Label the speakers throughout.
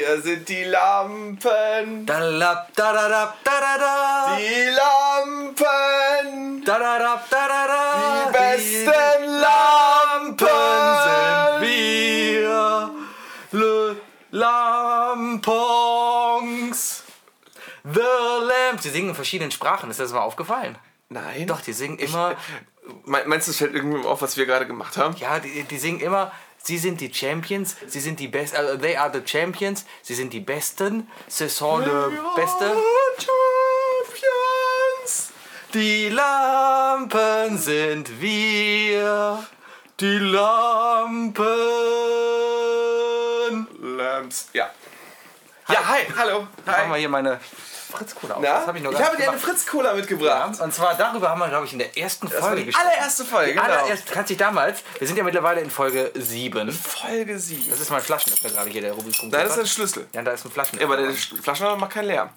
Speaker 1: Da sind die Lampen.
Speaker 2: Dalap, dadadap, dadada.
Speaker 1: Die Lampen.
Speaker 2: Dadadap, dadada.
Speaker 1: Die besten Lampen
Speaker 2: sind wir. Le Lampongs. The Lamps. Die singen in verschiedenen Sprachen. Ist dir das mal aufgefallen?
Speaker 1: Nein.
Speaker 2: Doch, die singen immer.
Speaker 1: Me- Meinst du, es fällt irgendwem auf, was wir gerade gemacht haben?
Speaker 2: Ja, die, die singen immer, sie sind die Champions, sie sind die Besten, äh, they are the Champions, sie sind die Besten, ce sont le Beste.
Speaker 1: Champions.
Speaker 2: Die Lampen sind wir, die Lampen.
Speaker 1: Lamps. Ja. Ja, hi. Hallo.
Speaker 2: Machen wir
Speaker 1: Hi.
Speaker 2: hier meine Fritz-Cola auf,
Speaker 1: Na?
Speaker 2: das habe ich noch
Speaker 1: ich
Speaker 2: gar
Speaker 1: habe
Speaker 2: nicht
Speaker 1: dir eine
Speaker 2: gemacht.
Speaker 1: Fritz-Cola mitgebracht.
Speaker 2: Und zwar darüber haben wir, glaube ich, in der ersten
Speaker 1: Das war
Speaker 2: Folge
Speaker 1: die
Speaker 2: gesprochen.
Speaker 1: allererste Folge, genau.
Speaker 2: Allererst, kannst dich damals, wir sind ja mittlerweile in Folge 7.
Speaker 1: Folge 7.
Speaker 2: Das ist mein Flaschenöffner gerade hier, der Rubik.
Speaker 1: Nein, das ist ein Schlüssel.
Speaker 2: Ja, da ist ein Flaschenöffner.
Speaker 1: Ja, aber der Flaschenhalter macht keinen Lärm.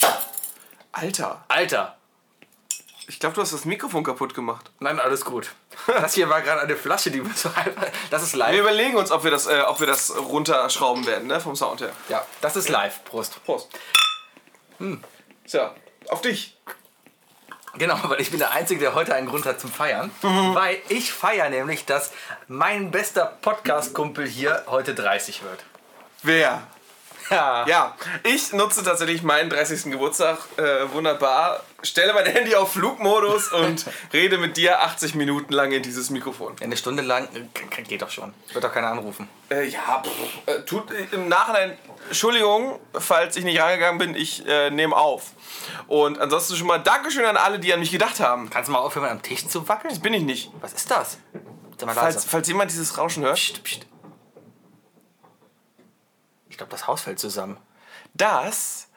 Speaker 1: Alter,
Speaker 2: Alter,
Speaker 1: ich glaube, du hast das Mikrofon kaputt gemacht.
Speaker 2: Nein, alles gut. Das hier war gerade eine Flasche, die wir so einfach. Das ist
Speaker 1: Wir
Speaker 2: live.
Speaker 1: überlegen uns, ob wir das, äh, ob wir das runterschrauben werden, ne? Vom Sound her.
Speaker 2: Ja, das ist live. Prost.
Speaker 1: Prost. Hm. So, auf dich.
Speaker 2: Genau, weil ich bin der Einzige, der heute einen Grund hat zum Feiern. Weil ich feiere nämlich, dass mein bester Podcast-Kumpel hier heute 30 wird.
Speaker 1: Wer?
Speaker 2: Ja.
Speaker 1: Ja, ich nutze tatsächlich meinen 30. Geburtstag äh, wunderbar, stelle mein Handy auf Flugmodus und rede mit dir 80 Minuten lang in dieses Mikrofon.
Speaker 2: Eine Stunde lang äh, geht doch schon. Wird doch keiner anrufen.
Speaker 1: Äh, ja, pff, äh, tut im Nachhinein. Entschuldigung, falls ich nicht rangegangen bin, ich äh, nehme auf. Und ansonsten schon mal Dankeschön an alle, die an mich gedacht haben.
Speaker 2: Kannst du mal aufhören, am Tisch zu wackeln?
Speaker 1: Bin ich nicht.
Speaker 2: Was ist das? Sag mal leise.
Speaker 1: Falls, falls jemand dieses Rauschen hört,
Speaker 2: Psst, psst. Ich glaube, das Haus fällt zusammen.
Speaker 1: das.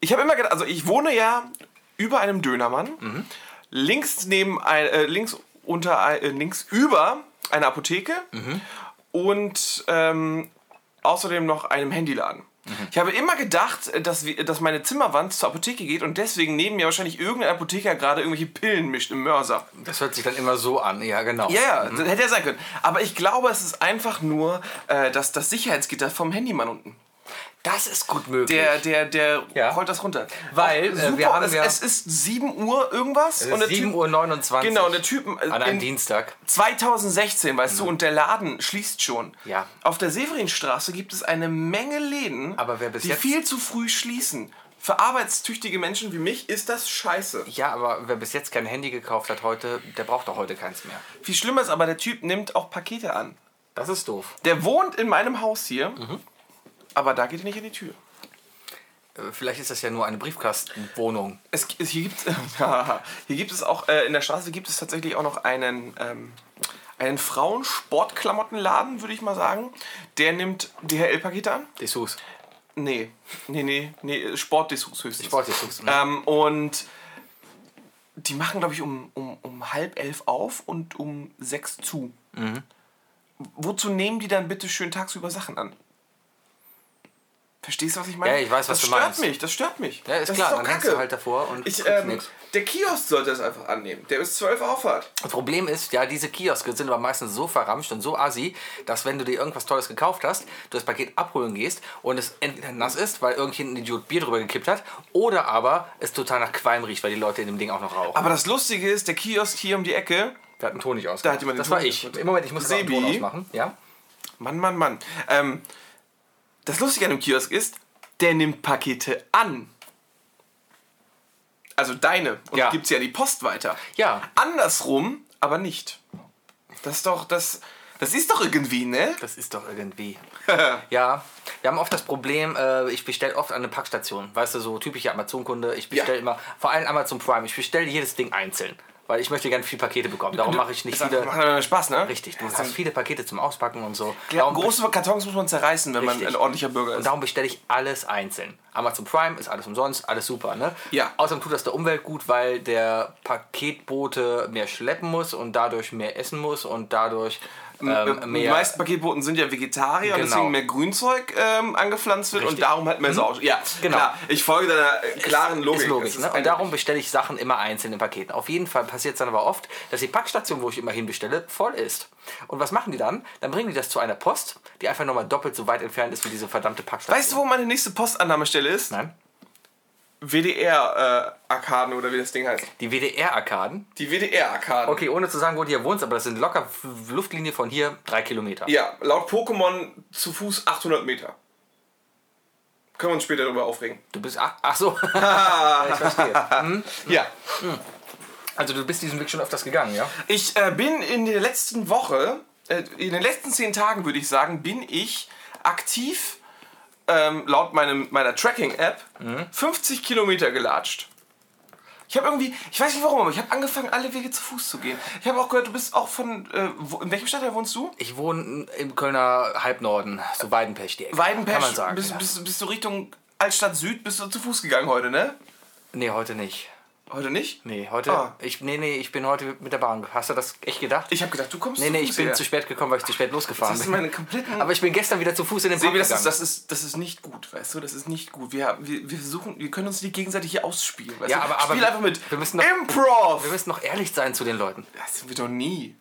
Speaker 1: Ich habe immer gedacht, also ich wohne ja über einem Dönermann, links neben ein, äh, links unter ein- äh, links über einer Apotheke und ähm, außerdem noch einem Handyladen. Ich habe immer gedacht, äh, dass, wir, dass meine Zimmerwand zur Apotheke geht und deswegen neben mir wahrscheinlich irgendein Apotheker gerade irgendwelche Pillen mischt im Mörser.
Speaker 2: Das hört sich dann immer so an. Ja, genau.
Speaker 1: Ja, ja, das hätte ja sein können. Aber ich glaube, es ist einfach nur äh, das, das Sicherheitsgitter vom Handymann unten.
Speaker 2: Das ist gut möglich.
Speaker 1: Der, der, der
Speaker 2: Ja.
Speaker 1: rollt das runter.
Speaker 2: Weil,
Speaker 1: Auch
Speaker 2: äh,
Speaker 1: super,
Speaker 2: wir haben
Speaker 1: es,
Speaker 2: ja-
Speaker 1: es ist 7 Uhr irgendwas.
Speaker 2: Es ist 7.29
Speaker 1: Typ,
Speaker 2: Uhr. 29.
Speaker 1: Genau, und der Typ äh,
Speaker 2: an einem
Speaker 1: in
Speaker 2: Dienstag.
Speaker 1: 2016, weißt du, und der Laden schließt schon.
Speaker 2: Ja.
Speaker 1: Auf der Severinstraße gibt es eine Menge Läden,
Speaker 2: Aber wer bis
Speaker 1: die
Speaker 2: jetzt-
Speaker 1: viel zu früh schließen. Für arbeitstüchtige Menschen wie mich ist das scheiße.
Speaker 2: Ja, aber wer bis jetzt kein Handy gekauft hat heute, der braucht auch heute keins mehr.
Speaker 1: Viel schlimmer ist aber, der Typ nimmt auch Pakete an.
Speaker 2: Das ist doof.
Speaker 1: Der wohnt in meinem Haus hier,
Speaker 2: Mhm.
Speaker 1: aber da geht er nicht an die Tür.
Speaker 2: Äh, Vielleicht ist das ja nur eine Briefkastenwohnung.
Speaker 1: Es, gi- es, hier, gibt, hier gibt es auch, äh, in der Straße gibt es tatsächlich auch noch einen, ähm, einen Frauensportklamottenladen, würde ich mal sagen. Der nimmt DHL-Pakete an.
Speaker 2: Dessous.
Speaker 1: Nee, nee, nee, nee, Sportdessous höchstens.
Speaker 2: Sportdessous, ne?
Speaker 1: Ähm, und die machen, glaube ich, um, um, um halb elf auf und um sechs zu.
Speaker 2: Mhm.
Speaker 1: Wozu nehmen die dann bitte schön tagsüber Sachen an? Verstehst du, was ich meine?
Speaker 2: Ja, ich weiß,
Speaker 1: das
Speaker 2: was du
Speaker 1: stört
Speaker 2: meinst.
Speaker 1: mich, das stört mich.
Speaker 2: Ja, ist
Speaker 1: das
Speaker 2: klar,
Speaker 1: doch
Speaker 2: dann hängst
Speaker 1: Kacke.
Speaker 2: du halt davor und
Speaker 1: Ich,
Speaker 2: kriegst
Speaker 1: ähm,
Speaker 2: nix.
Speaker 1: der Kiosk sollte es einfach annehmen. Der ist 12 Auffahrt.
Speaker 2: Das Problem ist, ja, diese Kioske sind aber meistens so verramscht und so assi, dass wenn du dir irgendwas Tolles gekauft hast, du das Paket abholen gehst und es entweder nass ist, weil irgendjemand ein Idiot Bier drüber gekippt hat, oder aber es total nach Qualm riecht, weil die Leute in dem Ding auch noch rauchen.
Speaker 1: Aber das Lustige ist, der Kiosk hier um die Ecke.
Speaker 2: Da hat ein Ton nicht aus.
Speaker 1: Da hat jemand den
Speaker 2: das
Speaker 1: Ton
Speaker 2: war ich.
Speaker 1: nicht aus-
Speaker 2: Im Moment, ich muss gerade einen Ton
Speaker 1: Sebi?
Speaker 2: ausmachen. Ja?
Speaker 1: Mann, Mann, Mann. Ähm, das Lustige an dem Kiosk ist, der nimmt Pakete an. Also deine. Und
Speaker 2: Ja.
Speaker 1: gibt sie an die Post weiter.
Speaker 2: Ja.
Speaker 1: Andersrum, aber nicht. Das ist doch, das, das ist doch irgendwie, ne?
Speaker 2: Das ist doch irgendwie. ja, wir haben oft das Problem, äh, ich bestelle oft an eine Packstation. Weißt du, so typische Amazon-Kunde. Ich bestelle
Speaker 1: Ja.
Speaker 2: immer, vor allem Amazon Prime, ich bestelle jedes Ding einzeln. Weil ich möchte gerne viele Pakete bekommen. Darum mache ich nicht
Speaker 1: Das macht
Speaker 2: viele.
Speaker 1: doch Spaß, ne?
Speaker 2: Richtig, du hast viele Pakete zum Auspacken und so.
Speaker 1: Ja,
Speaker 2: Darum,
Speaker 1: große Kartons muss man zerreißen, wenn man
Speaker 2: Richtig.
Speaker 1: ein ordentlicher Bürger
Speaker 2: und
Speaker 1: ist.
Speaker 2: darum bestelle ich alles einzeln. Amazon Prime ist alles umsonst, alles super, ne?
Speaker 1: Ja.
Speaker 2: Außerdem tut das der Umwelt gut, weil der Paketbote mehr schleppen muss und dadurch mehr essen muss und dadurch
Speaker 1: Ähm, die
Speaker 2: mehr-
Speaker 1: meisten Paketboten sind ja Vegetarier und
Speaker 2: Genau.
Speaker 1: deswegen mehr Grünzeug ähm, angepflanzt wird und
Speaker 2: Richtig.
Speaker 1: darum halt mehr Sau. Ja,
Speaker 2: Genau.
Speaker 1: klar. Ich folge deiner äh, klaren Logik.
Speaker 2: Ist
Speaker 1: Es
Speaker 2: logisch,
Speaker 1: ist
Speaker 2: ne?
Speaker 1: ein-
Speaker 2: Und darum bestelle ich Sachen immer einzeln in Paketen. Auf jeden Fall passiert es dann aber oft, dass die Packstation, wo ich immer hin bestelle, voll ist. Und was machen die dann? Dann bringen die das zu einer Post, die einfach nochmal doppelt so weit entfernt ist wie diese verdammte Packstation.
Speaker 1: Weißt du, wo meine nächste Postannahmestelle ist?
Speaker 2: Nein.
Speaker 1: WDR-Arkaden äh, oder wie das Ding heißt.
Speaker 2: Die WDR-Arkaden.
Speaker 1: Die WDR-Arkaden.
Speaker 2: Okay, ohne zu sagen, wo du hier wohnst, aber das sind locker F- Luftlinie von hier drei Kilometer.
Speaker 1: Ja, laut Pokémon zu Fuß 800 Meter. Können wir uns später darüber aufregen.
Speaker 2: Du bist. Ach, ach so. ich verstehe. Hm.
Speaker 1: Ja.
Speaker 2: Also, du bist diesen Weg schon öfters gegangen, ja?
Speaker 1: Ich äh, bin in der letzten Woche, äh, in den letzten zehn Tagen würde ich sagen, bin ich aktiv ähm, laut meinem, meiner Tracking-App
Speaker 2: Hm.
Speaker 1: 50 Kilometer gelatscht. Ich habe irgendwie, ich weiß nicht warum, aber ich habe angefangen, alle Wege zu Fuß zu gehen. Ich habe auch gehört, du bist auch von, äh, wo, in welchem Stadtteil wohnst du?
Speaker 2: Ich wohne im Kölner Halbnorden, so Weidenpech, die Ecke.
Speaker 1: Weidenpech.
Speaker 2: Kann man sagen.
Speaker 1: bist,
Speaker 2: ja.
Speaker 1: bist, bist du Richtung Altstadt Süd, bist du zu Fuß gegangen heute, ne?
Speaker 2: Nee, heute nicht.
Speaker 1: Heute nicht?
Speaker 2: Nee, heute.
Speaker 1: Ah.
Speaker 2: Ich, nee, nee, ich bin heute mit der Bahn. Hast du das echt gedacht?
Speaker 1: Ich habe gedacht, du kommst
Speaker 2: nee, nee,
Speaker 1: zu
Speaker 2: ich
Speaker 1: Fuß
Speaker 2: bin
Speaker 1: her.
Speaker 2: zu spät gekommen, weil ich zu spät losgefahren
Speaker 1: Das sind
Speaker 2: bin.
Speaker 1: meine kompletten...
Speaker 2: Aber ich bin gestern wieder zu Fuß in den Park
Speaker 1: Sebi, das
Speaker 2: gegangen.
Speaker 1: ist, das, ist, das ist nicht gut, weißt du? Das ist nicht gut. Wir, haben- wir, wir, versuchen, wir können uns nicht gegenseitig hier ausspielen. Weißt
Speaker 2: Ja,
Speaker 1: du?
Speaker 2: aber- aber
Speaker 1: Spiel
Speaker 2: wir-
Speaker 1: einfach mit
Speaker 2: wir müssen doch-
Speaker 1: Improv!
Speaker 2: Wir müssen noch ehrlich sein zu den Leuten.
Speaker 1: das sind wir doch nie.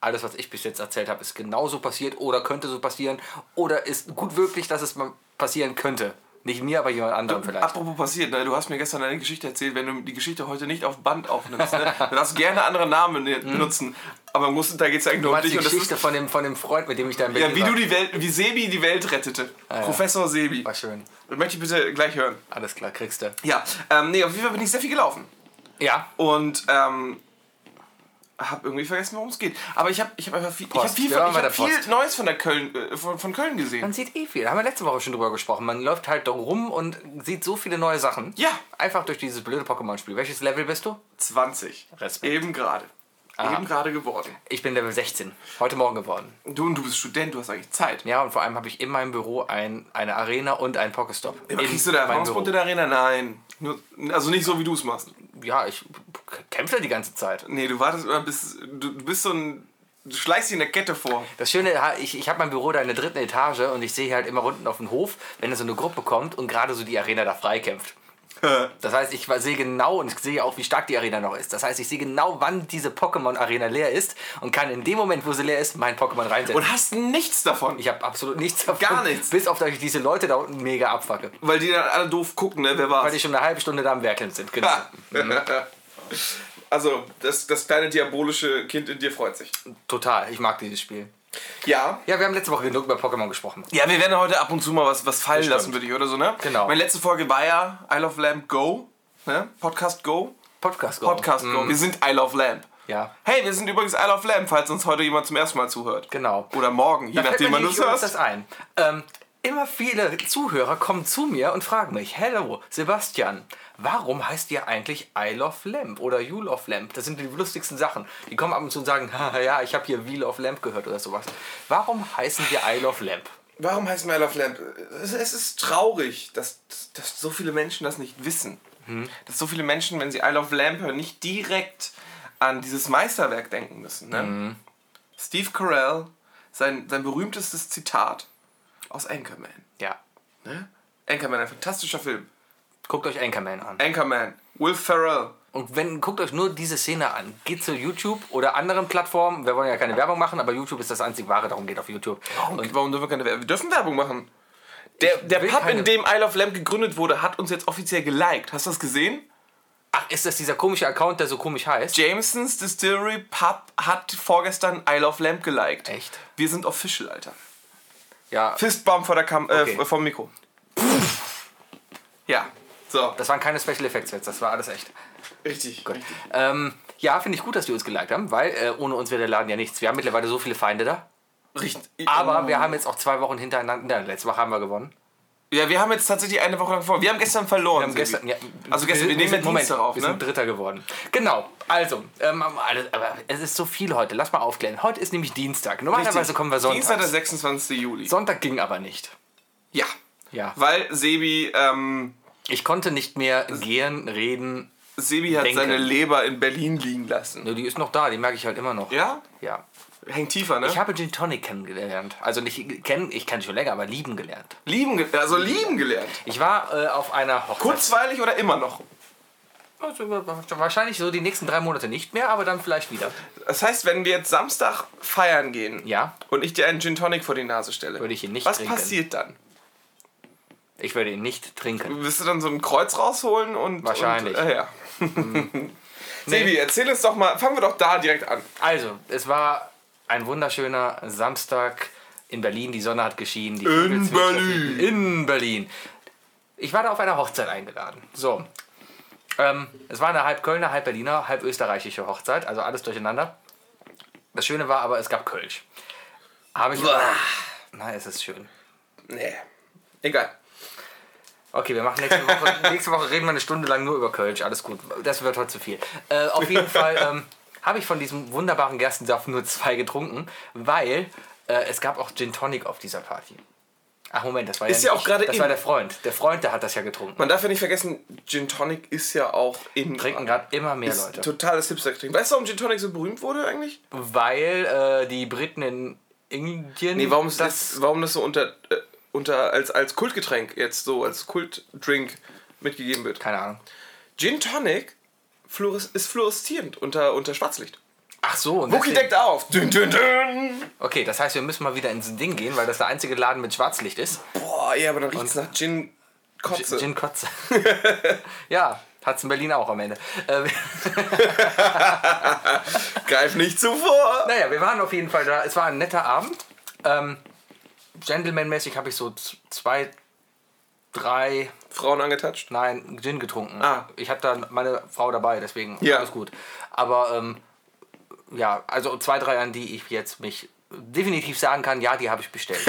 Speaker 2: Alles, was ich bis jetzt erzählt habe, ist genauso passiert oder könnte so passieren oder ist gut möglich, dass es mal passieren könnte. Nicht mir, aber jemand anderem vielleicht.
Speaker 1: Apropos passiert, ne? du hast mir gestern deine Geschichte erzählt. Wenn du die Geschichte heute nicht auf Band aufnimmst, ne? dann darfst du gerne andere Namen ne- benutzen. Aber im großen Teil geht es eigentlich nur
Speaker 2: Hm. Du
Speaker 1: um dich.
Speaker 2: meinst die
Speaker 1: Und das ist,
Speaker 2: Geschichte von dem, von dem Freund, mit dem ich da im
Speaker 1: ja,
Speaker 2: Berlin
Speaker 1: wie, du
Speaker 2: war.
Speaker 1: die Welt, wie Sebi die Welt rettete.
Speaker 2: Ah, ja.
Speaker 1: Professor Sebi.
Speaker 2: War schön.
Speaker 1: Das möchte ich bitte gleich hören.
Speaker 2: Alles klar, kriegst du.
Speaker 1: Ja, ähm, nee, auf jeden Fall bin ich sehr viel gelaufen.
Speaker 2: Ja,
Speaker 1: Und ähm, habe irgendwie vergessen, worum es geht. Aber ich habe ich hab einfach viel, ich hab
Speaker 2: Post.
Speaker 1: viel,
Speaker 2: Wir
Speaker 1: ich
Speaker 2: waren bei
Speaker 1: hab
Speaker 2: der
Speaker 1: viel
Speaker 2: Post.
Speaker 1: Neues von, der Köln, äh, von, von Köln gesehen.
Speaker 2: man sieht eh viel. Da haben wir letzte Woche schon drüber gesprochen. Man läuft halt da rum und sieht so viele neue Sachen.
Speaker 1: Ja.
Speaker 2: Einfach durch dieses blöde Pokémon-Spiel. Welches Level bist du?
Speaker 1: 20.
Speaker 2: Respekt.
Speaker 1: Eben gerade. Eben gerade geworden.
Speaker 2: Ich bin Level 16. Heute Morgen geworden.
Speaker 1: Du und du bist Student, du hast eigentlich Zeit.
Speaker 2: Ja, und vor allem habe ich in meinem Büro ein, eine Arena und einen Pokestop.
Speaker 1: Aber
Speaker 2: In
Speaker 1: Kriegst du da
Speaker 2: meinem
Speaker 1: Erfahrungspunkte in der Arena? Nein. Nur, also nicht so, wie du es machst.
Speaker 2: Büro. Ja, ich kämpfe die ganze Zeit.
Speaker 1: Nee, du wartest oder bist, du, du bist so ein... Du schleichst dir in der Kette vor.
Speaker 2: Das Schöne, ha- ich, ich habe mein Büro da in der dritten Etage und ich sehe halt immer unten auf den Hof, wenn da so eine Gruppe kommt und gerade so die Arena da freikämpft.
Speaker 1: Äh,
Speaker 2: Das heißt, ich sehe genau und ich sehe auch, wie stark die Arena noch ist. Das heißt, ich sehe genau, wann diese Pokémon-Arena leer ist und kann in dem Moment, wo sie leer ist, mein Pokémon reinsetzen.
Speaker 1: Und hast nichts davon.
Speaker 2: ich habe absolut nichts davon.
Speaker 1: Gar nichts.
Speaker 2: Bis auf, dass ich diese Leute da unten mega abfacke.
Speaker 1: weil die dann alle doof gucken, ne? Wer war's?
Speaker 2: Weil die schon eine halbe Stunde da am Werkeln sind. Genau.
Speaker 1: also, das, das kleine diabolische Kind in dir freut sich.
Speaker 2: Total. Ich mag dieses Spiel.
Speaker 1: Ja.
Speaker 2: Ja, wir haben letzte Woche genug über Pokémon gesprochen.
Speaker 1: Ja, wir werden heute ab und zu mal was, was fallen
Speaker 2: Bestimmt.
Speaker 1: lassen, würde ich, oder so, ne?
Speaker 2: Genau.
Speaker 1: Meine letzte Folge war ja I Love Lamp Go, ne? Podcast Go.
Speaker 2: Podcast. Go.
Speaker 1: Podcast Go. Wir sind I Love Lamp.
Speaker 2: Ja.
Speaker 1: Hey, wir sind übrigens I Love Lamp, falls uns heute jemand zum ersten Mal zuhört.
Speaker 2: Genau.
Speaker 1: Oder morgen, je
Speaker 2: Da fällt
Speaker 1: nachdem,
Speaker 2: mir
Speaker 1: wann du es
Speaker 2: nämlich übrigens
Speaker 1: hörst.
Speaker 2: das ein. Ähm, immer viele Zuhörer kommen zu mir und fragen mich, hello, Sebastian, warum heißt ihr eigentlich I Love Lamp oder You Love Lamp? Das sind die lustigsten Sachen. Die kommen ab und zu und sagen, "Haha, ja, ich habe hier We Love Lamp gehört oder sowas. Warum heißen wir I Love Lamp?
Speaker 1: Warum heißt man I Love Lamp? Es es ist traurig, dass, dass so viele Menschen das nicht wissen.
Speaker 2: Hm.
Speaker 1: Dass so viele Menschen, wenn sie I Love Lamp hören, nicht direkt an dieses Meisterwerk denken müssen. Ne?
Speaker 2: Hm.
Speaker 1: Steve Carell, sein, sein berühmtestes Zitat aus Anchorman.
Speaker 2: Ja,
Speaker 1: Ne? Anchorman, ein fantastischer Film.
Speaker 2: guckt euch Anchorman an.
Speaker 1: Anchorman, Will Ferrell.
Speaker 2: Und wenn, guckt euch nur diese Szene an. Geht zu YouTube oder anderen Plattformen. Wir wollen ja keine Werbung machen, aber YouTube ist das einzig wahre, darum geht auf YouTube.
Speaker 1: Und warum dürfen wir keine Werbung? Wir dürfen Werbung machen. Der, der
Speaker 2: will
Speaker 1: Pub,
Speaker 2: keine-
Speaker 1: in dem I Love Lamp gegründet wurde, hat uns jetzt offiziell geliked. Hast du das gesehen?
Speaker 2: Ach, ist das dieser komische Account, der so komisch heißt?
Speaker 1: Jamesons Distillery Pub hat vorgestern I Love Lamp geliked.
Speaker 2: Echt?
Speaker 1: Wir sind official, Alter.
Speaker 2: Ja,
Speaker 1: Fistbomb vor der Kam
Speaker 2: Okay.
Speaker 1: äh, vom Mikro. Ja, so.
Speaker 2: das waren keine Special Effects jetzt, das war alles echt.
Speaker 1: Richtig. richtig.
Speaker 2: Ähm, ja, finde ich gut, dass die uns geliked haben, weil äh, ohne uns wäre der Laden ja nichts. Wir haben mittlerweile so viele Feinde da.
Speaker 1: Richtig.
Speaker 2: Aber wir haben jetzt auch zwei Wochen hintereinander. Nein, letzte Woche haben wir gewonnen.
Speaker 1: Ja, wir haben jetzt tatsächlich eine Woche lang vor. Wir haben gestern verloren.
Speaker 2: Wir haben gestern, ja,
Speaker 1: also gestern, wir nehmen
Speaker 2: sind-
Speaker 1: den Moment auf,
Speaker 2: wir
Speaker 1: ne?
Speaker 2: sind Dritter geworden. Genau, also, ähm, alles, aber es ist so viel heute. Lass mal aufklären. Heute ist nämlich Dienstag. Normalerweise kommen wir
Speaker 1: Dienstag, der
Speaker 2: Sonntag.
Speaker 1: 26. Juli.
Speaker 2: Sonntag ging aber nicht.
Speaker 1: ja.
Speaker 2: Ja.
Speaker 1: Weil Sebi, ähm,
Speaker 2: Ich konnte nicht mehr gehen, reden,
Speaker 1: Sebi hat
Speaker 2: Denke.
Speaker 1: seine Leber in Berlin liegen lassen.
Speaker 2: Nö, die ist noch da, die merke ich halt immer noch.
Speaker 1: Ja?
Speaker 2: Ja.
Speaker 1: Hängt tiefer, ne?
Speaker 2: Ich habe Gin Tonic kennengelernt. Also nicht kennen, ich kenne schon länger, aber lieben gelernt.
Speaker 1: lieben, ge- also lieben gelernt.
Speaker 2: Ich war äh, auf einer Hochzeit.
Speaker 1: Kurzweilig oder immer noch?
Speaker 2: Also, wahrscheinlich so die nächsten drei Monate nicht mehr, aber dann vielleicht wieder.
Speaker 1: Das heißt, wenn wir jetzt Samstag feiern gehen
Speaker 2: Ja,
Speaker 1: und ich dir einen Gin Tonic vor die Nase stelle,
Speaker 2: Würde ich ihn nicht
Speaker 1: was
Speaker 2: trinken.
Speaker 1: passiert dann?
Speaker 2: ich werde ihn nicht trinken.
Speaker 1: Wirst du dann so ein Kreuz rausholen und.
Speaker 2: Wahrscheinlich. Mhm.
Speaker 1: Und, äh, ja. Sebi, erzähl uns doch mal, fangen wir doch da direkt an.
Speaker 2: Also, es war ein wunderschöner Samstag in Berlin. Die Sonne hat geschienen. Die
Speaker 1: In
Speaker 2: Vögel zwitscherten.
Speaker 1: Berlin.
Speaker 2: In Berlin. Ich war da auf einer Hochzeit eingeladen. So. Ähm, es war eine halb Kölner, halb Berliner, halb österreichische Hochzeit. Also alles durcheinander. Das Schöne war aber, es gab Kölsch. Habe ich. Na, es ist schön.
Speaker 1: Nee. Egal.
Speaker 2: Okay, wir machen nächste Woche. nächste Woche reden wir eine Stunde lang nur über Kölsch. Alles gut. Das wird heute zu viel. Äh, auf jeden Fall ähm, habe ich von diesem wunderbaren Gerstensaft nur zwei getrunken, weil äh, es gab auch Gin Tonic auf dieser Party. Ach Moment, das war
Speaker 1: Ist
Speaker 2: ja,
Speaker 1: ja
Speaker 2: nicht
Speaker 1: auch
Speaker 2: ich.
Speaker 1: gerade
Speaker 2: Das
Speaker 1: in.
Speaker 2: war der Freund. Der Freund, der hat das ja getrunken.
Speaker 1: Man darf ja nicht vergessen, Gin Tonic ist ja auch in.
Speaker 2: Trinken gerade immer mehr
Speaker 1: ist
Speaker 2: Leute.
Speaker 1: Totales Hipster-Getränk. Weißt du, warum Gin Tonic so berühmt wurde eigentlich?
Speaker 2: Weil äh, die Briten in Indien.
Speaker 1: Nee, warum ist
Speaker 2: das?
Speaker 1: das, warum das so unter, äh, unter als, als Kultgetränk jetzt so, als Kultdrink mitgegeben wird?
Speaker 2: Keine Ahnung.
Speaker 1: Gin Tonic fluores ist fluoreszierend unter, unter Schwarzlicht.
Speaker 2: Ach so. Und
Speaker 1: Wookie
Speaker 2: deswegen-
Speaker 1: deckt auf. Dün, dün, dün.
Speaker 2: okay, das heißt, wir müssen mal wieder ins Ding gehen, weil das der einzige Laden mit Schwarzlicht ist.
Speaker 1: Boah, ja, aber dann riecht's nach Gin Kotze.
Speaker 2: Gin Kotze. ja, hat's in Berlin auch am Ende. Äh,
Speaker 1: Greif nicht zuvor.
Speaker 2: naja, wir waren auf jeden Fall da. Es war ein netter Abend. Ähm, Gentleman-mäßig habe ich so z- zwei, drei,
Speaker 1: Frauen angetatscht.
Speaker 2: nein, Gin getrunken.
Speaker 1: Ah.
Speaker 2: Ich hatte da meine Frau dabei, deswegen
Speaker 1: Ja.
Speaker 2: alles gut. Aber ähm, ja, also zwei, drei, an die ich jetzt mich definitiv sagen kann, ja, die habe ich bestellt.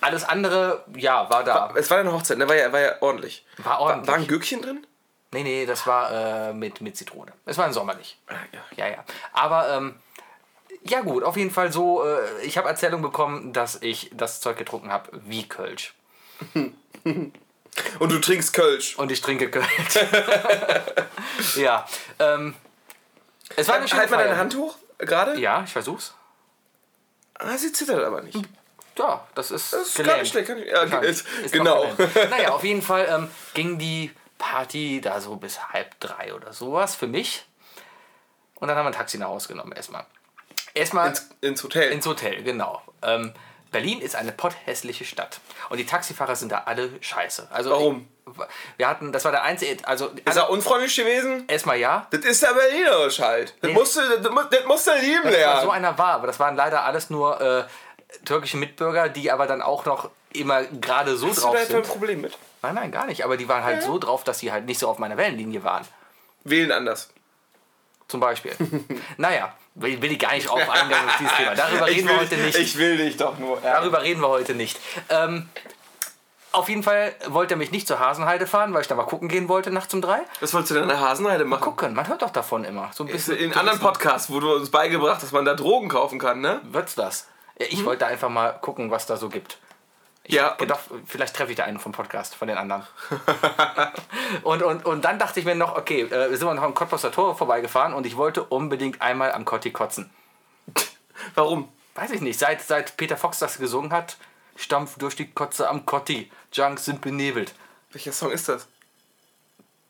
Speaker 2: alles andere, ja, war da.
Speaker 1: Es war eine Hochzeit, ne? War ja, war ja ordentlich.
Speaker 2: War ordentlich.
Speaker 1: War ein Gürkchen drin?
Speaker 2: Nee, nee, das war äh, mit, mit Zitrone. Es war ein sommerlich.
Speaker 1: ja.
Speaker 2: Ah, Ja, ja. Aber ähm, ja gut, auf jeden Fall so, äh, ich habe Erzählung bekommen, dass ich das Zeug getrunken habe wie Kölsch.
Speaker 1: Und du trinkst Kölsch.
Speaker 2: Und ich trinke Kölsch. ja. Ähm, es war eine schöne
Speaker 1: Halt mal
Speaker 2: Feier.
Speaker 1: deine Hand hoch, gerade.
Speaker 2: Ja, ich versuch's.
Speaker 1: Ah, sie zittert aber nicht.
Speaker 2: Ja, das ist,
Speaker 1: Das ist gar nicht schlecht. Gar nicht, ja,
Speaker 2: Kann.
Speaker 1: ist,
Speaker 2: Hm, Ist
Speaker 1: genau.
Speaker 2: noch gelähmt. Naja, auf jeden Fall ähm, ging die Party da so bis halb drei oder sowas für mich. Und dann haben wir ein Taxi nach Hause genommen erstmal. Erstmal
Speaker 1: ins, ins Hotel.
Speaker 2: Ins Hotel, genau. Ähm, Berlin ist eine potthässliche Stadt. Und die Taxifahrer sind da alle scheiße. Also
Speaker 1: Warum?
Speaker 2: Ich, wir hatten, das war der einzige, also
Speaker 1: ist er unfreundlich gewesen?
Speaker 2: erstmal ja.
Speaker 1: Das ist der Berlinerisch halt. Das musst du, das, mu- das musst du lieben
Speaker 2: Ja. So
Speaker 1: lernen.
Speaker 2: einer war, aber das waren leider alles nur äh, türkische Mitbürger, die aber dann auch noch immer gerade so
Speaker 1: Hast du
Speaker 2: drauf
Speaker 1: da etwa ein
Speaker 2: sind.
Speaker 1: Problem mit?
Speaker 2: Nein, nein, gar nicht. Aber die waren halt so drauf, dass sie halt nicht so auf meiner Wellenlinie waren.
Speaker 1: Wählen anders.
Speaker 2: Zum Beispiel. naja, will, will ich gar nicht auf eingehen auf dieses Thema. Darüber reden wir heute nicht.
Speaker 1: Ich will dich doch nur. ärgern.
Speaker 2: Darüber reden wir heute nicht. Ähm, auf jeden Fall wollte er mich nicht zur Hasenheide fahren, weil ich da mal gucken gehen wollte nachts um drei.
Speaker 1: Was wolltest du denn in der Hasenheide machen?
Speaker 2: Gucken, man hört doch davon immer. So ein bisschen
Speaker 1: In anderen Podcasts, wo du uns beigebracht hast, dass man da Drogen kaufen kann, ne?
Speaker 2: wird's das. Ja, Ich wollte einfach mal gucken, was da so gibt.
Speaker 1: Ja.
Speaker 2: Gedacht, vielleicht treffe ich da einen vom Podcast, von den anderen. und, und, und dann dachte ich mir noch, okay, äh, wir sind wir noch am Cottbusser Tor vorbeigefahren und ich wollte unbedingt einmal am Cotti kotzen.
Speaker 1: Warum?
Speaker 2: Weiß ich nicht, seit, seit Peter Fox das gesungen hat, stampft durch die Kotze am Cotti. Junks sind benebelt.
Speaker 1: Welcher Song ist das?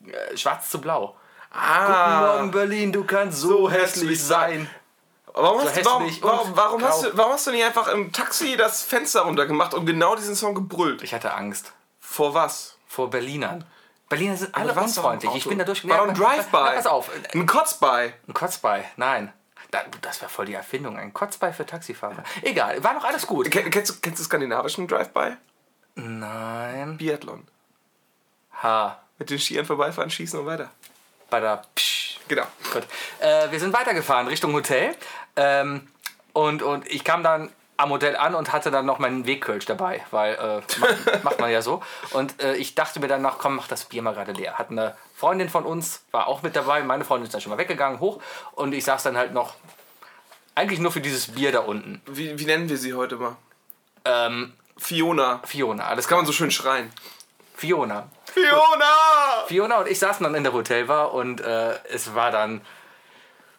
Speaker 2: Äh, schwarz zu blau. Guten
Speaker 1: Ah.
Speaker 2: Morgen Berlin, du kannst so,
Speaker 1: So hässlich
Speaker 2: hässlich sein.
Speaker 1: Warum hast,
Speaker 2: So
Speaker 1: du, warum,
Speaker 2: hässlich und
Speaker 1: warum, warum, hast
Speaker 2: grau.
Speaker 1: du, warum hast du nicht einfach im Taxi das Fenster runtergemacht und genau diesen Song gebrüllt?
Speaker 2: Ich hatte Angst
Speaker 1: Vor was?
Speaker 2: vor Berlinern. Berliner sind alle
Speaker 1: Du warst doch im
Speaker 2: unfreundlich. Ich
Speaker 1: Auto.
Speaker 2: bin da durchgegangen.
Speaker 1: War doch ein Drive-By.
Speaker 2: Pass auf,
Speaker 1: Ein Kotz-By.
Speaker 2: ein Kotzbei. Nein. Da- Das wäre voll die Erfindung. Ein Kotzbei für Taxifahrer. Egal, war noch alles gut.
Speaker 1: Ken- Kennst du, kennst du skandinavischen Drive-By?
Speaker 2: Nein.
Speaker 1: Biathlon.
Speaker 2: Ha.
Speaker 1: Mit den Skiern vorbeifahren, schießen und weiter.
Speaker 2: Bada. Psch.
Speaker 1: Genau.
Speaker 2: Gut. Äh, wir sind weitergefahren Richtung Hotel. Ähm, und, und ich kam dann am Hotel an und hatte dann noch meinen Wegkölsch dabei, weil äh, macht, macht man ja so. Und äh, ich dachte mir dann noch, komm, mach das Bier mal gerade leer. Hat eine Freundin von uns, war auch mit dabei, meine Freundin ist dann schon mal weggegangen, hoch. Und ich saß dann halt noch, eigentlich nur für dieses Bier da unten.
Speaker 1: Wie, wie nennen wir sie heute mal?
Speaker 2: Ähm,
Speaker 1: Fiona.
Speaker 2: Fiona, alles
Speaker 1: Kann
Speaker 2: klar.
Speaker 1: man so schön schreien.
Speaker 2: Fiona.
Speaker 1: Fiona!
Speaker 2: Fiona und ich saßen dann in der Hotelbar und äh, es war dann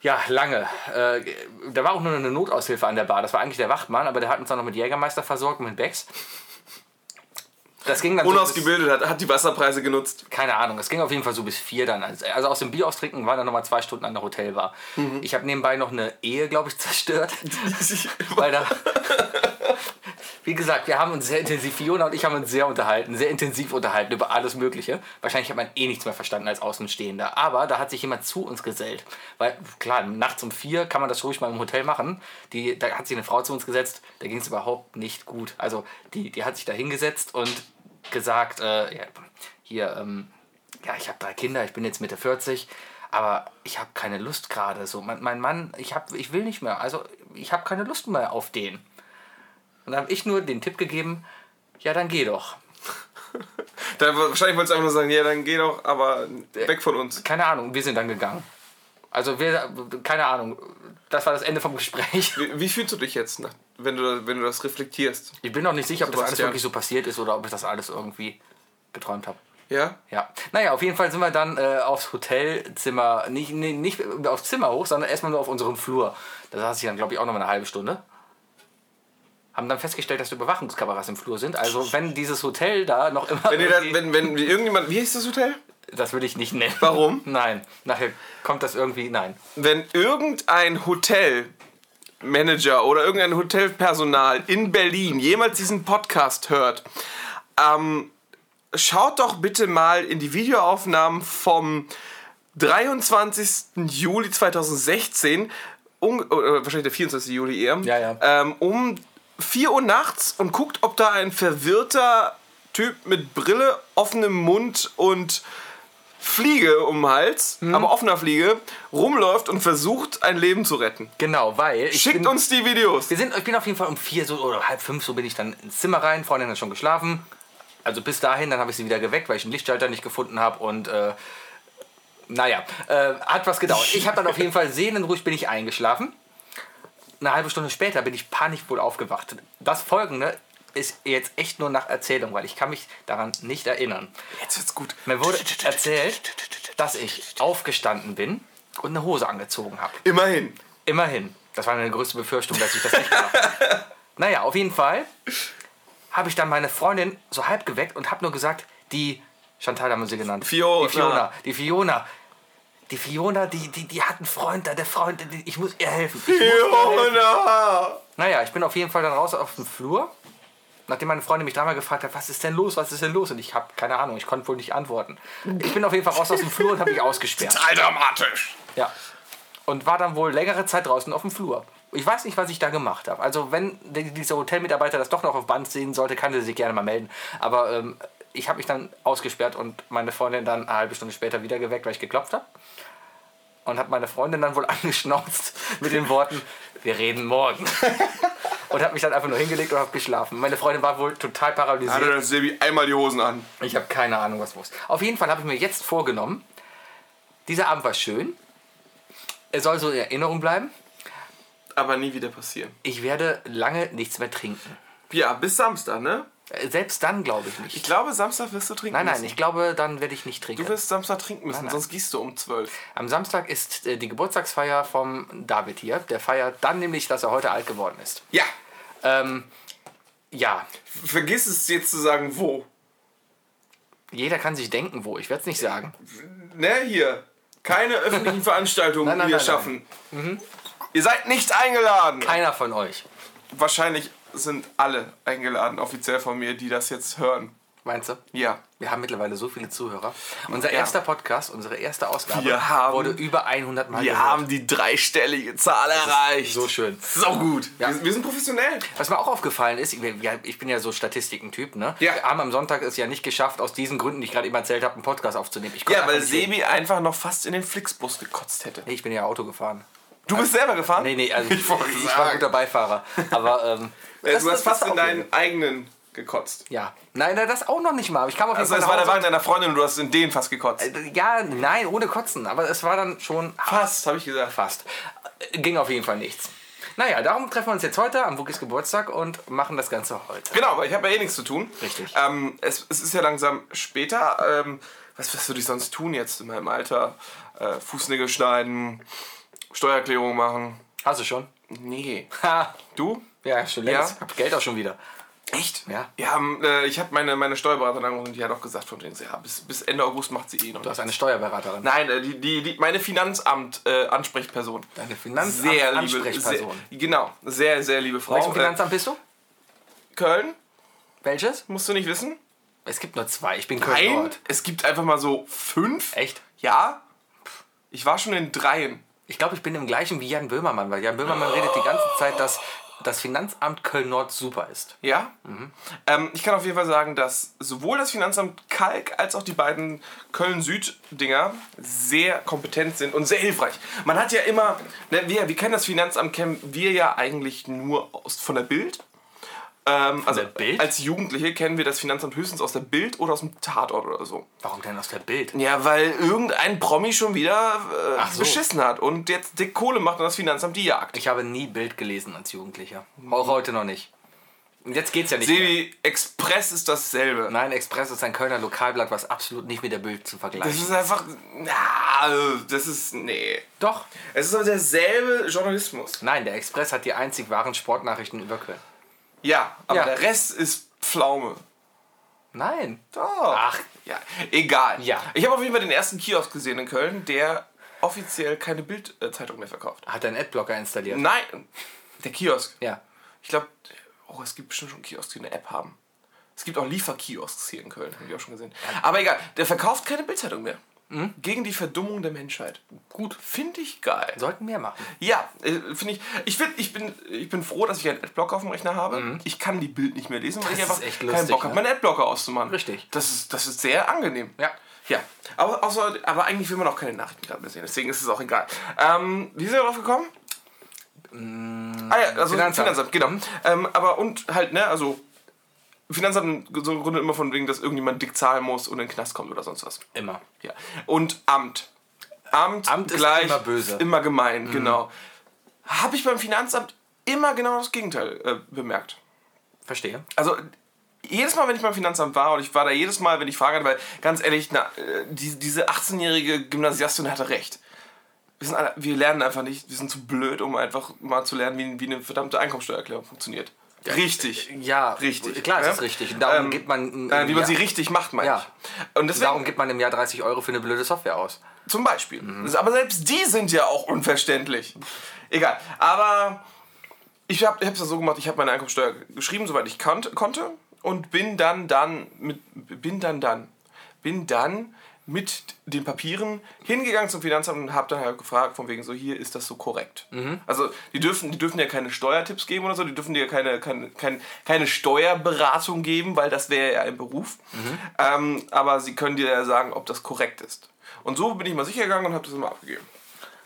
Speaker 2: ja lange. Äh, da war auch nur eine Notaushilfe an der Bar. Das war eigentlich der Wachtmann, aber der hat uns dann noch mit Jägermeister versorgt und mit Becks. Das ging dann so bis-
Speaker 1: Unausgebildet hat, hat die Wasserpreise genutzt.
Speaker 2: keine Ahnung, es ging auf jeden Fall so bis vier dann. Also also aus dem Bier austrinken waren dann nochmal zwei Stunden an der Hotelbar. Ich habe nebenbei noch eine Ehe, glaube ich, zerstört. weil da, wie gesagt, wir haben uns sehr intensiv, Fiona und ich haben uns sehr unterhalten, sehr intensiv unterhalten über alles Mögliche. Wahrscheinlich hat man eh nichts mehr verstanden als Außenstehender. Aber da hat sich jemand zu uns gesellt. Weil, klar, nachts um vier kann man das ruhig mal im Hotel machen. Die, da hat sich eine Frau zu uns gesetzt, da ging es überhaupt nicht gut. Also, die, die hat sich da hingesetzt und gesagt, äh, ja, hier, ähm, ja, ich habe drei Kinder, ich bin jetzt Mitte 40, aber ich habe keine Lust gerade. So, mein, mein Mann, ich, hab, ich will nicht mehr. Also, ich habe keine Lust mehr auf den. Und dann habe ich nur den Tipp gegeben, ja, dann geh doch.
Speaker 1: Dann, wahrscheinlich wolltest du einfach nur sagen, ja, dann geh doch, aber weg von uns.
Speaker 2: Keine Ahnung, wir sind dann gegangen. Also, wir, keine Ahnung, das war das Ende vom Gespräch.
Speaker 1: Wie, wie fühlst du dich jetzt, nach- wenn du, wenn du das reflektierst?
Speaker 2: Ich bin noch nicht sicher, ob das alles
Speaker 1: Sebastian.
Speaker 2: wirklich so passiert ist oder ob ich das alles irgendwie geträumt habe.
Speaker 1: Ja?
Speaker 2: Ja, naja, auf jeden Fall sind wir dann äh, aufs Hotelzimmer, nicht, nee, nicht aufs Zimmer hoch, sondern erstmal nur auf unserem Flur. Da saß ich dann, glaube ich, auch nochmal eine halbe Stunde. Haben dann festgestellt, dass Überwachungskameras im Flur sind. Also, wenn dieses Hotel da noch immer.
Speaker 1: Wenn, ihr da,
Speaker 2: irgendwie-
Speaker 1: wenn, wenn irgendjemand, wie hieß das Hotel?
Speaker 2: das will ich nicht nennen.
Speaker 1: Warum?
Speaker 2: Nein, nachher kommt das irgendwie. Nein.
Speaker 1: wenn irgendein Hotelmanager oder irgendein Hotelpersonal in Berlin jemals diesen Podcast hört, ähm, schaut doch bitte mal in die Videoaufnahmen vom 23. Juli 2016, um, oder wahrscheinlich der 24. Juli eher,
Speaker 2: Ja, ja.
Speaker 1: Ähm, um 4 Uhr nachts und guckt, ob da ein verwirrter Typ mit Brille, offenem Mund und Fliege um den Hals,
Speaker 2: Mhm.
Speaker 1: aber offener Fliege, rumläuft und versucht, ein Leben zu retten.
Speaker 2: Genau, weil. Ich
Speaker 1: Schickt
Speaker 2: bin,
Speaker 1: uns die Videos.
Speaker 2: Wir sind, ich bin auf jeden Fall um vier so, oder halb fünf, so bin ich dann ins Zimmer rein. Freundin hat schon geschlafen. Also bis dahin, dann habe ich sie wieder geweckt, weil ich den Lichtschalter nicht gefunden habe und äh, naja, äh, hat was gedauert. Ich habe dann auf jeden Fall seelenruhig bin ich eingeschlafen. Eine halbe Stunde später bin ich panischwohl aufgewacht. Das Folgende ist jetzt echt nur nach Erzählung, weil ich kann mich daran nicht erinnern.
Speaker 1: Jetzt wird's gut.
Speaker 2: Mir wurde erzählt, dass ich aufgestanden bin und eine Hose angezogen habe.
Speaker 1: Immerhin.
Speaker 2: Immerhin. Das war meine größte Befürchtung, dass ich das nicht gemacht habe. Naja, auf jeden Fall habe ich dann meine Freundin so halb geweckt und habe nur gesagt, die Chantal haben wir sie genannt.
Speaker 1: Fiona.
Speaker 2: Die Fiona. Die Fiona. Die Fiona, die, die, die hat einen Freund da, der Freund, die, ich muss ihr helfen. Ich muss ihr helfen.
Speaker 1: Fiona!
Speaker 2: Naja, ich bin auf jeden Fall dann raus auf den Flur, nachdem meine Freundin mich dreimal gefragt hat, was ist denn los, was ist denn los? Und ich habe keine Ahnung, ich konnte wohl nicht antworten. Ich bin auf jeden Fall raus aus dem Flur und habe mich ausgesperrt.
Speaker 1: Total dramatisch.
Speaker 2: Ja. Und war dann wohl längere Zeit draußen auf dem Flur. Ich weiß nicht, was ich da gemacht habe. Also, wenn die- dieser Hotelmitarbeiter das doch noch auf Band sehen sollte, kann er sich gerne mal melden. Aber ähm, ich habe mich dann ausgesperrt und meine Freundin dann eine halbe Stunde später wieder geweckt, weil ich geklopft habe. Und habe meine Freundin dann wohl angeschnauzt mit den Worten: Wir reden morgen. Und habe mich dann einfach nur hingelegt und habe geschlafen. Meine Freundin war wohl total paralysiert.
Speaker 1: Hatte das Sebi einmal die Hosen an.
Speaker 2: Ich habe keine Ahnung, was los. Auf jeden Fall habe ich mir jetzt vorgenommen, dieser Abend war schön. Er soll so in Erinnerung bleiben.
Speaker 1: Aber nie wieder passieren.
Speaker 2: Ich werde lange nichts mehr trinken.
Speaker 1: Ja, bis Samstag, ne?
Speaker 2: Äh, Selbst dann glaube ich
Speaker 1: Ich
Speaker 2: nicht.
Speaker 1: glaube, Samstag wirst du trinken
Speaker 2: Nein, nein,
Speaker 1: müssen.
Speaker 2: ich glaube, dann werde ich nicht
Speaker 1: Du
Speaker 2: trinken.
Speaker 1: wirst Samstag trinken müssen,
Speaker 2: nein.
Speaker 1: sonst gießt du um 12.
Speaker 2: Am Samstag ist äh, die Geburtstagsfeier vom David hier. Der feiert dann nämlich, dass er heute alt geworden ist.
Speaker 1: Ja.
Speaker 2: Ähm, ja,
Speaker 1: Vergiss es jetzt zu sagen, wo.
Speaker 2: jeder kann sich denken, wo. Ich werde es nicht sagen.
Speaker 1: Ne, hier. Keine öffentlichen Veranstaltungen
Speaker 2: Nein, nein,
Speaker 1: hier
Speaker 2: nein, nein. Mhm.
Speaker 1: schaffen. Ihr seid nicht eingeladen.
Speaker 2: Keiner von euch.
Speaker 1: Wahrscheinlich sind alle eingeladen, offiziell von mir, die das jetzt hören.
Speaker 2: Meinst du?
Speaker 1: Ja.
Speaker 2: Wir haben mittlerweile so viele Zuhörer. Unser
Speaker 1: Ja.
Speaker 2: erster Podcast, unsere erste Ausgabe
Speaker 1: Wir haben-
Speaker 2: wurde über 100 Mal
Speaker 1: Wir
Speaker 2: gehört.
Speaker 1: haben die dreistellige Zahl erreicht.
Speaker 2: So schön.
Speaker 1: So gut.
Speaker 2: Ja.
Speaker 1: Wir, wir sind professionell.
Speaker 2: Was mir auch aufgefallen ist, wir- wir- ich bin ja so Statistikentyp, ne?
Speaker 1: Ja.
Speaker 2: Wir haben am Sonntag es ja nicht geschafft, aus diesen Gründen, die ich gerade eben erzählt habe, einen Podcast aufzunehmen. Ich konnte
Speaker 1: Ja, weil
Speaker 2: einfach nicht
Speaker 1: Sebi einfach noch fast in den Flixbus gekotzt hätte.
Speaker 2: Nee, ich bin ja Auto gefahren.
Speaker 1: Du bist selber gefahren?
Speaker 2: Nee, nee, also ich, ich
Speaker 1: wollte
Speaker 2: war
Speaker 1: sagen.
Speaker 2: ein guter Beifahrer. Aber ähm,
Speaker 1: Äh,
Speaker 2: das-
Speaker 1: du hast
Speaker 2: das- das
Speaker 1: fast in
Speaker 2: auch-
Speaker 1: deinen eigenen gekotzt.
Speaker 2: Ja. Nein, nein, das auch noch nicht mal. aber Ich kam auf jeden
Speaker 1: Also
Speaker 2: Fall
Speaker 1: es war der
Speaker 2: nach
Speaker 1: Wagen deiner Freundin und du hast in den fast gekotzt.
Speaker 2: Hause. Ja, nein, ohne Kotzen. Aber es war dann schon
Speaker 1: Fast, habe ich gesagt.
Speaker 2: fast. Äh, Ging auf jeden Fall nichts. Naja, darum treffen wir uns jetzt heute am Wookies Geburtstag und machen das Ganze heute.
Speaker 1: Genau, aber ich habe ja eh nichts zu tun.
Speaker 2: Richtig.
Speaker 1: Ähm, es, es ist ja langsam später. Ähm, was, was würde ich sonst tun jetzt in meinem Alter? Äh, Fußnägel schneiden, Steuererklärung machen.
Speaker 2: Hast du schon?
Speaker 1: Nee.
Speaker 2: Ha.
Speaker 1: Du?
Speaker 2: Ja, schon längst. Ich hab Geld auch schon wieder.
Speaker 1: Echt?
Speaker 2: Ja.
Speaker 1: Ja, ähm, äh, ich habe meine, meine Steuerberaterin angerufen, die hat auch gesagt von denen, so, ja, bis, bis Ende August macht sie eh noch.
Speaker 2: Du hast eine Steuerberaterin.
Speaker 1: Nein, äh, die, die, die, meine Finanzamt-Ansprechperson.
Speaker 2: Deine Finanzamt-
Speaker 1: sehr liebe
Speaker 2: Ansprechperson.
Speaker 1: Sehr, äh, genau, sehr, sehr liebe Frau.
Speaker 2: Welches Finanzamt bist du?
Speaker 1: Äh, Köln,
Speaker 2: Welches?
Speaker 1: musst du nicht wissen?
Speaker 2: Es gibt nur zwei. Ich bin
Speaker 1: Ein,
Speaker 2: Köln-Nord.
Speaker 1: es gibt einfach mal so fünf.
Speaker 2: Echt?
Speaker 1: Ja. Ich war schon in dreien.
Speaker 2: Ich glaube, ich bin im gleichen wie Jan Böhmermann, weil Jan Böhmermann redet die ganze Zeit, dass das Finanzamt Köln-Nord super ist.
Speaker 1: Ja. Ähm, ich kann auf jeden Fall sagen, dass sowohl das Finanzamt Kalk als auch die beiden Köln-Süd-Dinger sehr kompetent sind und sehr hilfreich. Man hat ja immer, ne, wir, wir kennen das Finanzamt, kennen wir ja eigentlich nur aus, von der Bild. Ähm, also
Speaker 2: der Bild?
Speaker 1: als Jugendliche kennen wir das Finanzamt höchstens aus der Bild oder aus dem Tatort oder so.
Speaker 2: Warum denn aus der Bild?
Speaker 1: Ja, weil irgendein Promi schon wieder äh,
Speaker 2: Ach so.
Speaker 1: beschissen hat und jetzt dick Kohle macht und das Finanzamt die jagt.
Speaker 2: Ich habe nie Bild gelesen als Jugendlicher. Auch heute noch nicht. Und jetzt geht's ja nicht mehr.
Speaker 1: Sebi, Express ist dasselbe.
Speaker 2: Nein, Express ist ein Kölner Lokalblatt, was absolut nicht mit der Bild zu
Speaker 1: Das
Speaker 2: vergleichen ist.
Speaker 1: ist einfach. Na, also, das ist. Nee.
Speaker 2: Doch.
Speaker 1: Es ist aber derselbe Journalismus.
Speaker 2: Nein, der Express hat die einzig wahren Sportnachrichten über Köln.
Speaker 1: Ja, aber
Speaker 2: Ja.
Speaker 1: der Rest ist Pflaume.
Speaker 2: Nein.
Speaker 1: Doch.
Speaker 2: Ach.
Speaker 1: Ja, egal.
Speaker 2: Oh. Ja.
Speaker 1: Ich habe auf jeden Fall den ersten Kiosk gesehen in Köln, der offiziell keine Bild-Zeitung mehr verkauft.
Speaker 2: Hat er einen Adblocker installiert?
Speaker 1: Nein, der Kiosk.
Speaker 2: Ja.
Speaker 1: Ich glaube, oh, es gibt bestimmt schon Kiosks, die eine App haben. Es gibt auch Lieferkiosks hier in Köln, habe ich auch schon gesehen. Aber egal, der verkauft keine Bildzeitung mehr.
Speaker 2: Mhm.
Speaker 1: Gegen die Verdummung der Menschheit. Gut. Finde ich geil.
Speaker 2: Sollten wir machen.
Speaker 1: Ja, äh, finde ich. Ich, find, ich, bin, ich bin froh, dass ich einen Adblock auf dem Rechner habe. Ich kann die Bild nicht mehr lesen, weil
Speaker 2: Mhm. Das
Speaker 1: ich einfach
Speaker 2: ist echt
Speaker 1: keinen
Speaker 2: lustig,
Speaker 1: Bock habe,
Speaker 2: ne?
Speaker 1: meinen Adblocker auszumachen.
Speaker 2: Richtig.
Speaker 1: Das ist, das ist sehr angenehm.
Speaker 2: Ja.
Speaker 1: Ja. Aber, außer, aber eigentlich will man auch keine Nachrichten gerade mehr sehen, deswegen ist es auch egal. Ähm, wie sind wir drauf gekommen? ah ja, also
Speaker 2: Mm, Finanzamt. Mhm.
Speaker 1: Finanzamt, genau. Ähm, aber und halt, ne, also. Finanzamt so im Grunde immer von wegen, dass irgendjemand dick zahlen muss und in den Knast kommt oder sonst was.
Speaker 2: Immer.
Speaker 1: Ja. Und Amt. Amt,
Speaker 2: Amt ist
Speaker 1: gleich
Speaker 2: immer böse. Mhm.
Speaker 1: Immer gemein, genau. Habe ich beim Finanzamt immer genau das Gegenteil äh, bemerkt.
Speaker 2: Verstehe.
Speaker 1: Also jedes Mal, wenn ich beim Finanzamt war, und ich war da jedes Mal, wenn ich Fragen hatte, weil ganz ehrlich, na, äh, die, diese 18-jährige Gymnasiastin hatte recht. Wir, sind alle, wir lernen einfach nicht, wir sind zu blöd, um einfach mal zu lernen, wie, wie eine verdammte Einkommensteuererklärung funktioniert. Richtig.
Speaker 2: äh, Ja, ne?
Speaker 1: Richtig.
Speaker 2: Klar, es
Speaker 1: Ja?
Speaker 2: ist richtig. Und darum
Speaker 1: Ähm,
Speaker 2: gibt man. ne?
Speaker 1: Äh, wie man
Speaker 2: ja,
Speaker 1: sie richtig macht, meine
Speaker 2: Ja.
Speaker 1: ich. Und deswegen,
Speaker 2: darum gibt man im Jahr 30 Euro für eine blöde Software aus.
Speaker 1: Zum Beispiel. Aber selbst die sind ja auch unverständlich. Egal. Aber ich habe es so gemacht, ich habe meine Einkommensteuer geschrieben, soweit ich kannt, konnte. Und bin dann dann mit bin dann dann bin dann mit den Papieren hingegangen zum Finanzamt und habe dann halt gefragt, von wegen so, hier ist das so korrekt.
Speaker 2: Mhm.
Speaker 1: Also die dürfen, die dürfen ja keine Steuertipps geben oder so, die dürfen dir keine, keine, keine, keine Steuerberatung geben, weil das wäre ja ein Beruf.
Speaker 2: Mhm.
Speaker 1: Ähm, aber sie können dir ja sagen, ob das korrekt ist. Und so bin ich mal sicher gegangen und habe das immer abgegeben.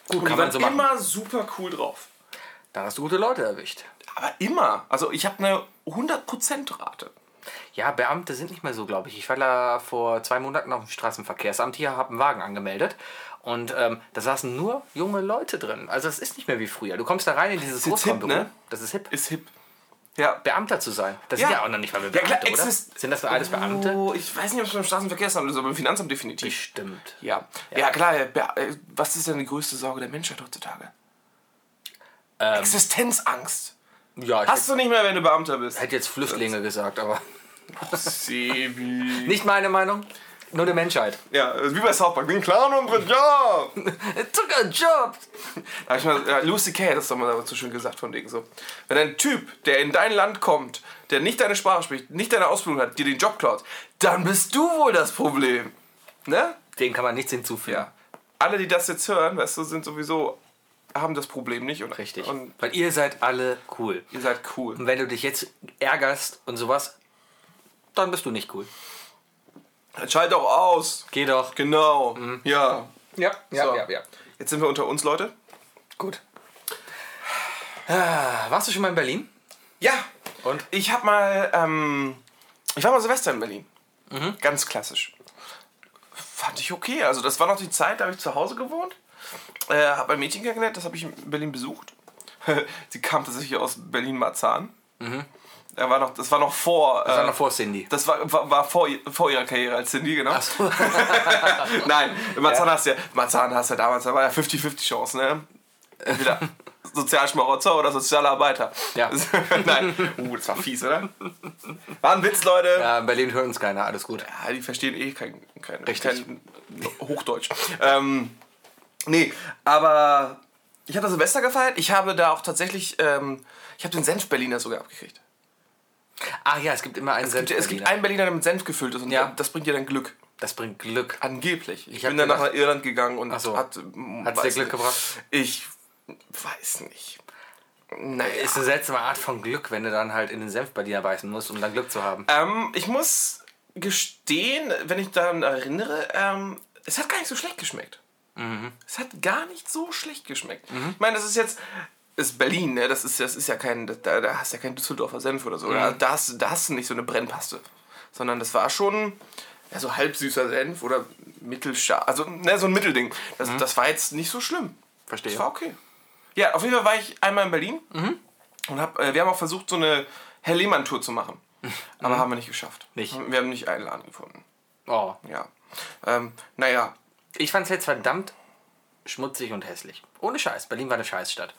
Speaker 2: Gut,
Speaker 1: Und die
Speaker 2: kann
Speaker 1: waren
Speaker 2: man so machen.
Speaker 1: immer super cool drauf.
Speaker 2: Dann hast du gute Leute erwischt.
Speaker 1: Aber immer. Also ich habe eine 100% Rate.
Speaker 2: Ja, Beamte sind nicht mehr so, glaube ich. Ich war da vor zwei Monaten auf dem Straßenverkehrsamt hier, habe einen Wagen angemeldet. Und ähm, da saßen nur junge Leute drin. Also es ist nicht mehr wie früher. Du kommst da rein in dieses
Speaker 1: ist jetzt hip,
Speaker 2: Großraumbüro.
Speaker 1: ne?
Speaker 2: Das ist hip.
Speaker 1: Ist hip. Ja.
Speaker 2: Beamter zu sein. Das
Speaker 1: Ja.
Speaker 2: sind ja auch noch nicht mal mehr
Speaker 1: Ja,
Speaker 2: Beamte,
Speaker 1: klar,
Speaker 2: oder?
Speaker 1: exist-
Speaker 2: Sind das alles Beamte?
Speaker 1: Oh, ich weiß nicht, ob es beim Straßenverkehrsamt ist, aber beim Finanzamt definitiv.
Speaker 2: Bestimmt.
Speaker 1: Ja. Ja, klar. ja, Be- äh, Was ist denn die größte Sorge der Menschheit heutzutage? Existenzangst.
Speaker 2: Ja, ich
Speaker 1: Hast du nicht mehr, wenn du Beamter bist.
Speaker 2: hätte jetzt Flüchtlinge gesagt, aber
Speaker 1: Sebi.
Speaker 2: nicht meine Meinung. Nur der Menschheit.
Speaker 1: Ja, äh, wie bei South Park. Den Clown und den Job.
Speaker 2: It took a job.
Speaker 1: Da hab ich mal, ja, Lucy Kay hat das doch mal so schön gesagt von wegen so. Wenn ein Typ, der in dein Land kommt, der nicht deine Sprache spricht, nicht deine Ausbildung hat, dir den Job klaut, dann bist du wohl das Problem. Ne?
Speaker 2: Dem kann man nichts hinzufügen.
Speaker 1: Ja. Alle, die das jetzt hören, weißt du, sind sowieso, haben das Problem nicht. Und,
Speaker 2: Richtig.
Speaker 1: Und
Speaker 2: Weil ihr seid alle cool.
Speaker 1: ihr seid cool.
Speaker 2: Und wenn du dich jetzt ärgerst und sowas, dann bist du nicht cool.
Speaker 1: Dann Schalt auch aus.
Speaker 2: Geh doch.
Speaker 1: Genau. Ja.
Speaker 2: Ja, Mhm. ja,
Speaker 1: So.
Speaker 2: ja, ja.
Speaker 1: Jetzt sind wir unter uns, Leute.
Speaker 2: Gut. Ah, Warst du schon mal in Berlin?
Speaker 1: Ja.
Speaker 2: Und?
Speaker 1: Ich hab mal, ähm, ich war mal Silvester in Berlin.
Speaker 2: Mhm.
Speaker 1: Ganz klassisch. Fand ich okay. Also das war noch die Zeit, da habe ich zu Hause gewohnt. Äh, habe ein Mädchen kennengelernt, das habe ich in Berlin besucht. sie kam tatsächlich aus Berlin-Marzahn. Er war noch, das war noch vor. Das
Speaker 2: Mhm. war noch vor Cindy.
Speaker 1: Das war, war, war vor, vor ihrer Karriere als Cindy, genau.
Speaker 2: so.
Speaker 1: Nein, Marzahn hast du ja, Marzahn hast du ja damals, da war ja 50-50-Chance, ne? Entweder Sozialschmarotzer oder Sozialarbeiter.
Speaker 2: Ja.
Speaker 1: Nein, uh, das war fies, oder? War ein Witz, Leute.
Speaker 2: Ja, in Berlin hört uns keiner, alles gut.
Speaker 1: Ja, die verstehen eh kein, kein,
Speaker 2: Richtig.
Speaker 1: kein Hochdeutsch. ähm, nee, aber ich hatte Silvester gefeiert. Ich habe da auch tatsächlich, ähm, ich habe den Senf Berliner sogar abgekriegt.
Speaker 2: Ach ja, es gibt immer einen Senf.
Speaker 1: Es gibt einen Berliner, der mit Senf gefüllt ist und
Speaker 2: Ja.
Speaker 1: das bringt dir dann Glück.
Speaker 2: das bringt Glück.
Speaker 1: Angeblich. Ich,
Speaker 2: hab
Speaker 1: bin dann nach
Speaker 2: gedacht-
Speaker 1: Irland gegangen und
Speaker 2: so.
Speaker 1: hat ähm,
Speaker 2: Hat's dir
Speaker 1: weiß
Speaker 2: Glück
Speaker 1: nicht.
Speaker 2: gebracht?
Speaker 1: Ich weiß nicht. Naja.
Speaker 2: Ist eine seltsame Art von Glück, wenn du dann halt in den Senf bei dir beißen musst, um dann Glück zu haben.
Speaker 1: Ähm, ich muss gestehen, wenn ich daran erinnere, ähm, es hat gar nicht so schlecht geschmeckt.
Speaker 2: Mhm.
Speaker 1: Es hat gar nicht so schlecht geschmeckt. Ich meine, das ist jetzt. Ist Berlin, ne? Das ist, das ist ja kein. Da, da hast du ja keinen Düsseldorfer Senf oder so.
Speaker 2: Mhm.
Speaker 1: Da, da, hast, du- da hast du nicht so eine Brennpaste. Sondern das war schon. Ja, so halbsüßer Senf oder mittelstark. Also, ne, so ein Mittelding. Das,
Speaker 2: Mhm.
Speaker 1: das war jetzt nicht so schlimm.
Speaker 2: Verstehe. Mhm.
Speaker 1: Das war okay. Ja, auf jeden Fall war ich einmal in Berlin und hab, äh, wir haben auch versucht, so eine Herr Lehmann-Tour zu machen. Aber haben wir nicht geschafft.
Speaker 2: Mhm. Nicht.
Speaker 1: Wir haben nicht einen Laden gefunden.
Speaker 2: Oh.
Speaker 1: Ja. Ähm, naja,
Speaker 2: Ich fand's jetzt verdammt schmutzig und hässlich. Ohne Scheiß. Berlin war eine Scheißstadt.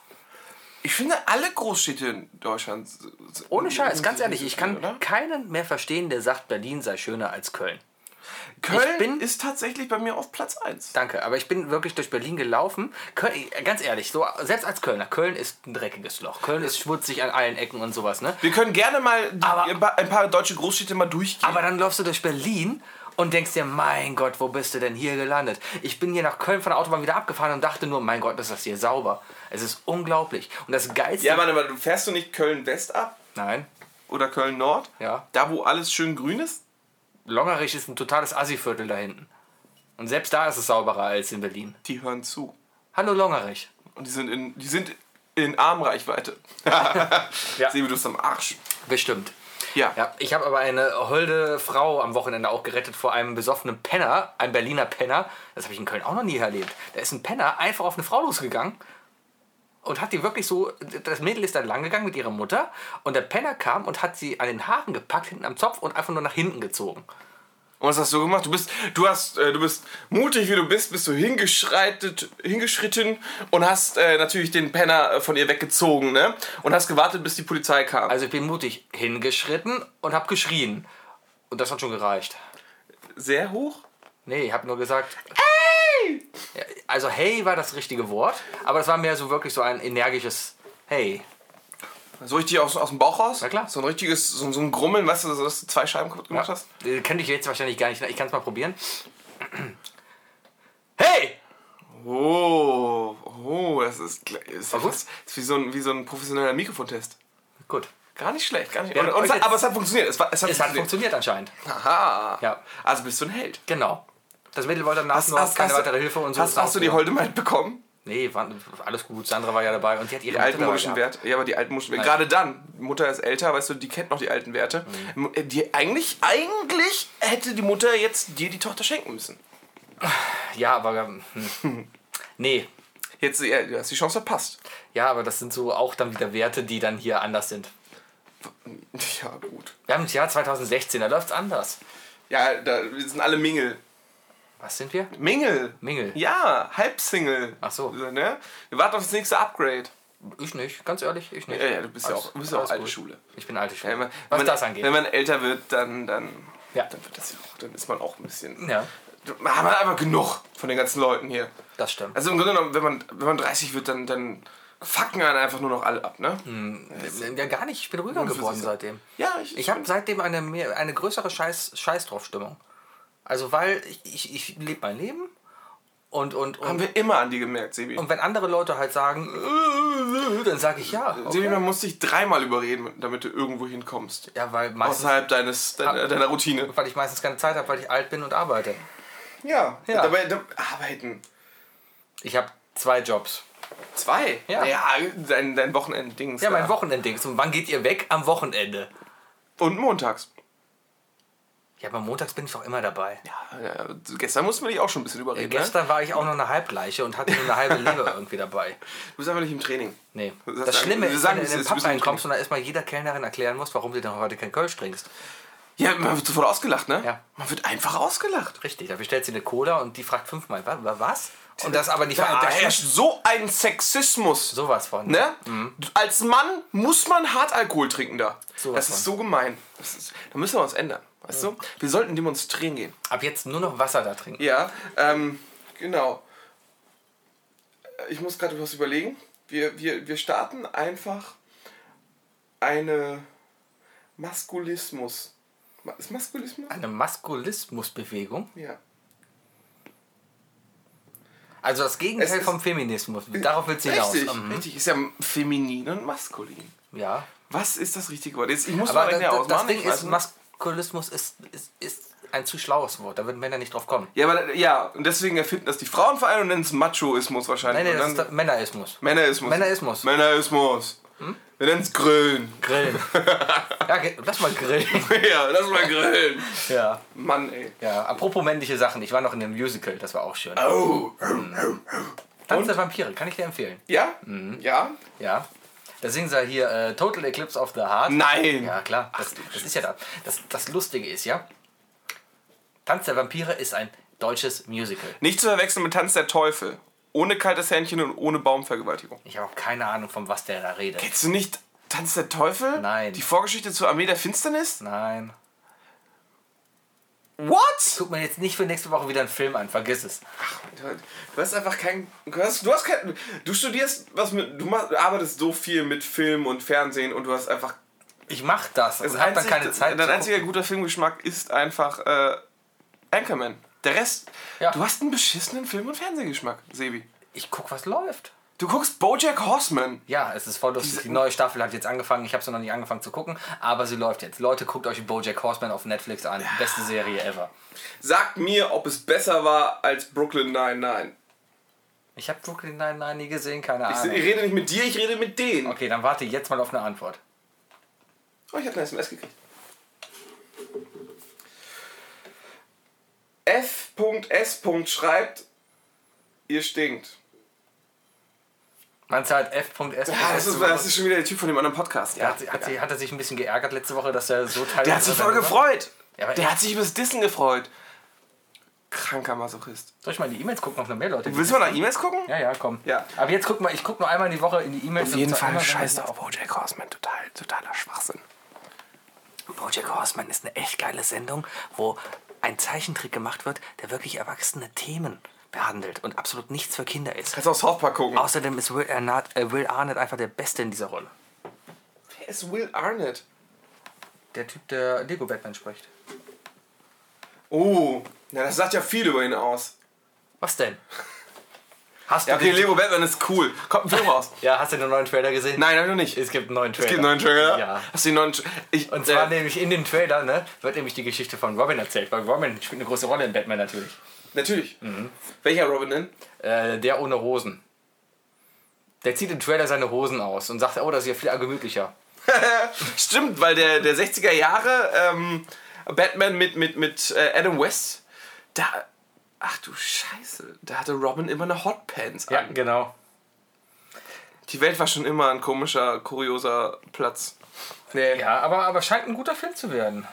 Speaker 1: ich finde, alle Großstädte in Deutschland. s- s-
Speaker 2: Ohne Scheiß,
Speaker 1: sind-
Speaker 2: ganz
Speaker 1: sind-
Speaker 2: ehrlich, ich kann
Speaker 1: oder?
Speaker 2: keinen mehr verstehen, der sagt, Berlin sei schöner als Köln.
Speaker 1: Köln
Speaker 2: bin-
Speaker 1: ist tatsächlich bei mir auf Platz 1.
Speaker 2: Danke, aber ich bin wirklich durch Berlin gelaufen. Köln, äh, ganz ehrlich, so, selbst als Kölner, Köln ist ein dreckiges Loch. Köln ist schmutzig an allen Ecken und sowas, ne?
Speaker 1: Wir können gerne mal die,
Speaker 2: Aber-
Speaker 1: ein paar- ein paar deutsche Großstädte mal durchgehen.
Speaker 2: Aber dann läufst du durch Berlin und denkst dir, mein Gott, wo bist du denn hier gelandet? Ich bin hier nach Köln von der Autobahn wieder abgefahren und dachte nur, mein Gott, ist das hier sauber. Es ist unglaublich. Und das Geilste...
Speaker 1: ja, warte mal, du fährst du nicht Köln-West ab
Speaker 2: Nein,
Speaker 1: oder Köln-Nord?
Speaker 2: Ja.
Speaker 1: Da, wo alles schön grün ist?
Speaker 2: Longerich ist ein totales Assi-Viertel da hinten. Und selbst da ist es sauberer als in Berlin.
Speaker 1: Die hören zu.
Speaker 2: Hallo Longerich.
Speaker 1: Und die sind in, die sind in Armreichweite. Sehen wir du es am Arsch.
Speaker 2: Bestimmt.
Speaker 1: Ja.
Speaker 2: Ja, ich habe aber eine holde Frau am Wochenende auch gerettet vor einem besoffenen Penner, einem Berliner Penner. Das habe ich in Köln auch noch nie erlebt. Da ist ein Penner einfach auf eine Frau losgegangen und hat die wirklich so. Das Mädel ist dann langgegangen mit ihrer Mutter und der Penner kam und hat sie an den Haaren gepackt, hinten am Zopf und einfach nur nach hinten gezogen.
Speaker 1: Und was hast du gemacht? Du bist, du hast, äh, du bist mutig wie du bist, bist du hingeschreitet, hingeschritten und hast äh, natürlich den Penner äh, von ihr weggezogen, ne? Und hast gewartet, bis die Polizei kam.
Speaker 2: Also ich bin mutig hingeschritten und habe geschrien. Und das hat schon gereicht.
Speaker 1: Sehr hoch?
Speaker 2: Nee, ich habe nur gesagt. Hey! Also hey war das richtige Wort, aber es war mehr so wirklich so ein energisches Hey.
Speaker 1: So richtig aus, aus dem Bauch raus?
Speaker 2: Na klar.
Speaker 1: So ein richtiges, so, ein- so ein Grummeln, weißt du, so, dass du zwei Scheiben kaputt gemacht hast?
Speaker 2: Äh, Könnte ich jetzt wahrscheinlich gar nicht. Ich kann es mal probieren. Hey!
Speaker 1: Oh, oh, das ist, gl- ist,
Speaker 2: gut.
Speaker 1: ist, ist wie, so ein, wie so ein professioneller Mikrofontest.
Speaker 2: Gut.
Speaker 1: Gar nicht schlecht, gar nicht.
Speaker 2: Ja,
Speaker 1: und, und es hat,
Speaker 2: jetzt-
Speaker 1: aber es hat funktioniert. Es, war, es hat
Speaker 2: Es hat
Speaker 1: funktioniert.
Speaker 2: funktioniert anscheinend.
Speaker 1: Aha.
Speaker 2: Ja.
Speaker 1: Also bist du ein Held.
Speaker 2: Genau. Das Mädel wollte danach nur keine weitere Hilfe und so.
Speaker 1: Hast, hast du die
Speaker 2: heute?
Speaker 1: Holde mal bekommen?
Speaker 2: Nee, war, alles gut. Sandra war ja dabei und die hat
Speaker 1: Die
Speaker 2: ihre Mutter
Speaker 1: alten
Speaker 2: dabei
Speaker 1: modischen
Speaker 2: gehabt.
Speaker 1: Werte. Ja, aber die alten modischen Werte. Gerade dann. Die Mutter ist älter, weißt du, die kennt noch die alten Werte.
Speaker 2: Mhm.
Speaker 1: äh, Die, eigentlich, eigentlich hätte die Mutter jetzt dir die Tochter schenken müssen.
Speaker 2: Ja, aber. ähm, hm. Nee.
Speaker 1: Jetzt, ja, du hast die Chance verpasst.
Speaker 2: Ja, aber das sind so auch dann wieder Werte, die dann hier anders sind.
Speaker 1: Ja, gut.
Speaker 2: Wir haben das Jahr 2016, da läuft's anders.
Speaker 1: Ja, da sind alle Mingel.
Speaker 2: Was sind wir?
Speaker 1: Mingel.
Speaker 2: Mingel.
Speaker 1: Ja, Halbsingle.
Speaker 2: Ach so.
Speaker 1: Ne? Wir warten auf das nächste Upgrade.
Speaker 2: Ich nicht, ganz ehrlich, ich nicht.
Speaker 1: Ja, ja, du bist ja auch- du bist ja auch
Speaker 2: alles
Speaker 1: alte
Speaker 2: gut.
Speaker 1: Schule.
Speaker 2: Ich bin alte Schule.
Speaker 1: Wenn man,
Speaker 2: Was
Speaker 1: wenn man,
Speaker 2: das angeht.
Speaker 1: Wenn man älter wird, dann, dann,
Speaker 2: Ja.
Speaker 1: dann wird das ja auch, dann ist man auch ein bisschen.
Speaker 2: Ja.
Speaker 1: Man hat einfach genug von den ganzen Leuten hier.
Speaker 2: das stimmt.
Speaker 1: Also im Grunde genommen, wenn man, wenn man 30 wird, dann, dann fucken einen einfach nur noch alle ab, ne?
Speaker 2: Hm. ja, gar nicht, ich bin ruhiger geworden
Speaker 1: ist-
Speaker 2: seitdem.
Speaker 1: Ja, ich,
Speaker 2: Ich habe seitdem eine, mehr, eine größere Scheiß, Scheiß drauf Stimmung. Also, weil ich, ich, ich lebe mein Leben und, und,
Speaker 1: haben
Speaker 2: und,
Speaker 1: wir immer an dir gemerkt, Sebi.
Speaker 2: und wenn andere Leute halt sagen, "Äh, äh, äh", dann sage ich ja.
Speaker 1: Sebi,
Speaker 2: Okay.
Speaker 1: man muss dich dreimal überreden, damit du irgendwo hinkommst.
Speaker 2: Ja, Ah. weil, meistens,
Speaker 1: Außerhalb deines, deiner, deiner Routine.
Speaker 2: weil ich meistens keine Zeit habe, weil ich alt bin und arbeite.
Speaker 1: Ja,
Speaker 2: Ja.
Speaker 1: Dabei, da, arbeiten.
Speaker 2: Ich habe zwei Jobs.
Speaker 1: Zwei?
Speaker 2: Ja.
Speaker 1: Ja, dein, dein Wochenenddings.
Speaker 2: Ja, mein
Speaker 1: da.
Speaker 2: Wochenendding. Und wann geht ihr weg? Am Wochenende.
Speaker 1: Und montags.
Speaker 2: Ja, aber montags bin ich doch immer dabei.
Speaker 1: Ja, gestern mussten wir dich auch schon ein bisschen
Speaker 2: Äh,
Speaker 1: überreden. ne?
Speaker 2: Gestern war ich auch noch eine Halbleiche und hatte nur eine halbe Leber irgendwie dabei.
Speaker 1: ne? Du bist einfach nicht im Training.
Speaker 2: Nee.
Speaker 1: Du
Speaker 2: Das,
Speaker 1: sagst einfach-
Speaker 2: Schlimme
Speaker 1: wir
Speaker 2: ist,
Speaker 1: sagen,
Speaker 2: wenn
Speaker 1: es
Speaker 2: du in den
Speaker 1: ist-
Speaker 2: Pub
Speaker 1: wir sind nicht
Speaker 2: reinkommst und da erstmal jeder Kellnerin erklären muss, warum du denn heute kein Kölsch trinkst.
Speaker 1: Ja, man wird sofort ausgelacht, ne?
Speaker 2: Ja.
Speaker 1: Man wird einfach ausgelacht.
Speaker 2: Richtig, da bestellt sie eine Cola und die fragt fünfmal, "Wa- wa- was? Und das aber nicht
Speaker 1: Da, da
Speaker 2: verarschen.
Speaker 1: herrscht so ein Sexismus.
Speaker 2: Sowas von.
Speaker 1: Ne? Als Mann muss man hart Alkohol trinken da.
Speaker 2: Mhm. So was
Speaker 1: das ist so gemein. Das ist, da müssen wir was ändern. Weißt du? Wir sollten demonstrieren gehen.
Speaker 2: Ab jetzt nur noch Wasser da trinken.
Speaker 1: Ja, ähm, genau. Ich muss gerade was überlegen. Wir, wir, wir starten einfach eine Maskulismus. Ma- Ist Maskulismus?
Speaker 2: Eine Maskulismusbewegung.
Speaker 1: Ja.
Speaker 2: Also das
Speaker 1: Es
Speaker 2: Gegenteil
Speaker 1: ist-
Speaker 2: vom Feminismus. Darauf willst du hinaus.
Speaker 1: Richtig,
Speaker 2: Mhm.
Speaker 1: richtig. Ist ja feminin und maskulin.
Speaker 2: Ja.
Speaker 1: Was ist das richtige Wort? Jetzt, ich muss
Speaker 2: Aber
Speaker 1: mal
Speaker 2: da,
Speaker 1: hinterher
Speaker 2: da, das
Speaker 1: ausmachen.
Speaker 2: Ding
Speaker 1: ich weiß
Speaker 2: ist,
Speaker 1: nicht.
Speaker 2: Maskulismus ist, ist, ist ein zu schlaues Wort. Da würden Männer nicht drauf kommen.
Speaker 1: ja, aber ja, und deswegen erfinden das die Frauenvereine und nennen es Machoismus wahrscheinlich.
Speaker 2: Nein, nein,
Speaker 1: und
Speaker 2: das
Speaker 1: dann
Speaker 2: ist der Männerismus.
Speaker 1: Männerismus.
Speaker 2: Männerismus. Hm?
Speaker 1: Männerismus. Wir nennen es Grillen.
Speaker 2: Grillen. ja, ge- lass mal grillen.
Speaker 1: ja, lass mal grillen.
Speaker 2: Ja.
Speaker 1: Mann, ey.
Speaker 2: Ja, apropos männliche Sachen. Ich war noch in einem Musical, das war auch schön.
Speaker 1: Oh.
Speaker 2: Tanz der Vampire, kann ich dir empfehlen.
Speaker 1: Ja?
Speaker 2: Mhm.
Speaker 1: Ja?
Speaker 2: Ja. Da singen sie hier äh, Total Eclipse of the Heart.
Speaker 1: Nein.
Speaker 2: Ja, klar. Das, das ist ja da. Das, das Lustige ist ja, Tanz der Vampire ist ein deutsches Musical.
Speaker 1: Nicht zu verwechseln mit Tanz der Teufel. Ohne kaltes Händchen und ohne Baumvergewaltigung.
Speaker 2: Ich habe auch keine Ahnung, von was der da redet.
Speaker 1: Kennst du nicht Tanz der Teufel?
Speaker 2: Nein.
Speaker 1: Die Vorgeschichte zur Armee der Finsternis?
Speaker 2: Nein.
Speaker 1: What?
Speaker 2: Guck mir jetzt nicht für nächste Woche wieder einen Film an, vergiss es.
Speaker 1: Du hast einfach kein. Du hast, du hast kein. Du studierst was mit. Du machst, arbeitest so viel mit Film und Fernsehen und du hast einfach.
Speaker 2: Ich mach das und hab dann
Speaker 1: einzig-
Speaker 2: keine Zeit.
Speaker 1: Dein
Speaker 2: zu
Speaker 1: einziger guter Filmgeschmack ist einfach äh, Anchorman. Der Rest.
Speaker 2: Ja.
Speaker 1: Du hast einen beschissenen Film- und Fernsehgeschmack, Sebi.
Speaker 2: gucken. ich guck, was läuft.
Speaker 1: Du guckst Bojack Horseman.
Speaker 2: Ja, es ist voll lustig. Die neue Staffel hat jetzt angefangen. Ich habe sie noch nicht angefangen zu gucken, aber sie läuft jetzt. Leute, guckt euch BoJack Horseman auf Netflix an. Beste Serie ever.
Speaker 1: Sagt mir, ob es besser war als Brooklyn 99.
Speaker 2: Ich habe Brooklyn Nine-Nine nie gesehen, keine Ahnung.
Speaker 1: Ich rede nicht mit dir, ich rede mit denen.
Speaker 2: Okay, dann warte jetzt mal auf eine Antwort.
Speaker 1: Oh, ich habe eine SMS gekriegt. F.S. schreibt, ihr stinkt.
Speaker 2: Man zahlt F.S.
Speaker 1: Ah, das, ist, das ist schon wieder der Typ von dem anderen Podcast. Ja.
Speaker 2: halt hat, sie- hat, sie- hat er sich ein bisschen geärgert letzte Woche, dass er so teilweise...
Speaker 1: Der hat sich voll gefreut.
Speaker 2: Ja, aber-
Speaker 1: der hat sich übers Dissen gefreut. Kranker Masochist.
Speaker 2: Soll ich mal in die E-Mails gucken auf eine Mail, Leute?
Speaker 1: Willst du mal nach E-Mails gucken?
Speaker 2: Ja, ja, komm.
Speaker 1: Ja.
Speaker 2: Aber jetzt guck mal, ich guck nur einmal in die Woche in die E-Mails.
Speaker 1: Auf jeden Fall scheiß auf Bojack Horseman. Total, totaler Schwachsinn.
Speaker 2: Bojack Horseman ist eine echt geile Sendung, wo ein Zeichentrick gemacht wird, der wirklich erwachsene Themen behandelt und absolut nichts für Kinder ist.
Speaker 1: Kannst du auch South Park gucken.
Speaker 2: Außerdem ist Will Arnett, äh, Will Arnett einfach der Beste in dieser Rolle.
Speaker 1: Wer ist Will Arnett?
Speaker 2: Der Typ, der Lego Batman spricht.
Speaker 1: Oh, na, das sagt ja viel über ihn aus.
Speaker 2: Was denn? Hast du
Speaker 1: Ja, okay,
Speaker 2: den,
Speaker 1: Lego Batman ist cool. Kommt ein Film raus.
Speaker 2: ja, hast du den neuen Trailer gesehen?
Speaker 1: Nein, hab ich noch nicht.
Speaker 2: Es gibt einen neuen Trailer.
Speaker 1: Es gibt einen neuen Trailer?
Speaker 2: Ja.
Speaker 1: Hast du den neuen Tra ich,
Speaker 2: Und zwar
Speaker 1: äh,
Speaker 2: nämlich in dem Trailer, ne, wird nämlich die Geschichte von Robin erzählt, weil Robin spielt eine große Rolle in Batman natürlich.
Speaker 1: Natürlich. Welcher Robin denn?
Speaker 2: Äh, der ohne Hosen. Der zieht im Trailer seine Hosen aus und sagt, oh, das ist ja viel gemütlicher.
Speaker 1: Stimmt, weil der, der 60er Jahre ähm, Batman mit, mit, mit äh, Adam West, da. Ach du Scheiße, da hatte Robin immer eine Hotpants an.
Speaker 2: genau.
Speaker 1: Die Welt war schon immer ein komischer, kurioser Platz. Nee.
Speaker 2: Ja, aber, aber scheint ein guter Film zu werden.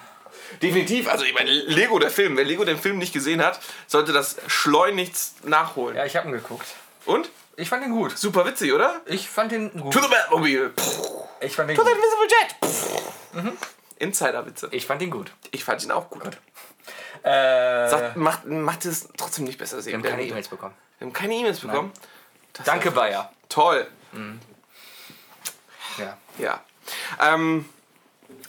Speaker 1: Definitiv, also ich meine, Lego der Film. Wer Lego den Film nicht gesehen hat, sollte das schleunigst nachholen.
Speaker 2: Ja, ich habe ihn geguckt.
Speaker 1: Und?
Speaker 2: Ich fand ihn gut.
Speaker 1: Super witzig, oder?
Speaker 2: Ich fand ihn
Speaker 1: To
Speaker 2: gut.
Speaker 1: the Batmobile! Mhm. Puh.
Speaker 2: Ich fand ihn
Speaker 1: To the
Speaker 2: gut.
Speaker 1: Invisible Jet! Puh. Insider-Witze.
Speaker 2: Ich fand ihn gut.
Speaker 1: Ich fand ihn auch gut.
Speaker 2: Äh,
Speaker 1: Sagt, macht, macht es trotzdem nicht besser. Wir
Speaker 2: haben keine E-Mails bekommen.
Speaker 1: Wir haben keine E-Mails bekommen. Das
Speaker 2: Danke,
Speaker 1: ist
Speaker 2: Bayer.
Speaker 1: Toll.
Speaker 2: Ja.
Speaker 1: Ja. Ähm,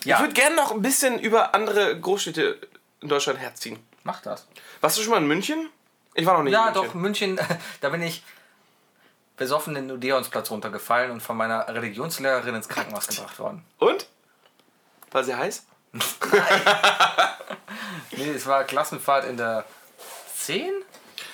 Speaker 1: Ich
Speaker 2: ja.
Speaker 1: würde gerne noch ein bisschen über andere Großstädte in Deutschland herziehen.
Speaker 2: Mach das.
Speaker 1: Warst du schon mal in München? Ich war noch nicht
Speaker 2: Ja,
Speaker 1: in München.
Speaker 2: doch, München, da bin ich besoffen den Odeonsplatz runtergefallen und von meiner Religionslehrerin ins Krankenhaus gebracht worden.
Speaker 1: doch. Und? War sehr heiß?
Speaker 2: Nee, es war Klassenfahrt in der 10?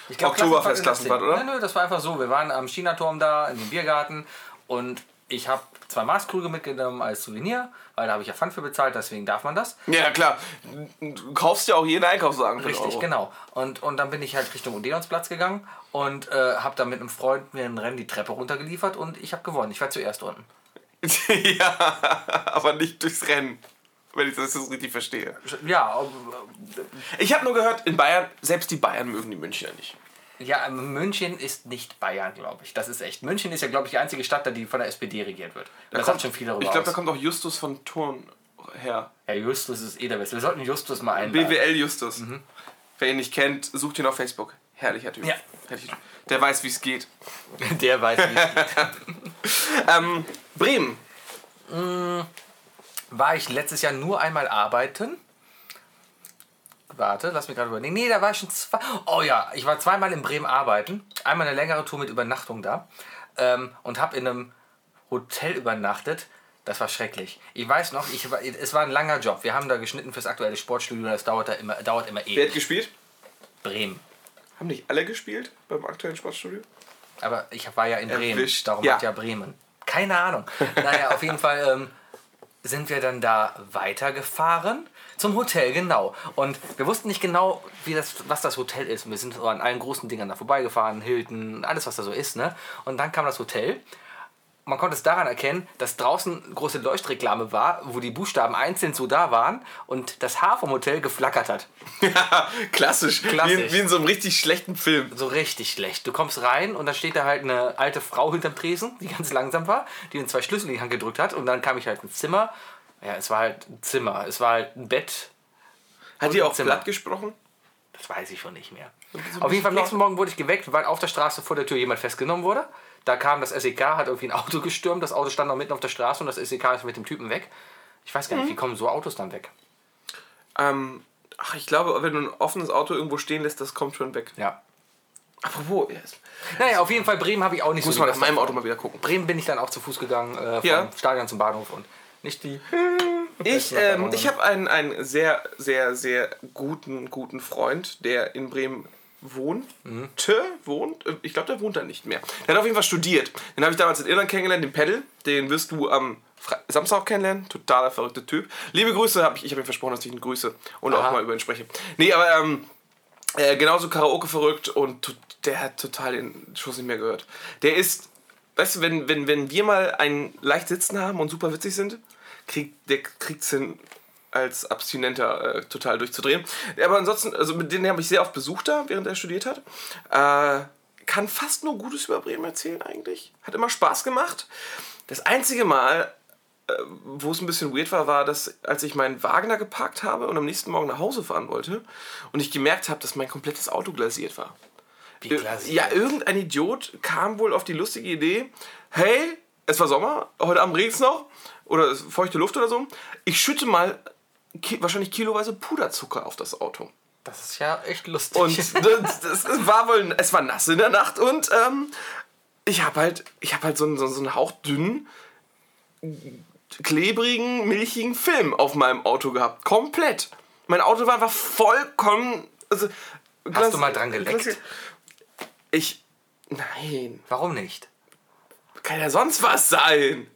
Speaker 2: Ich glaub,
Speaker 1: Oktoberfest-Klassenfahrt,
Speaker 2: in der 10.
Speaker 1: oder?
Speaker 2: Nö, nö, das war einfach so. Wir waren am Chinaturm da, in dem Biergarten und ich habe zwei Maßkrüge mitgenommen als Souvenir, weil da habe ich ja Pfand für bezahlt, deswegen darf man das.
Speaker 1: Ja, klar. Du kaufst ja auch jeden Einkaufswagen für einen
Speaker 2: Richtig,
Speaker 1: Euro.
Speaker 2: genau. Und, und dann bin ich halt Richtung Odeonsplatz gegangen und äh, habe dann mit einem Freund mir ein Rennen die Treppe runtergeliefert und ich habe gewonnen. Ich war zuerst unten.
Speaker 1: ja, aber nicht durchs Rennen. Wenn ich das jetzt richtig verstehe.
Speaker 2: Ja, äh, ob-
Speaker 1: Ich habe nur gehört, in Bayern, selbst die Bayern mögen die Münchner nicht.
Speaker 2: ja München ist nicht Bayern, glaube ich. Das ist echt. München ist ja, glaube ich, die einzige Stadt, da die von der SPD regiert wird. Da das sagt schon viel darüber
Speaker 1: Ich glaube, da
Speaker 2: aus.
Speaker 1: kommt auch Justus von Thurn her.
Speaker 2: Ja, Justus ist eh der Beste. Wir sollten Justus mal einladen.
Speaker 1: BWL Justus. Wer ihn nicht kennt, sucht ihn auf Facebook. Herrlicher Typ.
Speaker 2: Ja.
Speaker 1: Herrlicher typ. Der weiß, wie es geht.
Speaker 2: Der weiß nicht.
Speaker 1: Ähm, Bremen.
Speaker 2: War ich letztes Jahr nur einmal arbeiten? Warte, lass mich gerade überlegen. Nee, da war ich schon zwei. Oh ja, ich war zweimal in Bremen arbeiten. Einmal eine längere Tour mit Übernachtung da. Ähm, und habe in einem Hotel übernachtet. Das war schrecklich. Ich weiß noch, ich, war- es war ein langer Job. Wir haben da geschnitten fürs aktuelle Sportstudio. Das dauert, da immer, dauert immer
Speaker 1: Wer
Speaker 2: eh.
Speaker 1: hat gespielt?
Speaker 2: Bremen.
Speaker 1: Haben nicht alle gespielt beim aktuellen Sportstudio?
Speaker 2: Aber ich war ja in Bremen.
Speaker 1: Erwischt.
Speaker 2: Darum
Speaker 1: Ja.
Speaker 2: hat ja Bremen. Keine Ahnung. Naja, auf jeden Fall ähm, sind wir dann da weitergefahren zum Hotel, genau. Und wir wussten nicht genau, wie das, was das Hotel ist. Und wir sind so an allen großen Dingern da vorbeigefahren, Hilton, alles, was da so ist. Ne? Und dann kam das Hotel. Man konnte es daran erkennen, dass draußen große Leuchtreklame war, wo die Buchstaben einzeln so da waren und das Haar vom Hotel geflackert hat.
Speaker 1: Klassisch. Wie, in,
Speaker 2: Klassisch.
Speaker 1: wie in so einem richtig schlechten Film.
Speaker 2: so richtig schlecht. Du kommst rein und dann steht da halt eine alte Frau hinterm Tresen, die ganz langsam war, die uns zwei Schlüssel in die Hand gedrückt hat. Und dann kam ich halt ins Zimmer. Ja, es war halt ein Zimmer. Es war halt ein Bett.
Speaker 1: Hat die auch
Speaker 2: Zimmer.
Speaker 1: platt gesprochen?
Speaker 2: Das weiß ich schon nicht mehr.
Speaker 1: bisschen
Speaker 2: Auf jeden Fall, am
Speaker 1: blau-
Speaker 2: nächsten Morgen wurde ich geweckt, weil auf der Straße vor der Tür jemand festgenommen wurde. Da kam das SEK, hat irgendwie ein Auto gestürmt. Das Auto stand noch mitten auf der Straße und das SEK ist mit dem Typen weg. Ich weiß gar nicht, wie kommen so Autos dann weg?
Speaker 1: Ähm, ach, ich glaube, wenn du ein offenes Auto irgendwo stehen lässt, das kommt schon weg.
Speaker 2: Ja.
Speaker 1: Apropos, yes.
Speaker 2: Naja, auf jeden Fall, Bremen habe ich auch nicht
Speaker 1: muss
Speaker 2: so
Speaker 1: man
Speaker 2: die
Speaker 1: nach meinem Auto mal wieder gucken.
Speaker 2: Bremen bin ich dann auch zu Fuß gegangen, äh, vom
Speaker 1: Ja. Äh,
Speaker 2: Stadion zum Bahnhof und nicht die.
Speaker 1: Ich, ähm, ich habe einen, einen sehr, sehr, sehr guten, guten Freund, der in Bremen wohnte, wohnt. äh, Ich glaube, der wohnt da nicht mehr. Der hat auf jeden Fall studiert. Den habe ich damals in Irland kennengelernt, den Pedal. Den wirst du am Fre Samstag auch kennenlernen. Totaler verrückter Typ. Liebe Grüße, hab ich, ich habe ihm versprochen, dass ich ihn grüße und
Speaker 2: Aha.
Speaker 1: auch mal über ihn spreche. Nee, aber ähm, äh, genauso Karaoke verrückt und to- der hat total den Schuss nicht mehr gehört. Der ist, weißt du, wenn, wenn, wenn wir mal einen leicht sitzen haben und super witzig sind, kriegt der kriegt's hin, als Abstinenter äh, total durchzudrehen. Aber ansonsten, also mit denen habe ich sehr oft besucht da, während er studiert hat. Äh, kann fast nur Gutes über Bremen erzählen eigentlich. Hat immer Spaß gemacht. Das einzige Mal, wo es ein bisschen weird war, war, dass als ich meinen Wagner geparkt habe und am nächsten Morgen nach Hause fahren wollte und ich gemerkt habe, dass mein komplettes Auto glasiert war.
Speaker 2: Wie
Speaker 1: Äh, Ja, irgendein Idiot kam wohl auf die lustige Idee, hey, es war Sommer, heute Abend regnet es noch oder es ist feuchte Luft oder so, ich schütte mal ki wahrscheinlich kiloweise Puderzucker auf das Auto.
Speaker 2: Das ist ja echt lustig.
Speaker 1: Und das, das war wohl, es war nass in der Nacht und ähm, ich habe halt, ich habe halt so einen, so so einen hauchdünnen, klebrigen, milchigen Film auf meinem Auto gehabt. Komplett. Mein Auto war einfach vollkommen. Also,
Speaker 2: Hast du mal dran geleckt?
Speaker 1: Ich. Nein.
Speaker 2: Warum nicht?
Speaker 1: Kann ja sonst was sein.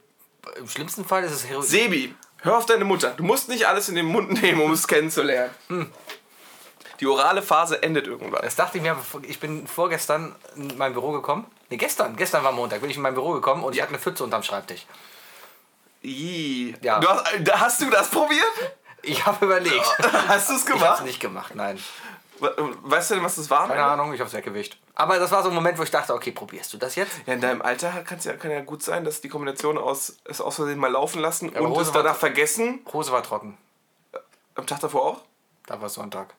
Speaker 2: Im schlimmsten Fall ist es Heroin.
Speaker 1: Sebi, hör auf deine Mutter. Du musst nicht alles in den Mund nehmen, um es kennenzulernen.
Speaker 2: Hm.
Speaker 1: Die orale Phase endet irgendwann.
Speaker 2: das dachte ich mir, ich bin vorgestern in mein Büro gekommen. Ne, gestern, gestern war Montag, bin ich in mein Büro gekommen und ich hatte eine Pfütze unterm Schreibtisch.
Speaker 1: Ih.
Speaker 2: Ja.
Speaker 1: Du hast, äh, hast du das probiert?
Speaker 2: Ich habe überlegt.
Speaker 1: Hast du es
Speaker 2: Ich hab's
Speaker 1: gemacht?
Speaker 2: nicht gemacht, nein.
Speaker 1: We- Weißt du denn, was das war?
Speaker 2: Keine Ahnung, ich hab's weggewischt. Aber das war so ein Moment, wo ich dachte, okay, probierst du das jetzt?
Speaker 1: Ja, in deinem Alter kann's ja, kann ja gut sein, dass die Kombination aus es aus Versehen mal laufen lassen
Speaker 2: aber
Speaker 1: und
Speaker 2: Hose
Speaker 1: es
Speaker 2: war-
Speaker 1: danach vergessen.
Speaker 2: Hose war trocken.
Speaker 1: Am Tag davor auch?
Speaker 2: Da war Sonntag.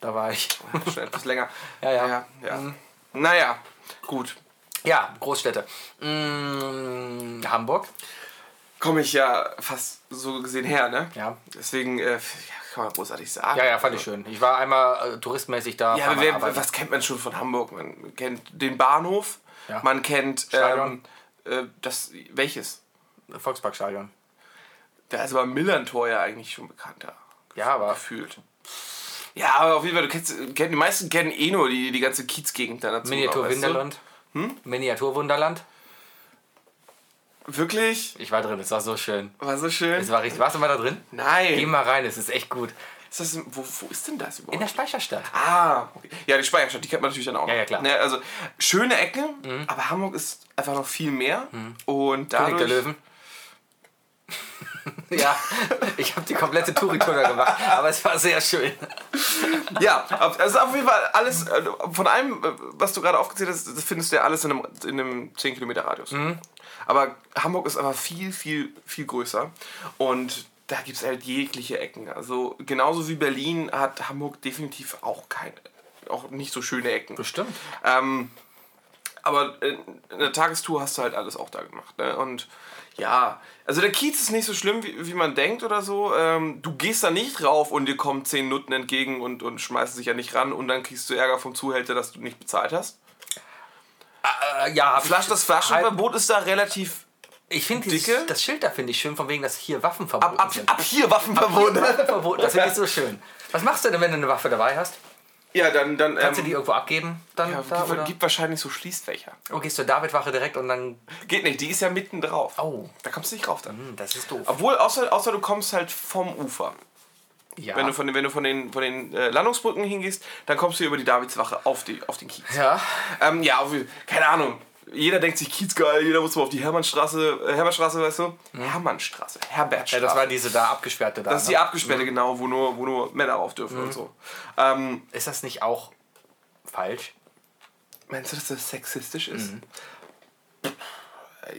Speaker 2: Da war ich.
Speaker 1: Schon etwas länger.
Speaker 2: Ja, Mhm. ja.
Speaker 1: ja, ja. Naja, gut.
Speaker 2: Ja, Großstädte. Mm, Hamburg.
Speaker 1: Komme ich ja fast so gesehen her, ne?
Speaker 2: Ja.
Speaker 1: Deswegen äh, ja, kann man großartig sagen. Also,
Speaker 2: Ja, ja, fand ich schön. Ich war einmal äh, touristmäßig da.
Speaker 1: Ja,
Speaker 2: war
Speaker 1: aber
Speaker 2: mal
Speaker 1: wer,
Speaker 2: arbeiten.
Speaker 1: was kennt man schon von Hamburg? Man kennt den Bahnhof,
Speaker 2: Ja.
Speaker 1: man kennt ähm,
Speaker 2: Stadion.
Speaker 1: äh, das welches?
Speaker 2: Volksparkstadion.
Speaker 1: Da ist aber Millantor ja eigentlich schon bekannter.
Speaker 2: Ja, aber
Speaker 1: gefühlt. Ja, aber auf jeden Fall, du kennst, kenn, die meisten kennen eh nur die, die ganze Kiezgegend da dazu.
Speaker 2: Miniatur
Speaker 1: weißt du? Hm?
Speaker 2: Wunderland. Miniatur Wunderland.
Speaker 1: Wirklich?
Speaker 2: Ich war drin, es war so schön.
Speaker 1: War so schön.
Speaker 2: Es war richtig. Warst du mal da drin? Geh
Speaker 1: Nein.
Speaker 2: mal rein, es ist echt gut.
Speaker 1: Ist das, wo, wo ist denn das überhaupt?
Speaker 2: In der Speicherstadt.
Speaker 1: Ah, okay. ja, die Speicherstadt, die kennt man natürlich dann auch.
Speaker 2: Ja,
Speaker 1: noch.
Speaker 2: ja, klar. Mhm.
Speaker 1: Ne, also schöne Ecke, aber Hamburg ist einfach noch viel mehr. Und dadurch,
Speaker 2: König der Löwen. ja, ich habe die komplette Touri-Tour da gemacht, aber es war sehr schön.
Speaker 1: Ja, ab- also auf jeden Fall alles, äh, von allem, äh, was du gerade aufgezählt hast, das findest du ja alles in einem, in einem 10 Kilometer Radius. Aber Hamburg ist aber viel, viel, viel größer. Und da gibt es halt jegliche Ecken. Also genauso wie Berlin hat Hamburg definitiv auch keine, auch nicht so schöne Ecken.
Speaker 2: Bestimmt.
Speaker 1: Ähm, aber in in der Tagestour hast du halt alles auch da gemacht. Ne? Und ja, also der Kiez ist nicht so schlimm, wie, wie man denkt oder so. Ähm, du gehst da nicht rauf und dir kommen zehn Nutten entgegen und, und schmeißen sich ja nicht ran und dann kriegst du Ärger vom Zuhälter, dass du nicht bezahlt hast.
Speaker 2: Äh, ja, hab ich-
Speaker 1: Flasch, das Flaschenverbot ist da relativ.
Speaker 2: Ich finde
Speaker 1: Dicke?
Speaker 2: dieses- das Schild da finde ich schön, von wegen, dass hier Waffen verboten
Speaker 1: Ab,
Speaker 2: sind.
Speaker 1: ab hier Waffenverbot. ne?
Speaker 2: Waffenverbot, das finde ich so schön. Was machst du denn, wenn du eine Waffe dabei hast?
Speaker 1: Ja, dann. dann
Speaker 2: Kannst du die
Speaker 1: ähm,
Speaker 2: irgendwo abgeben? Dann
Speaker 1: ja,
Speaker 2: da, oder?
Speaker 1: gibt, gibt wahrscheinlich so Schließfächer.
Speaker 2: Oh, gehst du David-Wache direkt und dann.
Speaker 1: Geht nicht, die ist ja mitten drauf.
Speaker 2: Oh.
Speaker 1: Da kommst du nicht rauf dann.
Speaker 2: Hm, das ist doof.
Speaker 1: Obwohl, außer, außer du kommst halt vom Ufer.
Speaker 2: Ja.
Speaker 1: Wenn du von den, wenn du von den, von den äh, Landungsbrücken hingehst, dann kommst du über die Davidswache auf, die, auf den Kiez.
Speaker 2: ja.
Speaker 1: Ähm, ja, auf, keine Ahnung. Jeder denkt sich Kiez geil, jeder muss mal auf die Hermannstraße, äh, Hermannstraße, weißt du? Hermannstraße,
Speaker 2: Mhm. ja,
Speaker 1: Herbertstraße.
Speaker 2: das war Mhm. diese da abgesperrte da.
Speaker 1: Ah.
Speaker 2: ne?
Speaker 1: das ist die Abgesperrte, genau, wo nur, wo nur Männer rauf dürfen
Speaker 2: Mhm.
Speaker 1: und so. Ähm,
Speaker 2: ne? ist das nicht auch falsch?
Speaker 1: meinst du, dass das sexistisch ist?
Speaker 2: Mhm.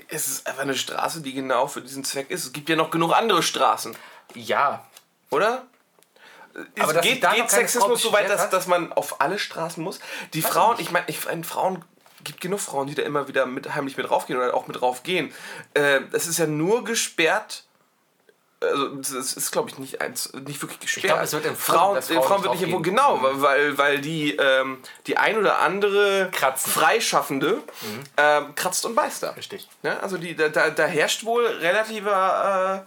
Speaker 1: Es ist einfach eine Straße, die genau für diesen Zweck ist. Es gibt ja noch genug andere Straßen,
Speaker 2: Ja.
Speaker 1: oder? Es
Speaker 2: Aber dass sich
Speaker 1: geht,
Speaker 2: da noch
Speaker 1: geht
Speaker 2: keine Frau
Speaker 1: Sexismus so weit,
Speaker 2: beschwert
Speaker 1: dass,
Speaker 2: hat?
Speaker 1: dass man auf alle Straßen muss? Die Frauen, ich meine, ich meine, Frauen gibt genug Frauen, die da immer wieder mit, heimlich mit raufgehen oder auch mit raufgehen. Äh, das ist ja nur gesperrt. Also das ist, glaube ich, nicht eins, nicht wirklich gesperrt.
Speaker 2: glaub, es wird empfohlen,
Speaker 1: Frauen,
Speaker 2: dass
Speaker 1: äh,
Speaker 2: Frauen
Speaker 1: Frauen wird
Speaker 2: nicht
Speaker 1: nicht empfohlen,
Speaker 2: raufgehen. Mhm.
Speaker 1: genau, weil, weil die, ähm, die ein oder andere
Speaker 2: Kratzen. Mhm.
Speaker 1: Freischaffende ähm, kratzt und beißt da.
Speaker 2: Richtig.
Speaker 1: Ne? Also die, da, da, da herrscht wohl relativer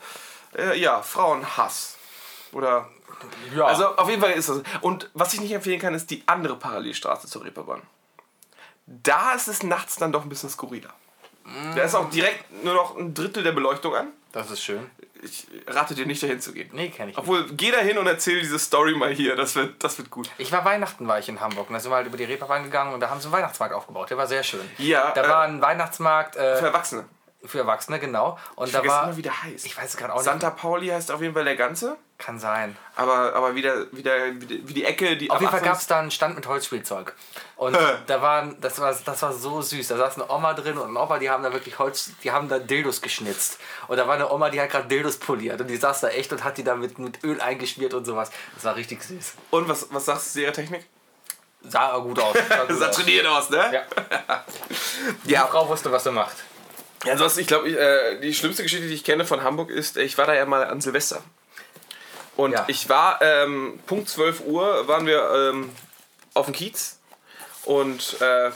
Speaker 1: äh, äh, ja, Frauenhass. Oder
Speaker 2: Ja.
Speaker 1: also auf jeden Fall ist das. Und was ich nicht empfehlen kann, ist die andere Parallelstraße zur Reeperbahn. Da ist es nachts dann doch ein bisschen skurriler. Da ist auch direkt nur noch ein Drittel der Beleuchtung an.
Speaker 2: das ist schön.
Speaker 1: Ich rate dir nicht, dahin zu gehen.
Speaker 2: Nee, kenn ich nicht.
Speaker 1: Obwohl, geh da hin und erzähl diese Story mal hier. Das wird, das wird gut.
Speaker 2: Ich war Weihnachten war ich in Hamburg und da sind wir halt über die Reeperbahn gegangen und da haben sie einen Weihnachtsmarkt aufgebaut. Der war sehr schön.
Speaker 1: Ja,
Speaker 2: Da
Speaker 1: äh,
Speaker 2: war ein Weihnachtsmarkt
Speaker 1: Für
Speaker 2: äh,
Speaker 1: Erwachsene.
Speaker 2: für Erwachsene, genau. Und da
Speaker 1: Vergessen
Speaker 2: war.
Speaker 1: mal, wie der heißt.
Speaker 2: Ich weiß es gerade auch nicht.
Speaker 1: Santa Pauli heißt auf jeden Fall der ganze.
Speaker 2: Kann sein.
Speaker 1: Aber, aber wieder, wieder, wie die- wie die Ecke, die
Speaker 2: Auf jeden Fall
Speaker 1: Erwachsene-
Speaker 2: gab es da einen Stand mit Holzspielzeug. Und da waren, das war, das war so süß. Da saß eine Oma drin und ein Opa, die haben da wirklich Holz, die haben da Dildos geschnitzt. Und da war eine Oma, die hat gerade Dildos poliert. Und die saß da echt und hat die dann mit, mit Öl eingeschmiert und sowas. Das war richtig süß.
Speaker 1: Und was, was sagst du zu ihrer Technik?
Speaker 2: Sah aber gut aus. Sah gut
Speaker 1: Sah
Speaker 2: aus.
Speaker 1: trainiert aus, ne?
Speaker 2: Ja.
Speaker 1: Ja,
Speaker 2: Die Frau wusste, was sie macht.
Speaker 1: Ja, ansonsten, ich glaube, ich, äh, die schlimmste Geschichte, die ich kenne von Hamburg ist, äh, ich war da ja mal an Silvester. Und
Speaker 2: Ja.
Speaker 1: ich war, ähm, Punkt 12 Uhr waren wir ähm, auf dem Kiez und äh,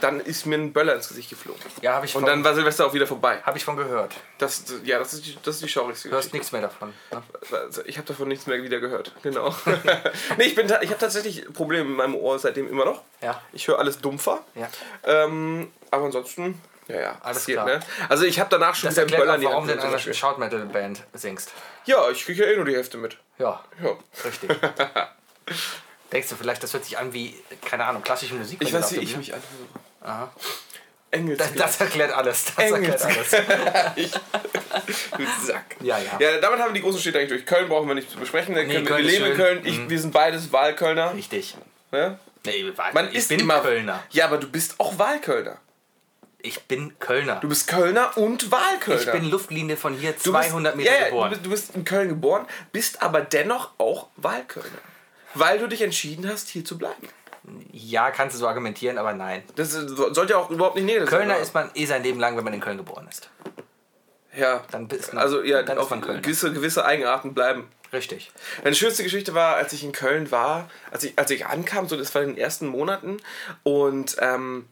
Speaker 1: dann ist mir ein Böller ins Gesicht geflogen.
Speaker 2: Ja, habe ich,
Speaker 1: Und
Speaker 2: von-
Speaker 1: dann war Silvester auch wieder vorbei.
Speaker 2: hab ich von gehört.
Speaker 1: Das, ja, das ist die, das ist die schaurigste Geschichte.
Speaker 2: Du hörst nichts mehr davon. Ne?
Speaker 1: Also, Ich habe davon nichts mehr wieder gehört. Genau. nee, ich, bin ta- ich habe tatsächlich Probleme mit meinem Ohr seitdem immer noch.
Speaker 2: Ja.
Speaker 1: Ich höre alles dumpfer.
Speaker 2: Ja.
Speaker 1: Ähm, aber ansonsten, ja, ja.
Speaker 2: Alles
Speaker 1: passiert,
Speaker 2: klar.
Speaker 1: Also ich habe danach schon
Speaker 2: Das
Speaker 1: wieder einen
Speaker 2: erklärt
Speaker 1: Böller
Speaker 2: auch,
Speaker 1: in die
Speaker 2: warum du
Speaker 1: Hand
Speaker 2: in
Speaker 1: genommen,
Speaker 2: einer
Speaker 1: zum Beispiel.
Speaker 2: Shout-Metal-Band singst.
Speaker 1: Ja, ich kriege ja eh nur die Hälfte mit.
Speaker 2: Ja,
Speaker 1: Ja.
Speaker 2: richtig. Denkst du vielleicht, das hört sich an wie, keine Ahnung, klassische Musik?
Speaker 1: Ich
Speaker 2: wenn
Speaker 1: weiß,
Speaker 2: du auf
Speaker 1: wie
Speaker 2: der
Speaker 1: ich
Speaker 2: Bühne-
Speaker 1: mich anhöre. Engels.
Speaker 2: Das, das erklärt alles. Das
Speaker 1: Engels.
Speaker 2: erklärt alles.
Speaker 1: ich, du Sack.
Speaker 2: Ja, ja.
Speaker 1: damit haben wir die großen Städte eigentlich durch. Köln brauchen wir nicht zu besprechen. Dann können wir,
Speaker 2: Köln
Speaker 1: wir
Speaker 2: ist
Speaker 1: leben in
Speaker 2: schön. Mhm.
Speaker 1: Köln. Ich, Wir sind beides Wahlkölner.
Speaker 2: Richtig.
Speaker 1: Ne?
Speaker 2: Nee, warte,
Speaker 1: Man
Speaker 2: ich
Speaker 1: ist
Speaker 2: bin
Speaker 1: immer
Speaker 2: Kölner.
Speaker 1: Ja, aber du bist auch Wahlkölner.
Speaker 2: Ich bin Kölner.
Speaker 1: Du bist Kölner und Wahlkölner.
Speaker 2: ich bin Luftlinie von hier
Speaker 1: Du bist-
Speaker 2: 200 Meter
Speaker 1: ja, ja,
Speaker 2: geboren.
Speaker 1: Du bist, du bist in Köln geboren, bist aber dennoch auch Wahlkölner. Weil du dich entschieden hast, hier zu bleiben.
Speaker 2: ja, kannst du so argumentieren, aber nein.
Speaker 1: Das ist- so- sollte ja auch überhaupt nicht negativ
Speaker 2: Kölner ist man eh sein Leben lang, wenn man in Köln geboren ist.
Speaker 1: Ja.
Speaker 2: Dann bist man-
Speaker 1: also, ja,
Speaker 2: dann ist
Speaker 1: auf
Speaker 2: man Kölner.
Speaker 1: gewisse, gewisse Eigenarten bleiben.
Speaker 2: Richtig.
Speaker 1: Meine schönste Geschichte war, als ich in Köln war, als ich, als ich ankam, so das war in den ersten Monaten, und ähm,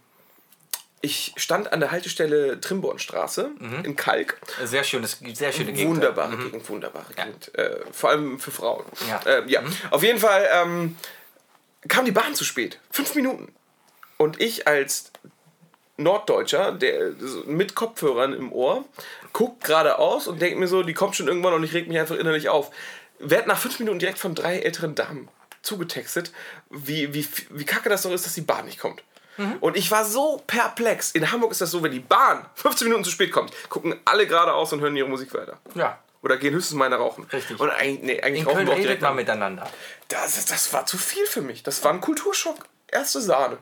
Speaker 1: ich stand an der Haltestelle Trimbornstraße
Speaker 2: Mhm.
Speaker 1: in Kalk
Speaker 2: Sehr schönes, sehr schöne Gegend.
Speaker 1: Wunderbare Gegend, wunderbare Gegend. Äh, vor allem für Frauen.
Speaker 2: Mhm. Ja. Mhm.
Speaker 1: Äh, ja. Auf jeden Fall ähm, kam die Bahn zu spät. Fünf Minuten. Und ich als Norddeutscher, der so mit Kopfhörern im Ohr, guckt geradeaus und denkt mir so, die kommt schon irgendwann und ich reg mich einfach innerlich auf. Werd nach fünf Minuten direkt von drei älteren Damen zugetextet, wie, wie, wie kacke das doch ist, dass die Bahn nicht kommt.
Speaker 2: Mhm.
Speaker 1: Und ich war so perplex. In Hamburg ist das so, wenn die Bahn 15 Minuten zu spät kommt, gucken alle geradeaus und hören ihre Musik weiter.
Speaker 2: Ja.
Speaker 1: Oder gehen höchstens mal eine rauchen.
Speaker 2: Richtig.
Speaker 1: Und eigentlich, nee, eigentlich
Speaker 2: In
Speaker 1: rauchen
Speaker 2: Köln
Speaker 1: wir auch
Speaker 2: redet
Speaker 1: direkt
Speaker 2: man miteinander.
Speaker 1: das, das war zu viel für mich. Das war ein Kulturschock. Erste Sahne.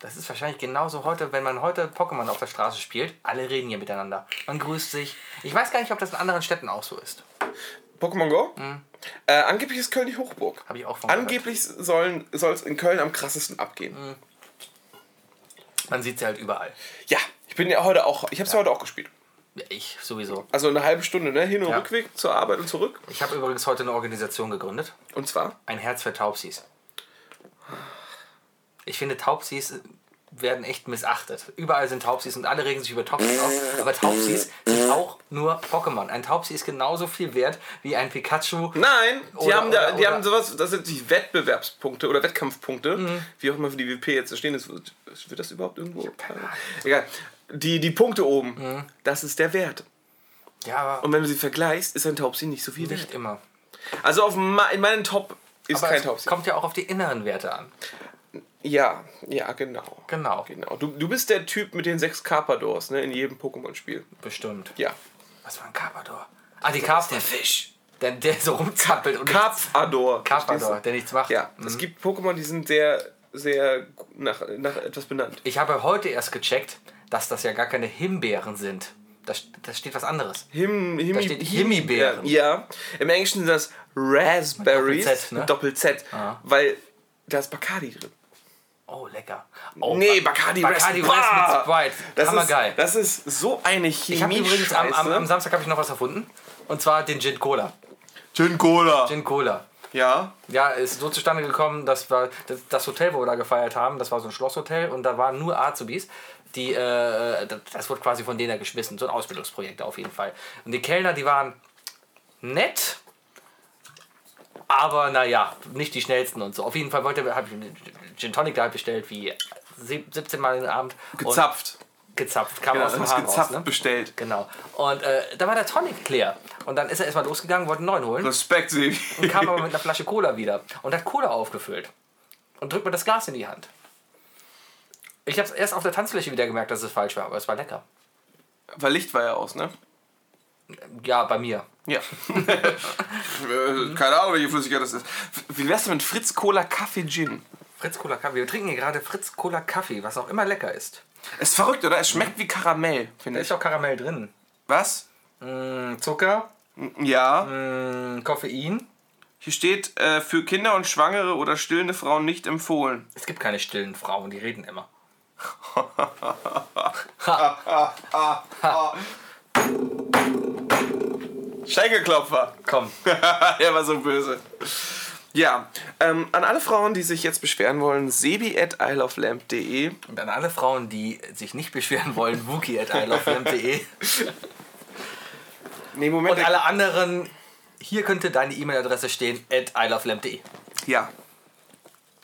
Speaker 2: Das ist wahrscheinlich genauso heute, wenn man heute Pokémon auf der Straße spielt. Alle reden hier miteinander. Man grüßt sich. Ich weiß gar nicht, ob das in anderen Städten auch so ist.
Speaker 1: Pokémon Go? Äh, angeblich ist Köln die Hochburg.
Speaker 2: Mhm. Hab ich auch von
Speaker 1: Angeblich soll es in Köln am krassesten abgehen.
Speaker 2: Mhm. Man sieht sie halt überall.
Speaker 1: Ja, ich bin ja heute auch, ich habe es ja. heute auch gespielt.
Speaker 2: Ja, Ich sowieso.
Speaker 1: Also eine halbe Stunde, ne? Hin und
Speaker 2: Ja.
Speaker 1: Rückweg zur Arbeit und zurück.
Speaker 2: Ich habe übrigens heute eine Organisation gegründet.
Speaker 1: Und zwar,
Speaker 2: Ein Herz für Taubsis. Ich finde, Taubsis werden echt missachtet. Überall sind Taubsis und alle regen sich über Taubsis auf. Aber Taubsis sind auch nur Pokémon. Ein Taubsi ist genauso viel wert wie ein Pikachu.
Speaker 1: nein, die
Speaker 2: Oder-
Speaker 1: haben da,
Speaker 2: oder-
Speaker 1: die
Speaker 2: oder- Mhm.
Speaker 1: haben sowas, das sind die Wettbewerbspunkte oder Wettkampfpunkte, wie auch immer für die WP jetzt stehen ist. Wird wird das überhaupt irgendwo? Egal. Die, die Punkte oben,
Speaker 2: Mhm.
Speaker 1: das ist der Wert.
Speaker 2: Ja, aber
Speaker 1: Und wenn du sie vergleichst, ist ein Taubsi nicht so viel wert.
Speaker 2: nicht immer.
Speaker 1: Also auf ma in meinem Top ist
Speaker 2: Mhm. Aber
Speaker 1: kein
Speaker 2: es
Speaker 1: Taubsi.
Speaker 2: kommt ja auch auf die inneren Werte an.
Speaker 1: Ja, ja, genau.
Speaker 2: Genau,
Speaker 1: Genau. Du, du bist der Typ mit den sechs Carpadors, ne, in jedem Pokémon-Spiel.
Speaker 2: bestimmt.
Speaker 1: Ja.
Speaker 2: Was war ein Carpador? Ah, die Karpfen. Der Fisch. Der, der so rumzappelt und nichts-
Speaker 1: Carpador.
Speaker 2: Carpador, Mhm.
Speaker 1: verstehst
Speaker 2: der nichts macht.
Speaker 1: du? Ja. Es gibt Pokémon, die sind sehr, sehr gu- nach, nach etwas benannt.
Speaker 2: Ich habe heute erst gecheckt, dass das ja gar keine Himbeeren sind. Da, st- da steht was anderes.
Speaker 1: Him, Himi,
Speaker 2: Da steht Himbeeren.
Speaker 1: Ja. Im Englischen sind das Raspberries.
Speaker 2: Mit Doppel-Z, ne?
Speaker 1: mit Doppel-Z. Weil da ist Bacardi drin.
Speaker 2: Oh, lecker. Oh,
Speaker 1: nee,
Speaker 2: Ba-
Speaker 1: Bacardi,
Speaker 2: Bacardi
Speaker 1: Rest- Bah!
Speaker 2: Rest mit Sprite.
Speaker 1: Das ist,
Speaker 2: Hammergeil.
Speaker 1: das ist so eine
Speaker 2: ich habe
Speaker 1: Chemie.
Speaker 2: übrigens am, am, am Samstag habe ich noch was erfunden. Und zwar den Gin Cola.
Speaker 1: Gin Cola.
Speaker 2: Gin Cola.
Speaker 1: Ja.
Speaker 2: Ja, ist so zustande gekommen, dass wir das, das Hotel, wo wir da gefeiert haben, das war so ein Schlosshotel und da waren nur Azubis. Die, äh, das, das wurde quasi von denen da geschmissen, so ein Ausbildungsprojekt auf jeden Fall. Und die Kellner, die waren nett, aber naja, nicht die schnellsten und so. Auf jeden Fall wollte habe ich einen Gin Tonic da bestellt, wie sieb- 17 Mal in den Abend. und
Speaker 1: Gezapft.
Speaker 2: Gezapft, kam
Speaker 1: Ja,
Speaker 2: aus
Speaker 1: das
Speaker 2: dem
Speaker 1: ist
Speaker 2: Haar raus,
Speaker 1: gezapft
Speaker 2: ne?
Speaker 1: bestellt.
Speaker 2: Genau. Und äh, da war der Tonic leer. Und dann ist er erstmal losgegangen, wollte einen neuen holen
Speaker 1: Respekt, Sebi.
Speaker 2: kam aber mit einer Flasche Cola wieder und hat Cola aufgefüllt und drückt mir das Glas in die Hand. Ich habe erst auf der Tanzfläche wieder gemerkt, dass es falsch war, aber es war lecker.
Speaker 1: Weil Licht war ja aus, ne?
Speaker 2: Ja, bei mir.
Speaker 1: Ja. Äh, Keine Ahnung, welche Flüssigkeit das ist. Wie wär's denn mit Fritz Cola Kaffee Gin?
Speaker 2: Fritz Cola Kaffee. Wir trinken hier gerade Fritz Cola Kaffee, was auch immer lecker ist.
Speaker 1: Ist verrückt, oder? Es schmeckt wie Karamell,
Speaker 2: Da
Speaker 1: finde ich.
Speaker 2: ist auch Karamell drin.
Speaker 1: Was?
Speaker 2: Mm, Zucker,
Speaker 1: Ja.
Speaker 2: mm, Koffein.
Speaker 1: Hier steht, äh, für Kinder und Schwangere oder stillende Frauen nicht empfohlen.
Speaker 2: Es gibt keine stillen Frauen, die reden immer.
Speaker 1: Schenkelklopfer.
Speaker 2: Komm,
Speaker 1: er war so böse. Ja, ähm, an alle Frauen, die sich jetzt beschweren wollen, sebi at isleoflamp.de.
Speaker 2: und an alle Frauen, die sich nicht beschweren wollen, wookie at ilofm.de
Speaker 1: Nee, Moment.
Speaker 2: und alle anderen, hier könnte deine E-Mail-Adresse stehen at ilofm.de.
Speaker 1: ja,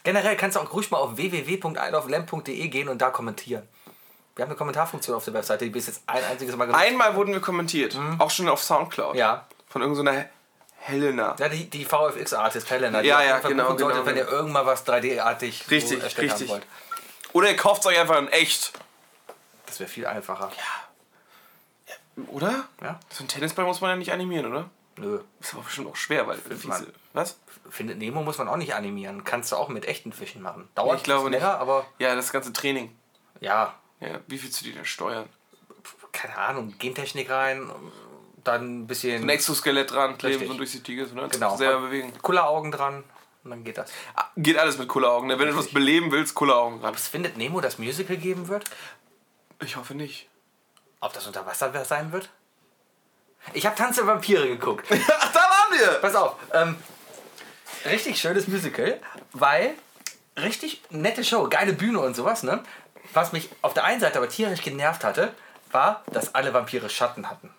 Speaker 2: Generell kannst du auch ruhig mal auf www.isleoflamp.de gehen und da kommentieren. Wir haben eine Kommentarfunktion auf der Webseite, die bis jetzt ein einziges Mal genutzt
Speaker 1: Einmal wurden wir kommentiert. Auch schon auf Soundcloud.
Speaker 2: Ja.
Speaker 1: Von irgendeiner so Helena.
Speaker 2: Ja, die, die VFX-Artist Helena, die
Speaker 1: Ja,
Speaker 2: ihr
Speaker 1: ja,
Speaker 2: einfach
Speaker 1: genau,
Speaker 2: buchen solltet,
Speaker 1: genau,
Speaker 2: wenn ihr irgendwann was 3D-artig so
Speaker 1: Richtig,
Speaker 2: erstellt
Speaker 1: richtig.
Speaker 2: haben wollt.
Speaker 1: Oder ihr kauft euch einfach in echt.
Speaker 2: Das wäre viel einfacher.
Speaker 1: Oder?
Speaker 2: Ja.
Speaker 1: So einen Tennisball muss man ja nicht animieren, oder?
Speaker 2: Nö.
Speaker 1: Ist aber bestimmt auch schwer, weil
Speaker 2: Mann.
Speaker 1: fiese. Was?
Speaker 2: Findet Nemo muss man auch nicht animieren. Kannst du auch mit echten Fischen machen. Dauert
Speaker 1: Ich glaube
Speaker 2: ein bisschen länger, aber
Speaker 1: Ja, das ganze Training.
Speaker 2: ja,
Speaker 1: Ja, wie viel zu dir denn steuern?
Speaker 2: keine Ahnung, Gentechnik rein, dann ein bisschen
Speaker 1: Ein Exoskelett dran, kleben
Speaker 2: Richtig.
Speaker 1: und durch die Tiger, ne?
Speaker 2: genau,
Speaker 1: selber bewegen.
Speaker 2: Kulleraugen dran und dann geht das.
Speaker 1: Ah, Geht alles mit Kulleraugen, ne? Wenn du etwas beleben willst, Kulleraugen ran.
Speaker 2: Was findet Nemo das Musical geben wird?
Speaker 1: Ich hoffe nicht.
Speaker 2: Ob das unter Wasser wer sein wird? Ich habe Tanz der Vampire geguckt.
Speaker 1: Ach, da waren wir!
Speaker 2: Pass auf. Ähm, richtig schönes Musical, weil richtig nette Show, geile Bühne und sowas, ne? Was mich auf der einen Seite aber tierisch genervt hatte, war, dass alle Vampire Schatten hatten.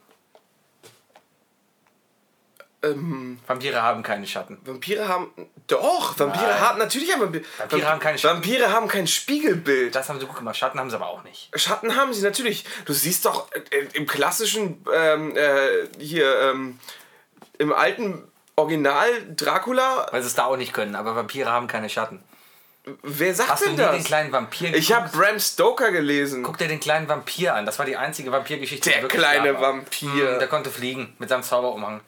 Speaker 1: ähm,
Speaker 2: Vampire haben keine Schatten.
Speaker 1: Vampire haben. Doch, Vampire
Speaker 2: Nein.
Speaker 1: haben. Natürlich haben Vampire.
Speaker 2: Vampire haben keine Schatten.
Speaker 1: Vampire haben kein Spiegelbild.
Speaker 2: Das haben sie gut gemacht. Schatten haben sie aber auch nicht.
Speaker 1: Schatten haben sie natürlich. Du siehst doch äh, im klassischen, ähm, äh, hier, ähm, im alten Original Dracula.
Speaker 2: Weil sie es da auch nicht können. Aber Vampire haben keine Schatten.
Speaker 1: Wer sagt
Speaker 2: Hast du
Speaker 1: denn
Speaker 2: nie
Speaker 1: das?
Speaker 2: den kleinen Vampir
Speaker 1: ich habe Bram Stoker gelesen.
Speaker 2: Guck dir den kleinen Vampir an. Das war die einzige Vampirgeschichte. die
Speaker 1: Der
Speaker 2: wirklich
Speaker 1: kleine
Speaker 2: da war. Hm,
Speaker 1: Vampir.
Speaker 2: Der konnte fliegen mit seinem Zauberumhang.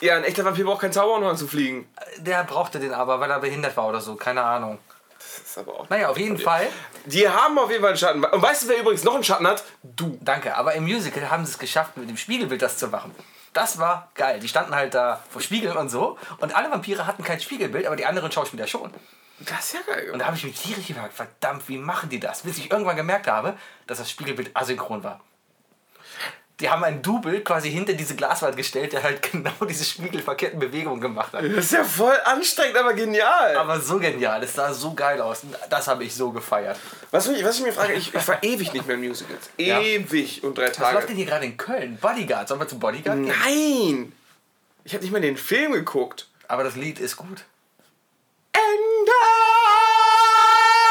Speaker 1: ja, ein echter Vampir braucht keinen Zauberhorn zu fliegen.
Speaker 2: Der brauchte den aber, weil er behindert war oder so. Keine Ahnung.
Speaker 1: Das ist aber auch.
Speaker 2: Naja, auf jeden Fall.
Speaker 1: Die haben auf jeden Fall einen Schatten. Und weißt du, wer übrigens noch einen Schatten hat? Du.
Speaker 2: Danke. Aber im Musical haben sie es geschafft, mit dem Spiegelbild das zu machen. Das war geil. Die standen halt da vor Spiegeln und so. Und alle Vampire hatten kein Spiegelbild, aber die anderen Schauspieler schon.
Speaker 1: Das ist ja geil.
Speaker 2: Und da habe ich mich tierisch gefragt, verdammt, wie machen die das? Bis ich irgendwann gemerkt habe, dass das Spiegelbild asynchron war. Die haben ein Double quasi hinter diese Glaswand gestellt, der halt genau diese spiegelverkehrten Bewegungen gemacht hat.
Speaker 1: das ist ja voll anstrengend, aber genial.
Speaker 2: Aber so genial, das sah so geil aus. Das habe ich so gefeiert.
Speaker 1: was, mich, was ich mir frage, ich, ich war ewig nicht mehr in Musicals. Ewig und drei
Speaker 2: Was läuft
Speaker 1: Tage.
Speaker 2: denn hier gerade in Köln? Bodyguard, sollen wir zu Bodyguard gehen?
Speaker 1: Nein! Ich habe nicht mal den Film geguckt.
Speaker 2: Aber das Lied ist gut.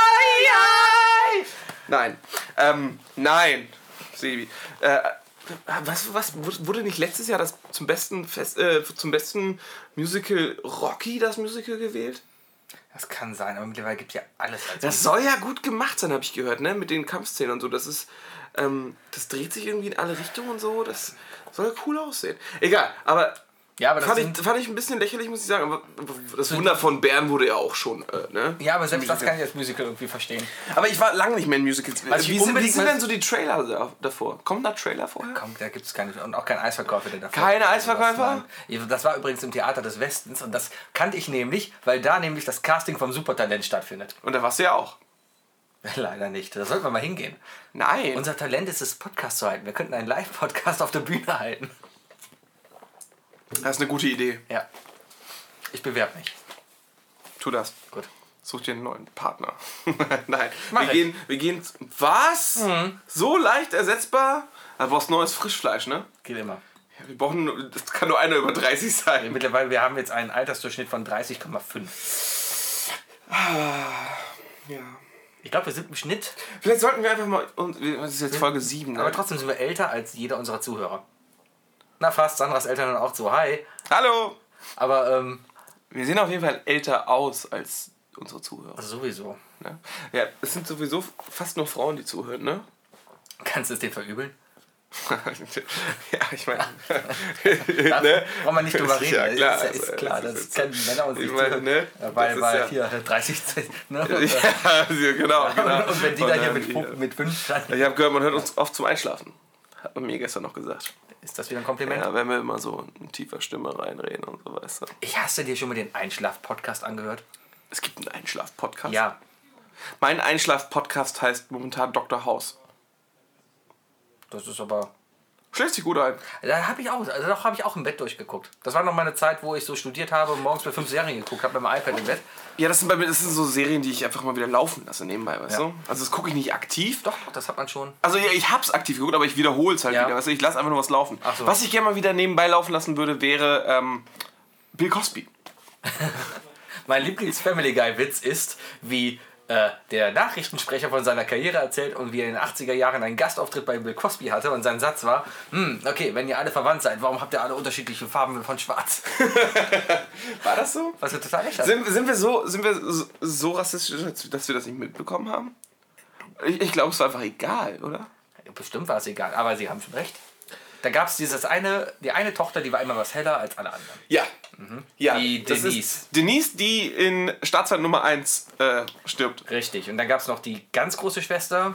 Speaker 1: Ende! Nein. Ähm, nein, Sebi. Äh, was, was wurde nicht letztes Jahr das zum besten Fest, äh, zum besten Musical Rocky das Musical gewählt?
Speaker 2: Das kann sein, aber mittlerweile gibt es ja alles als
Speaker 1: Das soll ja gut gemacht sein, habe ich gehört, ne? Mit den Kampfszenen und so. Das ist, ähm, das dreht sich irgendwie in alle Richtungen und so. Das soll cool aussehen. Egal, aber.
Speaker 2: Ja, aber das
Speaker 1: fand,
Speaker 2: sind-
Speaker 1: ich, fand ich ein bisschen lächerlich, muss ich sagen. Aber das Wunder von Bern wurde ja auch schon, äh, ne?
Speaker 2: Ja, aber selbst das kann ich als Musical irgendwie verstehen.
Speaker 1: Aber ich war lange nicht mehr in Musicals.
Speaker 2: Was ich
Speaker 1: wie, sind, wie
Speaker 2: unbedingt
Speaker 1: sind
Speaker 2: mal-
Speaker 1: denn so die Trailer da, davor? Kommen da Trailer vorher?
Speaker 2: Komm, da gibt es keine und auch keinen Eisverkäufer, der dafür.
Speaker 1: Keine Eisverkäufer?
Speaker 2: Nein. Das war übrigens im Theater des Westens und das kannte ich nämlich, weil da nämlich das Casting vom Supertalent stattfindet.
Speaker 1: Und da warst du ja auch.
Speaker 2: Leider nicht. Da sollten wir mal hingehen.
Speaker 1: Nein.
Speaker 2: Unser Talent ist es, Podcast zu halten. Wir könnten einen Live-Podcast auf der Bühne halten.
Speaker 1: das ist eine gute Idee.
Speaker 2: Ja. Ich bewerbe mich.
Speaker 1: Tu das.
Speaker 2: Gut.
Speaker 1: Such dir einen neuen Partner. Nein.
Speaker 2: Mach
Speaker 1: wir
Speaker 2: ich. Mhm.
Speaker 1: gehen, wir gehen. Was? So leicht ersetzbar? Da brauchst du neues Frischfleisch, ne?
Speaker 2: Geht immer.
Speaker 1: Ja, wir brauchen. nur- Das kann nur einer über 30 sein.
Speaker 2: Mittlerweile, wir haben jetzt einen Altersdurchschnitt von 30,5.
Speaker 1: Ja.
Speaker 2: Ich glaube, wir sind im Schnitt,
Speaker 1: Vielleicht sollten wir einfach mal. Und wir- das ist jetzt Folge 7,
Speaker 2: aber
Speaker 1: ne?
Speaker 2: trotzdem sind wir älter als jeder unserer Zuhörer. Na fast, Sandras Eltern und auch so, hi.
Speaker 1: Hallo!
Speaker 2: Aber ähm,
Speaker 1: Wir sehen auf jeden Fall älter aus als unsere Zuhörer.
Speaker 2: sowieso.
Speaker 1: Ne? Ja, es sind sowieso fast nur Frauen, die zuhören, ne?
Speaker 2: Kannst du es dir verübeln?
Speaker 1: ja, ich meine.
Speaker 2: Da
Speaker 1: ne?
Speaker 2: braucht man nicht drüber
Speaker 1: Ist
Speaker 2: reden.
Speaker 1: ja
Speaker 2: Das
Speaker 1: klar,
Speaker 2: ist,
Speaker 1: also,
Speaker 2: ja, ist klar,
Speaker 1: das
Speaker 2: das,
Speaker 1: ist
Speaker 2: kennen Männer uns
Speaker 1: ich
Speaker 2: nicht.
Speaker 1: meine,
Speaker 2: zu-
Speaker 1: ne? Das
Speaker 2: Weil,
Speaker 1: ist
Speaker 2: weil
Speaker 1: ja-
Speaker 2: hier 30, ne?
Speaker 1: ja, also, genau, genau.
Speaker 2: Und wenn die dann hier
Speaker 1: dann äh,
Speaker 2: mit, Puppen, mit fünf dann
Speaker 1: Ich habe gehört, man hört uns oft zum Einschlafen. Hat man mir gestern noch gesagt.
Speaker 2: ist das wieder ein Kompliment.
Speaker 1: Ja, wenn wir immer so in tiefer Stimme reinreden und so, weißt du.
Speaker 2: Ich hasse dir schon mal den Einschlaf-Podcast angehört.
Speaker 1: Es gibt einen Einschlaf-Podcast.
Speaker 2: Ja,
Speaker 1: Mein Einschlaf-Podcast heißt momentan Dr. House.
Speaker 2: das ist aber.
Speaker 1: Schläft sich gut ein.
Speaker 2: Da habe ich auch, also doch habe ich auch im Bett durchgeguckt. Das war noch meine Zeit, wo ich so studiert habe und morgens bei fünf Serien geguckt habe mit dem iPad im Bett.
Speaker 1: Ja, das sind, bei mir, das sind so Serien, die ich einfach mal wieder laufen lasse nebenbei, weißt du? Also das gucke ich nicht aktiv.
Speaker 2: Doch, doch, das hat man schon.
Speaker 1: Also ja, ich hab's aktiv geguckt, aber ich wiederhole es halt
Speaker 2: Ja.
Speaker 1: wieder. Weißt du, ich lasse einfach nur was laufen.
Speaker 2: Ach so.
Speaker 1: Was ich gerne mal wieder nebenbei laufen lassen würde, wäre ähm, Bill Cosby.
Speaker 2: Mein Lieblings-Family Guy-Witz ist, wie äh, der Nachrichtensprecher von seiner Karriere erzählt und wie er in den 80er Jahren einen Gastauftritt bei Bill Cosby hatte und sein Satz war, hm, okay, wenn ihr alle verwandt seid, warum habt ihr alle unterschiedliche Farben von Schwarz?
Speaker 1: War das so?
Speaker 2: Was wir total echt
Speaker 1: Sind, sind wir, so, sind wir so, so rassistisch, als- dass wir das nicht mitbekommen haben? Ich, ich glaube, es war einfach egal, oder?
Speaker 2: Bestimmt war es egal, aber sie haben schon recht. Da gab es dieses eine, die eine Tochter, die war immer was heller als alle anderen.
Speaker 1: Ja. ja
Speaker 2: Die
Speaker 1: das
Speaker 2: Denise.
Speaker 1: Ist Denise, die in Staatsfeind Nummer 1 äh, stirbt.
Speaker 2: Richtig. Und dann gab es noch die ganz große Schwester,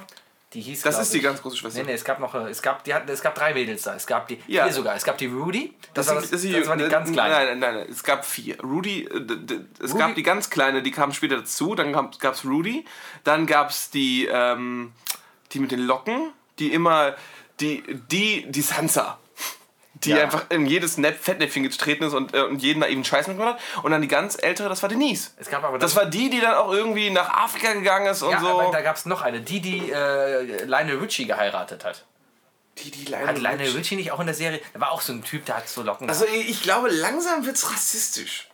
Speaker 2: die hieß.
Speaker 1: Das
Speaker 2: glaub
Speaker 1: ist die
Speaker 2: ich-
Speaker 1: ganz große Schwester.
Speaker 2: Nee, nee, es gab noch, äh, es gab, die hatten, es gab drei Mädels da. Es gab die,
Speaker 1: Ja.
Speaker 2: vier sogar. Es gab die Rudy, das, war, das,
Speaker 1: ist ne,
Speaker 2: das war die ganz kleine.
Speaker 1: äh, Nein, nein, nein, nein, es gab vier. Rudy, äh, d- d- es
Speaker 2: Rudy-
Speaker 1: gab die ganz kleine, die kam später dazu. Dann gab es Rudy. Dann gab es die, ähm, die mit den Locken, die immer, die, die, die Sansa. Die
Speaker 2: Ja.
Speaker 1: einfach in jedes Nep Fettnäpfchen getreten ist und, äh, und jeden naiven Scheiß mitgemacht hat. Und dann die ganz ältere, das war Denise.
Speaker 2: Es gab aber
Speaker 1: Das war die, die dann auch irgendwie nach Afrika gegangen ist und
Speaker 2: ja,
Speaker 1: so.
Speaker 2: aber da gab es noch eine, die, die äh, Lionel Richie geheiratet hat.
Speaker 1: Die, die Leine
Speaker 2: Hat Lionel Richie nicht auch in der Serie? Da war auch so ein Typ, der hat so Locken.
Speaker 1: Also ich ich glaube, langsam wird's rassistisch.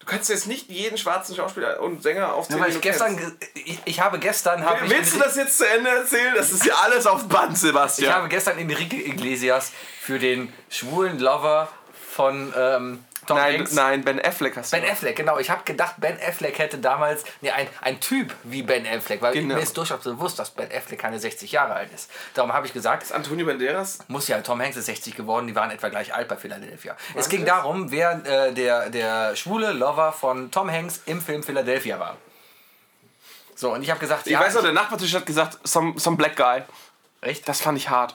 Speaker 1: Du kannst jetzt nicht jeden schwarzen Schauspieler und Sänger aufzählen.
Speaker 2: Weil
Speaker 1: den
Speaker 2: ich
Speaker 1: du
Speaker 2: gestern,
Speaker 1: kennst.
Speaker 2: ge- ich, ich habe gestern, habe ich,
Speaker 1: Willst du das jetzt zu Ende erzählen? Das ist ja alles auf Band,
Speaker 2: ich
Speaker 1: Sebastian.
Speaker 2: habe gestern Enrique Iglesias für den schwulen Lover von ähm, Tom
Speaker 1: nein,
Speaker 2: Hanks.
Speaker 1: nein, Ben Affleck hast du.
Speaker 2: Ben Affleck, genau. Ich habe gedacht, Ben Affleck hätte damals, nee, ein, ein Typ wie Ben Affleck, weil
Speaker 1: Genau.
Speaker 2: mir ist durchaus bewusst, dass Ben Affleck keine 60 Jahre alt ist. Darum habe ich gesagt,
Speaker 1: Antonio Banderas
Speaker 2: muss ja, Tom Hanks ist 60 geworden, die waren etwa gleich alt bei Philadelphia. es ging darum, wer äh, der, der schwule Lover von Tom Hanks im Film Philadelphia war. So, und ich habe gesagt,
Speaker 1: Ich weiß noch, der Nachbartisch hat gesagt, some, some black guy.
Speaker 2: Echt?
Speaker 1: Das fand ich hart.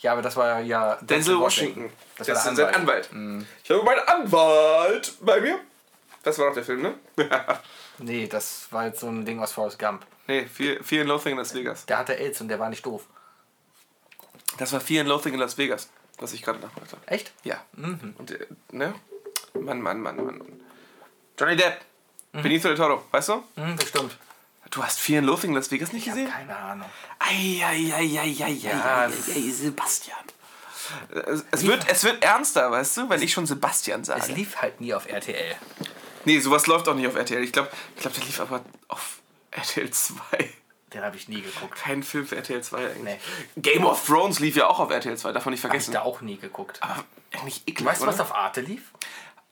Speaker 2: ja, aber das war ja
Speaker 1: Denzel Washington.
Speaker 2: Das
Speaker 1: Das
Speaker 2: war
Speaker 1: ist
Speaker 2: der
Speaker 1: sein Anwalt. Mhm. Ich habe meinen Anwalt bei mir. Das war doch der Film, ne?
Speaker 2: Nee, das war jetzt so ein Ding aus Forrest Gump.
Speaker 1: nee, Fear, Fear and Loathing in Las Vegas.
Speaker 2: Der hatte AIDS und der war nicht doof.
Speaker 1: Das war Fear and Loathing in Las Vegas, was ich gerade nachmachte.
Speaker 2: Echt?
Speaker 1: Ja. Und, äh, ne? Mann, Mann, Mann, Mann. Mann. Johnny Depp. Benito del Toro, weißt du?
Speaker 2: Hm, bestimmt.
Speaker 1: Mhm. Du hast Fear and Loathing in Las Vegas nicht gesehen?
Speaker 2: Keine Ahnung.
Speaker 1: Eieieiei,
Speaker 2: es-
Speaker 1: Sebastian. Es, es, wird, es wird ernster, weißt du, wenn ich schon Sebastian sage.
Speaker 2: Es lief halt nie auf RTL.
Speaker 1: Nee, sowas läuft auch nicht auf RTL. Ich glaube, ich glaub, der lief aber auf RTL 2.
Speaker 2: Den habe ich nie geguckt.
Speaker 1: Kein Film für RTL 2 eigentlich. Game of Thrones lief ja auch auf RTL 2, darf man nicht
Speaker 2: Hab ich
Speaker 1: vergessen.
Speaker 2: da auch nie geguckt.
Speaker 1: Aber eigentlich eklig,
Speaker 2: Weißt du,
Speaker 1: Ah, oder?
Speaker 2: was auf Arte lief?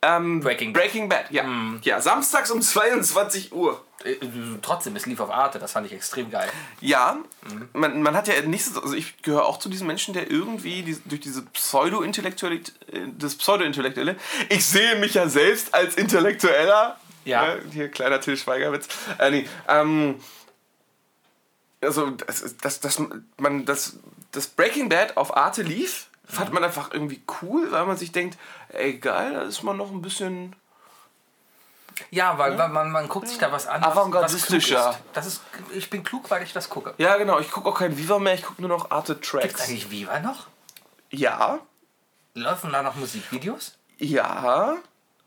Speaker 1: ähm,
Speaker 2: Breaking Bad.
Speaker 1: Breaking Bad, ja. Ja, samstags um 22 Uhr.
Speaker 2: Äh, Trotzdem, es lief auf Arte. Das fand ich extrem geil.
Speaker 1: Ja,
Speaker 2: Mhm.
Speaker 1: man, man hat ja nicht so, also ich gehöre auch zu diesen Menschen, der irgendwie die, durch diese Pseudo-Intellektuelle, das Pseudo-Intellektuelle, ich sehe mich ja selbst als Intellektueller. Äh,
Speaker 2: Ja.
Speaker 1: hier, kleiner Till Schweiger-Witz. Äh, nee, ähm, also, das, ist- das, das, man, das, das Breaking Bad auf Arte lief,
Speaker 2: Mhm.
Speaker 1: fand man einfach irgendwie cool, weil man sich denkt, ey, geil, da ist man noch ein bisschen
Speaker 2: Ja, weil weil man, man guckt sich da was an. was- was
Speaker 1: Avantgardistischer.
Speaker 2: klug ist. Das ist, ich bin klug, weil ich das gucke.
Speaker 1: Ja, genau. Ich gucke auch kein Viva mehr, ich gucke nur noch Arte
Speaker 2: Gibt's
Speaker 1: Tracks.
Speaker 2: eigentlich Viva noch?
Speaker 1: Ja,
Speaker 2: Laufen da noch Musikvideos?
Speaker 1: ja.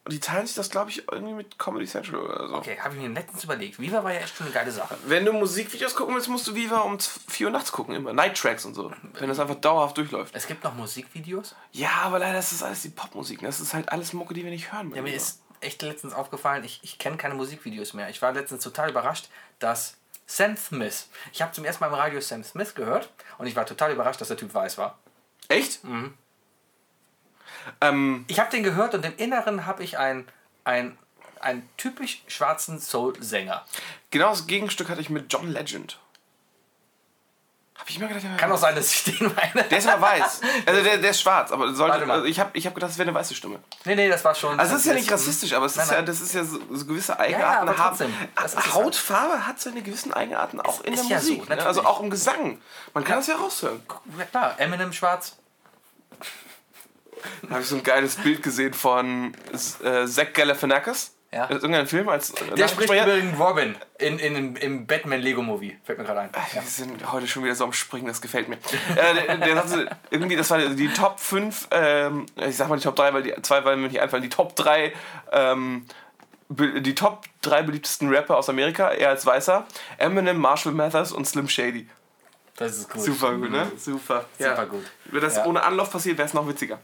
Speaker 1: Und die teilen sich das, glaube ich, irgendwie mit Comedy Central oder so.
Speaker 2: Okay, habe ich mir letztens überlegt. Viva war ja echt schon eine geile Sache.
Speaker 1: Wenn du Musikvideos gucken willst, musst du Viva um 4 Uhr nachts gucken, immer. Night Tracks und so. Wenn das einfach dauerhaft durchläuft.
Speaker 2: Es gibt noch Musikvideos.
Speaker 1: Ja, aber leider ist das alles die Popmusik. ne? Das ist halt alles Mucke, die wir nicht hören
Speaker 2: Ja, genau.
Speaker 1: müssen.
Speaker 2: mir ist echt letztens aufgefallen, ich, ich kenne keine Musikvideos mehr. Ich war letztens total überrascht, dass Sam Smith, ich habe zum ersten Mal im Radio Sam Smith gehört und ich war total überrascht, dass der Typ weiß war.
Speaker 1: Echt?
Speaker 2: Mhm.
Speaker 1: Ähm,
Speaker 2: Ich habe den gehört und im Inneren habe ich einen, einen, einen typisch schwarzen Soul-Sänger.
Speaker 1: genau das Gegenstück hatte ich mit John Legend. Hab ich mir gedacht, der
Speaker 2: Kann auch sein, dass ich den meine.
Speaker 1: der ist aber weiß. Also der, der ist schwarz, aber
Speaker 2: Warte
Speaker 1: sollte,
Speaker 2: mal.
Speaker 1: also ich habe ich hab gedacht, das wäre eine weiße Stimme.
Speaker 2: Nee, nee, das war schon.
Speaker 1: Also es ist ja nicht rassistisch, aber es
Speaker 2: Nein,
Speaker 1: ist ja,
Speaker 2: nein.
Speaker 1: das ist ja so, so gewisse
Speaker 2: Ja, ja,
Speaker 1: Eigenarten
Speaker 2: aber trotzdem.
Speaker 1: haben.
Speaker 2: Das ist es
Speaker 1: Hautfarbe hat seine gewissen Eigenarten auch in der
Speaker 2: ist ja so,
Speaker 1: Musik. ne?
Speaker 2: natürlich.
Speaker 1: also auch im Gesang. Man kann das ja raushören.
Speaker 2: Ja, klar, Eminem schwarz.
Speaker 1: Da habe ich so ein geiles Bild gesehen von äh, Zach Galifianakis.
Speaker 2: Ja.
Speaker 1: In irgendeinem Film als äh,
Speaker 2: Der spricht
Speaker 1: Nachsprecher.
Speaker 2: übrigens Robin in, in, im Batman Lego Movie. Fällt mir gerade ein.
Speaker 1: Wir sind heute schon wieder so am Springen, das gefällt mir. äh, der, der sagte, irgendwie, das war die Top 5, ähm, ich sag mal die Top 3, weil die zwei weil mir nicht einfallen, die Top 3, ähm, be- die Top 3 beliebtesten Rapper aus Amerika, er als Weißer, Eminem, Marshall Mathers und Slim Shady.
Speaker 2: Das ist cool.
Speaker 1: Super gut, ne? Super.
Speaker 2: Mhm. Super gut.
Speaker 1: Wenn das
Speaker 2: Ja.
Speaker 1: ohne Anlauf passiert, wäre es noch witziger.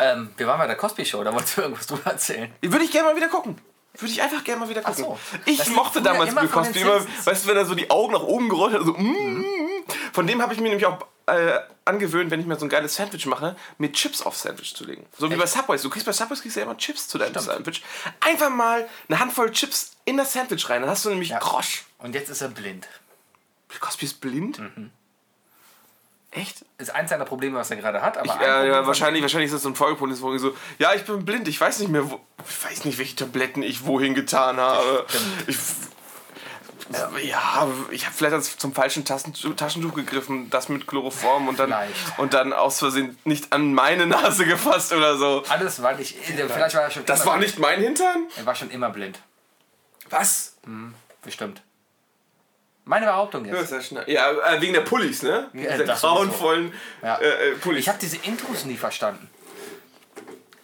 Speaker 2: Ähm, wir waren bei der Cosby Show, da wolltest du irgendwas drüber erzählen.
Speaker 1: Würde ich gerne mal wieder gucken. Würde ich einfach gerne mal wieder gucken.
Speaker 2: so.
Speaker 1: Ich
Speaker 2: Das lief
Speaker 1: mochte
Speaker 2: früher
Speaker 1: damals
Speaker 2: immer
Speaker 1: Bill
Speaker 2: von den
Speaker 1: Cosby immer,
Speaker 2: Simpsons.
Speaker 1: weißt du, wenn er so die Augen nach oben gerollt hat, so mm,
Speaker 2: Mhm.
Speaker 1: mm. Von dem habe ich mir nämlich auch äh, angewöhnt, wenn ich mir so ein geiles Sandwich mache, mir Chips aufs Sandwich zu legen. So wie bei Subways. Du kriegst bei Subways kriegst du ja immer Chips zu deinem Sandwich. Einfach mal eine Handvoll Chips in das Sandwich rein, dann hast du nämlich Grosch.
Speaker 2: Und jetzt ist er blind.
Speaker 1: Bill Cosby ist blind?
Speaker 2: Mhm.
Speaker 1: Echt?
Speaker 2: Ist eins seiner Probleme, was er gerade hat, aber ein
Speaker 1: äh, Ja,
Speaker 2: Problem
Speaker 1: ja
Speaker 2: von-
Speaker 1: wahrscheinlich, wahrscheinlich ist das so ein Folgepunkt, ist, wo ich so, ja, ich bin blind, ich weiß nicht mehr, wo, ich weiß nicht, welche Tabletten ich wohin getan habe. Ich, ja, ich habe vielleicht als- zum falschen Taschentuch, Taschentuch gegriffen, das mit Chloroform und dann,
Speaker 2: Vielleicht.
Speaker 1: und dann aus Versehen nicht an meine Nase gefasst oder so.
Speaker 2: Alles, weil ich. Vielleicht war er schon
Speaker 1: Das
Speaker 2: immer
Speaker 1: war nicht mein Hintern?
Speaker 2: Er war schon immer blind.
Speaker 1: Was?
Speaker 2: Bestimmt. Meine Behauptung
Speaker 1: Das
Speaker 2: jetzt.
Speaker 1: ist ja, schnell. ja, äh, wegen der Pullis, ne?
Speaker 2: Ja,
Speaker 1: Dieser
Speaker 2: das sowieso.
Speaker 1: grauenvollen
Speaker 2: Ja.
Speaker 1: äh, äh, Pullis.
Speaker 2: Ich habe diese Intros nie verstanden.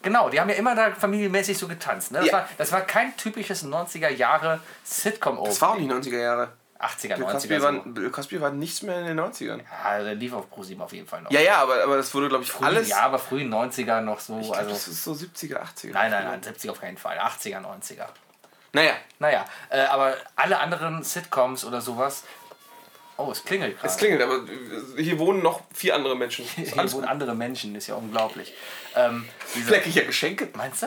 Speaker 2: Genau, die haben ja immer da familienmäßig so getanzt. Ne? Das,
Speaker 1: Ja.
Speaker 2: war, das war kein typisches 90er Jahre Sitcom-Opening.
Speaker 1: das war auch die 90er Jahre.
Speaker 2: 80er,
Speaker 1: Bill
Speaker 2: 90er.
Speaker 1: Cosby,
Speaker 2: so.
Speaker 1: war, Bill Cosby war nicht mehr in den 90ern.
Speaker 2: Ja, der lief auf ProSieben auf jeden Fall noch.
Speaker 1: Ja, ja, aber, aber das wurde, glaube ich,
Speaker 2: Frühen-
Speaker 1: alles.
Speaker 2: ja, aber frühen 90er noch so.
Speaker 1: Ich glaub,
Speaker 2: also,
Speaker 1: das ist so 70er, 80er.
Speaker 2: nein, nein, nein, 70 auf keinen Fall. 80er, 90er.
Speaker 1: Naja,
Speaker 2: Naja, äh, aber alle anderen Sitcoms oder sowas. Oh, es klingelt gerade.
Speaker 1: es klingelt, aber hier wohnen noch vier andere Menschen. Ist
Speaker 2: Hier
Speaker 1: alles
Speaker 2: wohnen
Speaker 1: gut.
Speaker 2: andere Menschen, ist ja unglaublich. Ähm, diese-
Speaker 1: Vielleicht krieg ich ja Geschenke.
Speaker 2: Meinst du?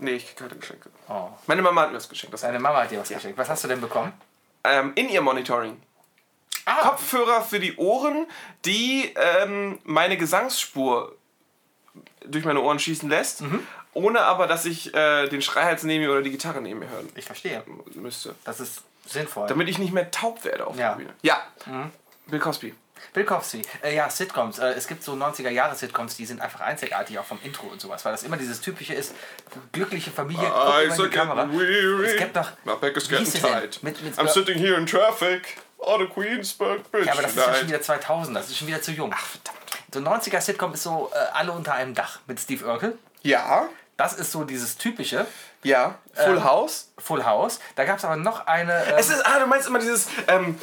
Speaker 1: Nee, ich krieg keine Geschenke.
Speaker 2: Oh.
Speaker 1: Meine Mama hat mir das geschenkt. Das
Speaker 2: Deine Mama hat dir was geschenkt. Was hast du denn bekommen?
Speaker 1: ähm, in ihr Monitoring.
Speaker 2: Ah.
Speaker 1: Kopfhörer für die Ohren, die ähm, meine Gesangsspur durch meine Ohren schießen lässt,
Speaker 2: Mhm.
Speaker 1: ohne aber, dass ich äh, den Schreihals neben mir oder die Gitarre neben mir hören
Speaker 2: Ich verstehe.
Speaker 1: müsste.
Speaker 2: Das ist sinnvoll.
Speaker 1: Damit ich nicht mehr taub werde auf
Speaker 2: Ja. Mhm.
Speaker 1: der Bühne. Ja. Bill Cosby.
Speaker 2: Bill Cosby. Äh, ja, Sitcoms. Äh, es gibt so 90er-Jahre-Sitcoms, die sind einfach einzigartig, auch vom Intro und sowas, weil das immer dieses typische ist, glückliche Familie,
Speaker 1: Ah,
Speaker 2: guckt immer in die Kamera. Es gibt noch...
Speaker 1: My back is
Speaker 2: Wie hieß
Speaker 1: getting
Speaker 2: der denn?
Speaker 1: tight.
Speaker 2: Mit, mit
Speaker 1: I'm sitting here in traffic on the Queensburg Bridge
Speaker 2: ja, aber das ist ja schon
Speaker 1: tonight.
Speaker 2: wieder 2000, das ist schon wieder zu jung. Ach, verdammt. So 90er-Sitcom ist so äh, alle unter einem Dach mit Steve Urkel.
Speaker 1: ja,
Speaker 2: Das ist so dieses typische
Speaker 1: ja.
Speaker 2: Ähm.
Speaker 1: Full House.
Speaker 2: Full House. Da gab es aber noch eine... ähm,
Speaker 1: Es ist, ah, du meinst immer dieses ähm,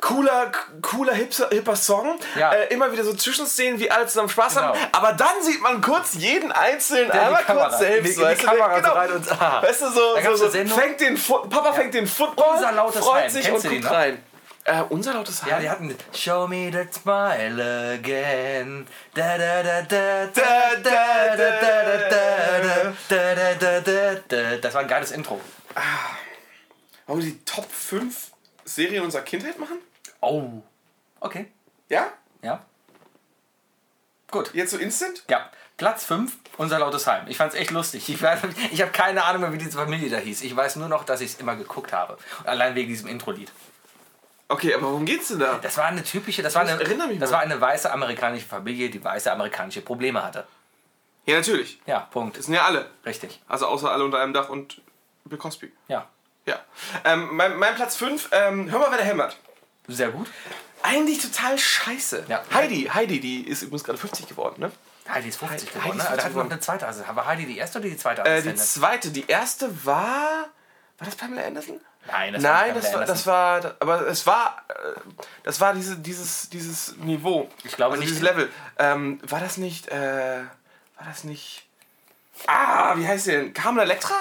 Speaker 1: cooler, cooler hipster, hipper Song.
Speaker 2: Ja.
Speaker 1: Äh, immer wieder so Zwischenszenen, wie alle zusammen Spaß
Speaker 2: Genau.
Speaker 1: haben. Aber dann sieht man kurz jeden Einzelnen
Speaker 2: in die
Speaker 1: einmal
Speaker 2: Kamera-
Speaker 1: kurz selbst.
Speaker 3: in die
Speaker 1: weißt du,
Speaker 3: Kamera so
Speaker 1: genau.
Speaker 3: rein und- ah.
Speaker 1: Weißt du, so,
Speaker 2: Da gab's
Speaker 1: so, so
Speaker 2: eine Sendung.
Speaker 1: fängt den Fu- Papa fängt den Football,
Speaker 2: Unser lautes
Speaker 1: freut
Speaker 2: Heim.
Speaker 1: sich
Speaker 2: Kennst du
Speaker 1: und
Speaker 2: die
Speaker 1: guckt
Speaker 2: noch?
Speaker 1: rein. Äh, unser lautes
Speaker 2: Ja,
Speaker 1: Heim.
Speaker 2: die hatten Show me that smile again. Da da da da da
Speaker 1: Da, da,
Speaker 2: da da da da
Speaker 1: da,
Speaker 2: da da da da da da. Das war ein geiles Intro.
Speaker 1: Wollen wir die Top 5 Serien unserer Kindheit machen?
Speaker 2: Oh. Okay.
Speaker 1: Ja?
Speaker 2: Ja. Gut.
Speaker 1: Jetzt so instant?
Speaker 2: Ja. Platz 5, unser lautes Heim. Ich fand's echt lustig. Ich, weiß- ich habe keine Ahnung mehr, wie diese Familie da hieß. Ich weiß nur noch, dass ich es immer geguckt habe. Und allein wegen diesem Intro-Lied.
Speaker 1: Okay, aber worum geht's denn da?
Speaker 2: Das war eine typische, das war eine,
Speaker 1: Ich erinnere mich
Speaker 2: das
Speaker 1: mal.
Speaker 2: war eine weiße amerikanische Familie, die weiße amerikanische Probleme hatte.
Speaker 1: Ja, natürlich.
Speaker 2: Ja, Punkt.
Speaker 1: Das sind ja alle.
Speaker 2: Richtig.
Speaker 1: Also außer alle unter einem Dach und Bill Cosby.
Speaker 2: Ja.
Speaker 1: Ja. Ähm, mein, mein Platz 5, ähm, hör mal, wer da hämmert.
Speaker 2: Sehr gut.
Speaker 1: Eigentlich total scheiße.
Speaker 2: Ja.
Speaker 1: Heidi, Heidi, die ist übrigens gerade 50 geworden, ne?
Speaker 2: Heidi ist 50
Speaker 1: Heidi-
Speaker 2: geworden.
Speaker 1: Heidi ist
Speaker 2: ne? Da
Speaker 1: 50
Speaker 2: hatten wir noch
Speaker 1: geworden.
Speaker 2: eine zweite Assistentin. War Heidi die erste oder die zweite
Speaker 1: Äh, die
Speaker 2: Assistentin?
Speaker 1: zweite, die erste war. War das Pamela Anderson?
Speaker 2: Nein, das war
Speaker 1: Nein,
Speaker 2: nicht
Speaker 1: das war,
Speaker 2: Pamela
Speaker 1: das war. Aber es war. äh, Das war diese, dieses, dieses Niveau.
Speaker 2: Ich glaube
Speaker 1: also
Speaker 2: nicht.
Speaker 1: Dieses Level. Ähm, war das nicht. Äh, war das nicht. Ah, wie heißt sie denn? Carmen Electra?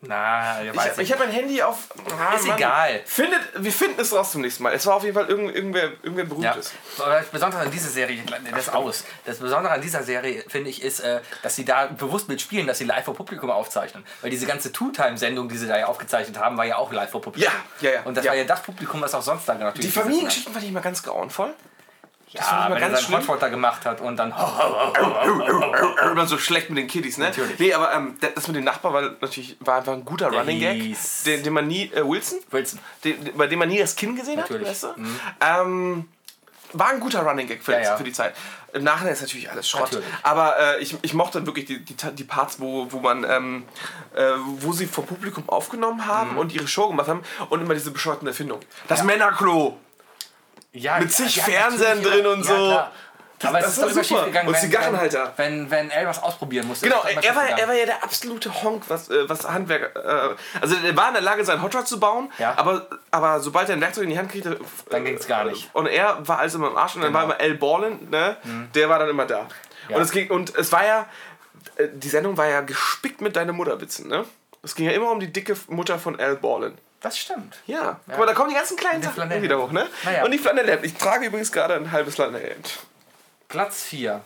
Speaker 2: Na, ich weiß
Speaker 1: Ich, ich
Speaker 2: nicht.
Speaker 1: habe mein Handy auf. Ah,
Speaker 2: Ist egal.
Speaker 1: Findet, wir finden es raus zum nächsten Mal. Es war auf jeden Fall irgend, irgendwer, irgendwer
Speaker 2: Ja.
Speaker 1: berühmtes.
Speaker 2: Aber Das Besondere an dieser Serie, das aus. Das Besondere an dieser Serie, finde ich, ist, äh, dass sie da bewusst mitspielen, dass sie live vor Publikum aufzeichnen. Weil diese ganze Two-Time-Sendung, die sie da ja aufgezeichnet haben, war ja auch live vor Publikum.
Speaker 1: Ja, ja, ja.
Speaker 2: Und das
Speaker 1: Ja.
Speaker 2: war ja das Publikum, was auch sonst da natürlich.
Speaker 1: Die Familiengeschichten fand ich immer ganz grauenvoll.
Speaker 2: Das ja,
Speaker 1: immer
Speaker 2: wenn
Speaker 1: ganz
Speaker 2: er seinen
Speaker 1: schlimm.
Speaker 2: Hotpot da gemacht hat und dann.
Speaker 1: Immer so schlecht mit den Kiddies, ne?
Speaker 2: Natürlich.
Speaker 1: Nee, aber ähm, das mit dem Nachbar war natürlich war, war ein guter Running Gag,
Speaker 2: hieß-
Speaker 1: den, den man nie. Äh, Wilson?
Speaker 2: Wilson.
Speaker 1: Den, den- bei dem man nie das Kind gesehen
Speaker 2: Natürlich. Mhm.
Speaker 1: hat, weißt du? Ähm, war ein guter Running Gag für,
Speaker 2: Ja, ja.
Speaker 1: für die Zeit. Im Nachhinein ist natürlich alles Schrott.
Speaker 2: Natürlich.
Speaker 1: Aber äh, ich, ich mochte wirklich die, die, Ta- die Parts, wo, wo man ähm, äh, wo sie vor Publikum aufgenommen haben
Speaker 2: Mhm.
Speaker 1: und ihre Show gemacht haben und immer diese bescheuerten Erfindungen. Das Männerklo!
Speaker 2: Ja,
Speaker 1: Mit zig
Speaker 2: natürlich,
Speaker 1: Fernsehern drin und so.
Speaker 2: klar. Aber
Speaker 1: das
Speaker 2: es
Speaker 1: war
Speaker 2: ist doch immer
Speaker 1: super.
Speaker 2: schief gegangen.
Speaker 1: Und Zigarrenhalter.
Speaker 2: Wenn, wenn er was ausprobieren musste.
Speaker 1: Genau,
Speaker 2: ist es immer
Speaker 1: er, er, war,
Speaker 2: schiefgegangen.
Speaker 1: er war ja der absolute Honk, was, äh, was Handwerker. Äh, also, er war in der Lage, seinen Hotrod zu bauen,
Speaker 2: Ja.
Speaker 1: aber, aber sobald er ein Werkzeug in die Hand kriegte. f-
Speaker 2: Dann ging's gar nicht. Genau.
Speaker 1: Und
Speaker 2: Mhm.
Speaker 1: er war also immer im Arsch und dann war immer L. Borland, ne? der war dann immer da.
Speaker 2: Ja.
Speaker 1: Und, es ging, und es war ja. äh, Die Sendung war ja gespickt mit deine Mutterwitzen, ne? Es ging ja immer um die dicke Mutter von Al Borland.
Speaker 2: Das stimmt.
Speaker 1: Ja. Guck mal, da kommen die ganzen kleinen
Speaker 2: die
Speaker 1: Sachen
Speaker 2: Flanellhemd.
Speaker 1: wieder hoch, ne?
Speaker 2: Naja.
Speaker 1: Und die Flanellhemd. Ich trage übrigens gerade ein halbes Flanellhemd.
Speaker 2: Platz 4.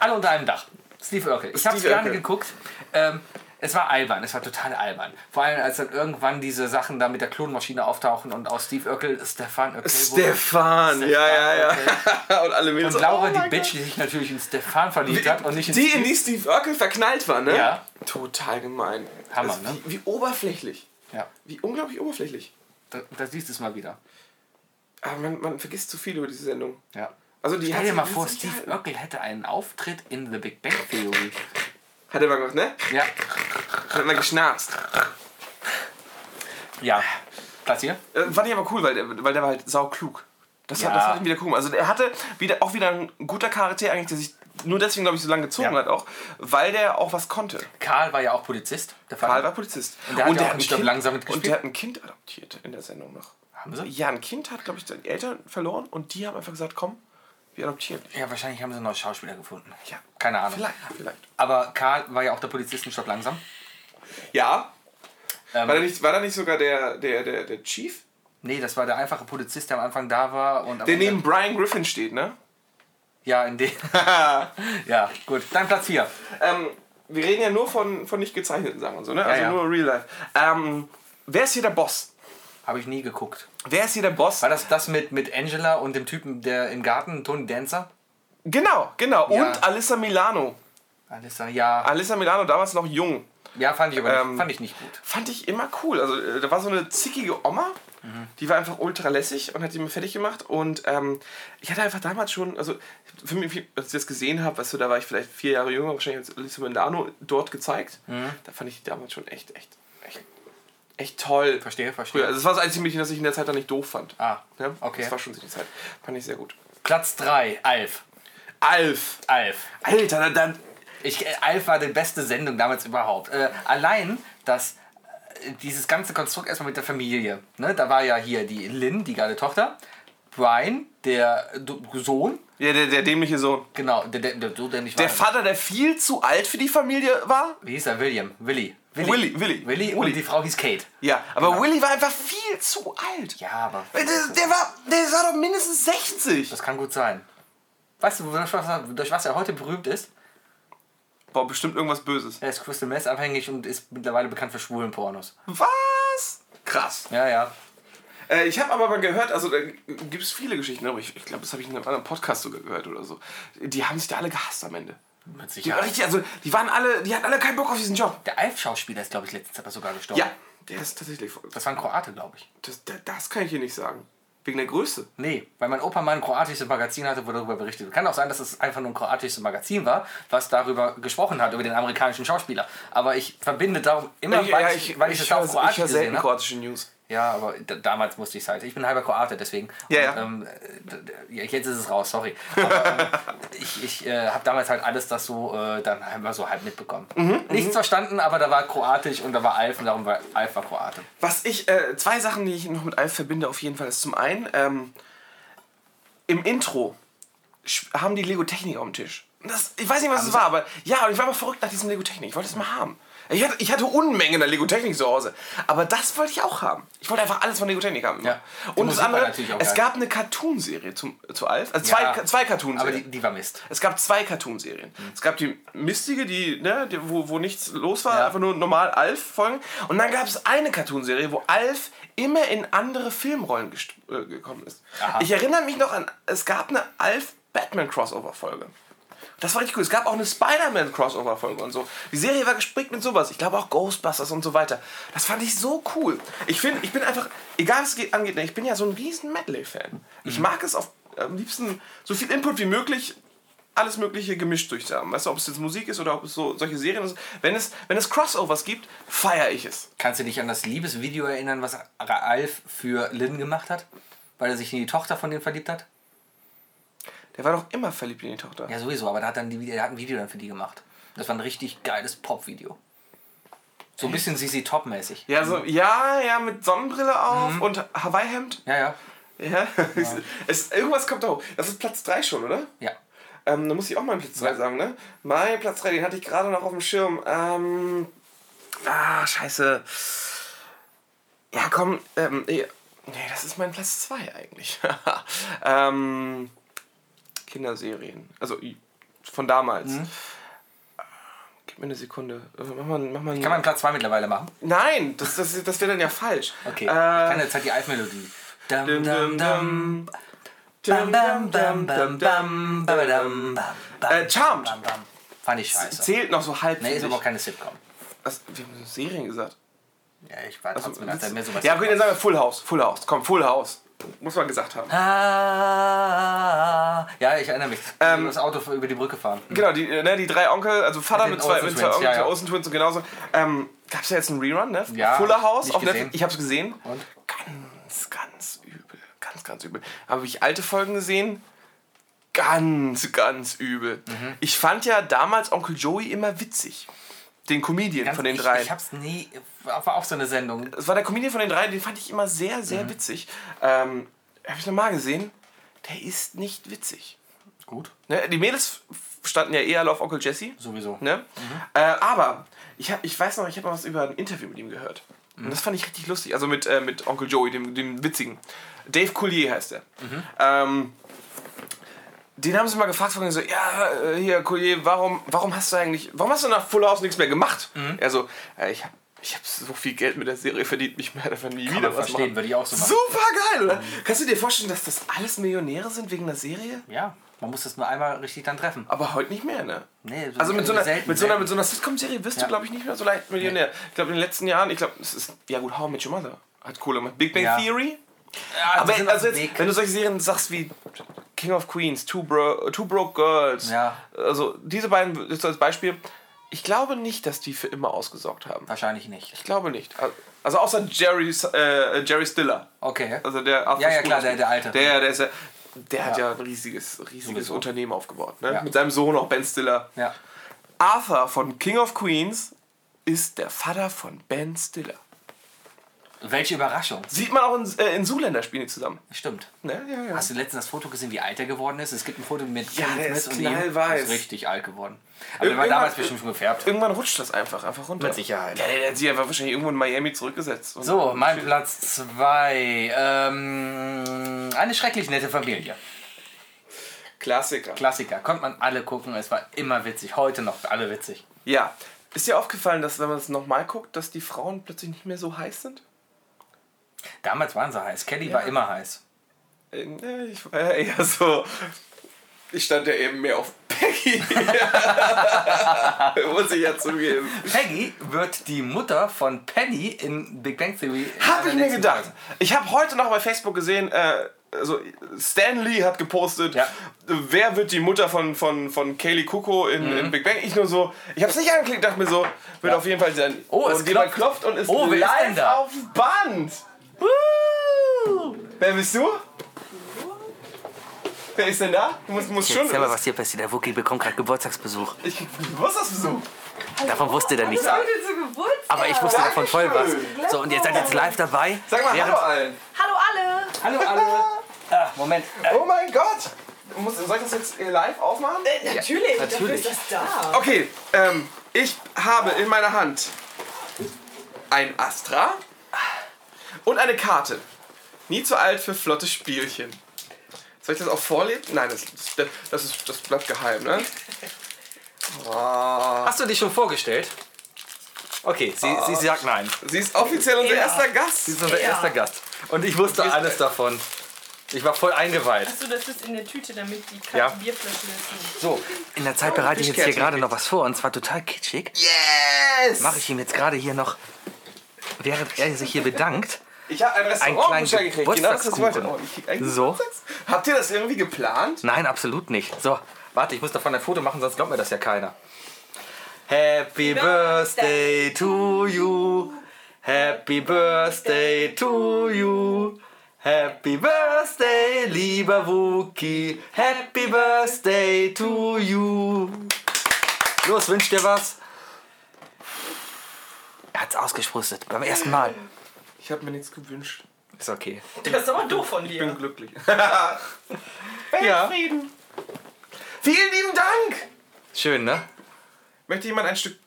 Speaker 2: Alle unter einem Dach. Steve Urkel. Ich habe es
Speaker 1: Steve
Speaker 2: gerne
Speaker 1: Urkel.
Speaker 2: geguckt. Ähm, es war albern, es war total albern. Vor allem, als dann irgendwann diese Sachen da mit der Klonmaschine auftauchen und aus Steve Urkel Stefan Urkel wurde.
Speaker 1: Stefan, ja, ja, ja. und alle Mädels.
Speaker 2: Und
Speaker 1: oh
Speaker 2: Laura, die
Speaker 1: mein
Speaker 2: Bitch, die sich natürlich in Stefan verliebt hat und nicht in
Speaker 1: die, in die Steve Urkel verknallt war, ne?
Speaker 2: Ja.
Speaker 1: Total gemein.
Speaker 2: Hammer,
Speaker 1: Also,
Speaker 2: ne?
Speaker 1: Wie, wie oberflächlich.
Speaker 2: Ja,
Speaker 1: Wie unglaublich oberflächlich.
Speaker 2: da, da siehst du es mal wieder.
Speaker 1: Aber man, man vergisst zu viel über diese Sendung.
Speaker 2: Ja.
Speaker 1: Also die
Speaker 2: Stell
Speaker 1: hat
Speaker 2: dir
Speaker 1: sich
Speaker 2: mal
Speaker 1: nicht
Speaker 2: vor,
Speaker 1: so
Speaker 2: Steve
Speaker 1: gehalten.
Speaker 2: Urkel hätte einen Auftritt in The Big Bang Theory.
Speaker 1: Hat er mal gemacht, ne?
Speaker 2: Ja.
Speaker 1: Hat er mal geschnarzt.
Speaker 2: Ja. Platz hier?
Speaker 1: Äh, fand ich aber cool, weil der, weil der war halt sauklug. Das,
Speaker 2: Ja.
Speaker 1: hat, das hat ihn wieder cool. gemacht. Also er hatte wieder, auch wieder ein guter Charakter eigentlich, der sich nur deswegen, glaube ich, so lange gezogen
Speaker 2: Ja.
Speaker 1: hat auch, weil der auch was konnte.
Speaker 2: Karl war ja auch Polizist. Der
Speaker 1: Karl
Speaker 2: Vater.
Speaker 1: war Polizist.
Speaker 2: Und der hat ja auch
Speaker 1: ein
Speaker 2: nicht so
Speaker 1: Kind-
Speaker 2: langsam
Speaker 1: Und
Speaker 2: mitgespielt.
Speaker 1: der hat ein Kind adoptiert in der Sendung noch.
Speaker 2: Haben sie?
Speaker 1: Ja, ein Kind hat, glaube ich, seine Eltern verloren und die haben einfach gesagt, komm, wir adoptieren. dich.
Speaker 2: Ja, wahrscheinlich haben sie einen neuen Schauspieler gefunden.
Speaker 1: Ja.
Speaker 2: Keine Ahnung.
Speaker 1: Vielleicht, vielleicht.
Speaker 2: Aber Karl war ja auch der Polizistenstopp langsam.
Speaker 1: Ja,
Speaker 2: Ähm,
Speaker 1: war da nicht, war da nicht sogar der, der, der, der Chief?
Speaker 2: nee, das war der einfache Polizist, der am Anfang da war. Und am
Speaker 1: Der
Speaker 2: Ende-
Speaker 1: neben Brian Griffin steht, ne?
Speaker 2: Ja, in dem. ja, gut. Dann Platz 4.
Speaker 1: Ähm, wir reden ja nur von, von nicht gezeichneten Sachen und so, ne? Also
Speaker 2: ja.
Speaker 1: nur Real Life. Ähm, wer ist hier der Boss?
Speaker 2: Habe ich nie geguckt.
Speaker 1: Wer ist hier der Boss?
Speaker 2: War das das mit, mit Angela und dem Typen, der im Garten, Tony Dancer?
Speaker 1: Genau, genau.
Speaker 2: Ja.
Speaker 1: Und Alyssa Milano.
Speaker 2: Alissa, ja.
Speaker 1: Alyssa Milano, damals noch jung.
Speaker 2: Ja, fand ich aber
Speaker 1: Ah, Ähm,
Speaker 2: nicht, fand ich nicht gut.
Speaker 1: Fand ich immer cool. Also äh, da war so eine zickige Oma, die war einfach ultra lässig und hat die mir fertig gemacht. Und ähm, ich hatte einfach damals schon, also für mich, als ich das gesehen habe, weißt du, da war ich vielleicht vier Jahre jünger, wahrscheinlich als Alyssa Milano dort gezeigt.
Speaker 2: Mhm.
Speaker 1: Da fand ich die damals schon echt, echt, echt, echt toll.
Speaker 2: Verstehe, verstehe.
Speaker 1: Früher. Also das war das einzige Mädchen, das ich in der Zeit dann nicht doof fand.
Speaker 2: Ah,
Speaker 1: Ja?
Speaker 2: okay.
Speaker 1: Das war schon so die Zeit. Fand ich sehr gut.
Speaker 2: Platz 3, Alf.
Speaker 1: Alf!
Speaker 2: Alf.
Speaker 1: Alter, dann. dann
Speaker 2: Ich, äh, Alf war die beste Sendung damals überhaupt. Äh, allein das äh, dieses ganze Konstrukt erstmal mit der Familie. Ne? Da war ja hier die Lynn, die geile Tochter, Brian, der äh, du- Sohn,
Speaker 1: ja, der, der dämliche Sohn.
Speaker 2: genau, der, der, der, so, der nicht
Speaker 1: Der
Speaker 2: war.
Speaker 1: Vater, der viel zu alt für die Familie war?
Speaker 2: Wie hieß er? William. Willi. Willi.
Speaker 1: Willi, Willi.
Speaker 2: Willi und die Frau hieß Kate.
Speaker 1: Ja, aber Willy war einfach viel zu alt. Äh,
Speaker 2: Ja, aber
Speaker 1: Der, der, war, der war doch mindestens 60.
Speaker 2: das kann gut sein. Weißt du, durch was, durch was er heute berühmt ist?
Speaker 1: Boah, bestimmt irgendwas Böses.
Speaker 2: Er ist Crystal Meth abhängig und ist mittlerweile bekannt für schwulen Pornos.
Speaker 1: Was? Krass.
Speaker 2: Ja, ja.
Speaker 1: Äh, ich habe aber mal gehört, also da gibt es viele Geschichten, aber ich, ich glaube, das habe ich in einem anderen Podcast sogar gehört oder so. Die haben sich da alle gehasst am Ende.
Speaker 2: Mit
Speaker 1: Die, waren
Speaker 2: Sicherheit.
Speaker 1: richtig, also, die waren alle, die hatten alle keinen Bock auf diesen Job.
Speaker 2: Der Alf-Schauspieler ist, glaube ich, letztes Jahr sogar gestorben.
Speaker 1: Ja, der ist tatsächlich voll.
Speaker 2: Das war ein Kroate, glaube ich.
Speaker 1: Das, das, das kann ich hier nicht sagen. Wegen der Größe.
Speaker 2: Nee, weil mein Opa mal ein kroatisches Magazin hatte, wo darüber berichtet. Kann auch sein, dass es einfach nur ein kroatisches Magazin war, was darüber gesprochen hat, über den amerikanischen Schauspieler. Aber ich verbinde darum immer, weil,
Speaker 1: ja,
Speaker 2: ich, weil ich, es
Speaker 1: höre-
Speaker 2: auf Kroatisch
Speaker 1: ich höre
Speaker 2: gesehen
Speaker 1: selten
Speaker 2: habe.
Speaker 1: kroatische News.
Speaker 2: Ja, aber d- damals musste ich es halt. Ich bin halber Kroate, deswegen.
Speaker 1: Ja, ja.
Speaker 2: Und, ähm, d- d- ja, jetzt ist es raus, sorry. Aber, ähm, ich ich äh, habe damals halt alles das so äh, dann einmal so halb mitbekommen.
Speaker 1: Mhm,
Speaker 2: Nichts verstanden, aber da war Kroatisch und da war Alf und darum war Alf war Kroate.
Speaker 1: Was ich, äh, zwei Sachen, die ich noch mit Alf verbinde, auf jeden Fall ist zum einen, ähm, im Intro sch- haben die Lego Technik auf dem Tisch. Das, ich weiß nicht, was es
Speaker 2: Also
Speaker 1: war, aber ja, aber ich war mal verrückt nach diesem Lego Technik. Ich wollte es mal haben. Ich hatte, ich hatte Unmengen an Lego Technik zu Hause. Aber das wollte ich auch haben. Ich wollte einfach alles von Lego Technik haben.
Speaker 2: Ja. Die
Speaker 1: Und das
Speaker 2: Musik war
Speaker 1: andere,
Speaker 2: natürlich auch
Speaker 1: es
Speaker 2: geil.
Speaker 1: gab eine Cartoon-Serie zum- zu Alf. Also zwei,
Speaker 2: Ja.
Speaker 1: zwei Cartoons.
Speaker 2: Aber die, die war Mist.
Speaker 1: Es gab zwei Cartoonserien. Es gab die mistige, die, ne, die wo, wo nichts los war,
Speaker 2: Ja.
Speaker 1: einfach nur normal Alf folgen. Und dann gab es eine Cartoonserie, wo Alf immer in andere Filmrollen gest- äh, gekommen ist.
Speaker 2: Aha.
Speaker 1: Ich erinnere mich noch an, es gab eine Alf Batman Crossover Folge. Das war richtig cool. Es gab auch eine Spider-Man Crossover Folge und so. Die Serie war gespickt mit sowas. Ich glaube auch Ghostbusters und so weiter. Das fand ich so cool. Ich finde, ich bin einfach, egal was geht, angeht, ne, ich bin ja so ein riesen Medley-Fan. Ich mag es auf, am liebsten so viel Input wie möglich alles Mögliche gemischt durch haben. Weißt du, ob es jetzt Musik ist oder ob es so solche Serien ist. Wenn es, wenn es Crossovers gibt, feiere ich es.
Speaker 2: Kannst du dich an das Liebesvideo erinnern, was Ralf für Lynn gemacht hat? Weil er sich in die Tochter von denen verliebt hat?
Speaker 1: Der war doch immer verliebt in die Tochter.
Speaker 2: Ja, sowieso, aber da hat dann die, er hat ein Video dann für die gemacht. Das war ein richtig geiles Pop-Video. So ein bisschen CC Top-mäßig.
Speaker 1: Ja, so, ja, ja, mit Sonnenbrille auf und Hawaii-Hemd.
Speaker 2: Ja, ja.
Speaker 1: Ja. Es, irgendwas kommt da hoch. Das ist Platz 3 schon, oder?
Speaker 2: Ja.
Speaker 1: Ähm, da muss ich auch meinen Platz 3 sagen, ne? Mein Platz 3, den hatte ich gerade noch auf dem Schirm. Ähm, ah, scheiße. Ja, komm. Ähm, eh, nee, das ist mein Platz 2 eigentlich. ähm, Kinderserien. Also i- von damals. Gib mir eine Sekunde. Äh, Mach mal, mach mal
Speaker 2: Kann man Platz 2 mittlerweile machen?
Speaker 1: Nein, das, das, das wäre dann ja falsch.
Speaker 2: Okay.
Speaker 1: Äh,
Speaker 2: ich kann jetzt halt die Alf-Melodie. Dam,
Speaker 1: dum, dum, dum. Dum, dum, dum, dum, dum, dum, dum. Äh, Charmed.
Speaker 2: Bam, bam. Fand ich scheiße.
Speaker 1: Zählt noch so halb.
Speaker 2: Nee, ist
Speaker 1: finde
Speaker 2: aber
Speaker 1: ich.
Speaker 2: auch keine Sitcom.
Speaker 1: Was, wir haben Serien gesagt.
Speaker 2: Ja, ich war trotzdem, als er mir sowas
Speaker 1: Also, ja, gut, dann sagen wir Full House. Full House. Komm, Full House. Muss man gesagt haben.
Speaker 2: Ah, ja, ich erinnere mich. Ähm, das Auto über die Brücke fahren.
Speaker 1: Genau, die, äh, ne, die drei Onkel, also Vater
Speaker 2: Mit
Speaker 1: mit,
Speaker 2: den
Speaker 1: zwei,
Speaker 2: Olsen
Speaker 1: mit zwei
Speaker 2: Twins,
Speaker 1: Onkel,
Speaker 2: ja, ja.
Speaker 1: Olsen Twins und genauso. Ähm, gab's ja jetzt einen Rerun, ne?
Speaker 2: Ja,
Speaker 1: Fuller House
Speaker 2: nicht
Speaker 1: auf
Speaker 2: gesehen.
Speaker 1: Netflix. Ich hab's gesehen.
Speaker 2: Und?
Speaker 1: Ganz, ganz übel. Ganz, ganz übel. Habe ich alte Folgen gesehen?
Speaker 2: Mhm.
Speaker 1: Ganz, ganz übel. Ich fand ja damals Onkel Joey immer witzig. Den Comedian von den
Speaker 4: ich,
Speaker 1: drei.
Speaker 4: Ich hab's nie. War auch so eine Sendung.
Speaker 1: Es war der Comedian von den drei, den fand ich immer sehr,
Speaker 2: Mhm.
Speaker 1: sehr witzig. Ähm, Habe ich nochmal gesehen. Der ist nicht witzig.
Speaker 4: Gut.
Speaker 1: Ne? Die Mädels standen ja eher alle auf Onkel Jesse.
Speaker 4: Sowieso.
Speaker 1: Ne? Äh, aber ich, hab, ich weiß noch, ich habe mal was über ein Interview mit ihm gehört.
Speaker 4: Mhm.
Speaker 1: Und das fand ich richtig lustig. Also mit, äh, mit Onkel Joey, dem, dem witzigen. Dave Coulier heißt er.
Speaker 4: Mhm.
Speaker 1: Ähm, den haben sie mal gefragt, von so, ja, äh, hier, Collier, warum, warum hast du eigentlich, warum hast du nach Full House nichts mehr gemacht?
Speaker 4: Mhm.
Speaker 1: Er so, äh, ich habe ich hab so viel Geld mit der Serie verdient, mich mehr davon nie wieder
Speaker 4: man
Speaker 1: was
Speaker 4: verstehen,
Speaker 1: machen.
Speaker 4: würde ich auch so machen. Mhm.
Speaker 1: Super geil, oder? Kannst du dir vorstellen, dass das alles Millionäre sind wegen einer Serie?
Speaker 4: Ja, man muss das nur einmal richtig dann treffen.
Speaker 1: Aber heute nicht mehr, ne?
Speaker 4: Nee,
Speaker 1: Also mit so einer,
Speaker 4: selten,
Speaker 1: mit so einer,
Speaker 4: selten.
Speaker 1: mit so einer Sitcom-Serie wirst
Speaker 4: Ja.
Speaker 1: du, glaube ich, nicht mehr so leicht Millionär. Ich glaube, in den letzten Jahren, ich glaube, es ist, ja gut, How I Met Your Mother hat Kohle gemacht. Big Bang
Speaker 4: Ja.
Speaker 1: Theory.
Speaker 4: Ja,
Speaker 1: Aber
Speaker 4: Ah, die sind auf
Speaker 1: also
Speaker 4: dem
Speaker 1: jetzt,
Speaker 4: Weg.
Speaker 1: wenn du solche Serien sagst wie King of Queens, Two, Bro äh, Two Broke Girls,
Speaker 4: Ja.
Speaker 1: also diese beiden jetzt als Beispiel, ich glaube nicht, dass die für immer ausgesorgt haben.
Speaker 4: Wahrscheinlich nicht.
Speaker 1: Ich glaube nicht. Also außer Jerry, äh, Jerry Stiller.
Speaker 4: Okay.
Speaker 1: Also der Arthur
Speaker 4: Ja, ja,
Speaker 1: School-
Speaker 4: klar, der- der Alte.
Speaker 1: Der, der, ist ja, der hat
Speaker 4: Ja.
Speaker 1: ja ein riesiges, riesiges
Speaker 4: Sowieso.
Speaker 1: Unternehmen aufgebaut. Ne?
Speaker 4: Ja.
Speaker 1: Mit seinem Sohn auch Ben Stiller.
Speaker 4: ja.
Speaker 1: Arthur von King of Queens ist der Vater von Ben Stiller.
Speaker 4: Welche Überraschung.
Speaker 1: Sieht man auch in, äh, in Zoolander spielen die zusammen.
Speaker 4: Stimmt.
Speaker 1: Ne? Ja, ja.
Speaker 4: Hast du letztens das Foto gesehen, wie alt er geworden ist? Es gibt ein Foto mit
Speaker 1: Ja, der ist
Speaker 4: und ihm.
Speaker 1: knallweiß.
Speaker 4: Ist richtig alt geworden. Aber der war
Speaker 1: Irgendwann-
Speaker 4: damals bestimmt schon gefärbt.
Speaker 1: Irgendwann rutscht das einfach, einfach runter.
Speaker 2: Mit Sicherheit.
Speaker 1: Ja, der, der hat sich einfach wahrscheinlich irgendwo in Miami zurückgesetzt. Und
Speaker 4: So, mein Platz 2. Ähm, eine schrecklich nette Familie.
Speaker 1: Klassiker.
Speaker 4: Klassiker. Konnte man alle gucken. Es war immer witzig. Heute noch alle witzig.
Speaker 1: Ja. Ist dir aufgefallen, dass wenn man es nochmal guckt, dass die Frauen plötzlich nicht mehr so heiß sind?
Speaker 4: Damals waren sie heiß. Kelly war immer heiß.
Speaker 1: Äh, ne, ich war ja eher so. Ich stand ja eben mehr auf Peggy. Muss ich ja zugeben.
Speaker 4: Peggy wird die Mutter von Penny in Big Bang Theory. äh,
Speaker 1: Habe ich mir gedacht. Ich habe heute noch bei Facebook gesehen, äh, also Stan Lee hat gepostet,
Speaker 4: Ja.
Speaker 1: wer wird die Mutter von, von, von Kaylee Kuko in, in Big Bang? Ich nur so, ich habe es nicht angeklickt, dachte mir so, wird auf jeden Fall sein.
Speaker 4: Oh, es
Speaker 1: und jemand
Speaker 4: klopft.
Speaker 1: klopft und ist
Speaker 4: Oh, wer ist
Speaker 1: live
Speaker 4: denn da?
Speaker 1: auf dem Band. Wer bist du? Wer ist denn da? Du musst, musst schon.
Speaker 2: Erzähl mal, was hier passiert. Der Wookie bekommt gerade Geburtstagsbesuch.
Speaker 1: Ich wusste das Besuch.
Speaker 2: Davon wusste der nichts.
Speaker 1: Sag,
Speaker 5: Heute zu Geburtstag.
Speaker 2: Aber ich wusste davon voll was. So, und ihr seid jetzt live dabei.
Speaker 1: sag mal
Speaker 2: während- Äh,
Speaker 1: Hallo allen.
Speaker 5: Hallo alle.
Speaker 4: Hallo alle. Ah, Moment.
Speaker 1: Oh mein Gott! Muss, soll ich das jetzt äh, live aufmachen?
Speaker 2: natürlich.
Speaker 5: Natürlich, dafür ist das da.
Speaker 1: Okay, ähm, ich habe in meiner Hand ein Astra und eine Karte. Nie zu alt für flottes Spielchen. Soll ich das auch vorlesen? Nein, das, das, das, ist, das bleibt geheim, ne? Oh.
Speaker 2: Hast du dich schon vorgestellt? Okay, sie,
Speaker 4: Ah.
Speaker 2: sie sagt nein.
Speaker 1: Sie ist offiziell unser
Speaker 5: Ja.
Speaker 1: erster Gast.
Speaker 2: Sie ist unser
Speaker 5: Ja.
Speaker 2: erster Gast. Und ich wusste alles davon. Ich war voll eingeweiht.
Speaker 5: Achso, das ist in der Tüte, damit die
Speaker 2: Ja.
Speaker 5: kalten Bierflaschen jetzt nicht.
Speaker 2: So, in der Zeit bereite ich jetzt hier gerade noch was vor und zwar total kitschig.
Speaker 1: Yes!
Speaker 2: Mache ich ihm jetzt gerade hier noch, während er sich hier bedankt.
Speaker 1: Ich habe ein
Speaker 2: kleinen
Speaker 1: Restaurant gekriegt. Genau das ist
Speaker 2: Geburtstagskuchen.
Speaker 1: heute. Oh, ich krieg einen
Speaker 2: So.
Speaker 1: Geburtstags- Habt ihr das irgendwie geplant?
Speaker 2: Nein, absolut nicht. So, warte, ich muss davon ein Foto machen, sonst glaubt mir das ja keiner. Happy Birthday to you. Happy Birthday to you. Happy Birthday, lieber Wookie. Happy Birthday to you. Los, wünsch dir was. Er hat's ausgesprustet beim ersten Mal.
Speaker 1: Ich habe mir nichts gewünscht.
Speaker 2: Ist okay.
Speaker 5: Das ist aber doof von
Speaker 1: Ich bin
Speaker 5: dir.
Speaker 1: glücklich.
Speaker 2: Ja.
Speaker 1: Frieden. Vielen lieben Dank!
Speaker 2: Schön, ne?
Speaker 1: Möchte jemand ein Stück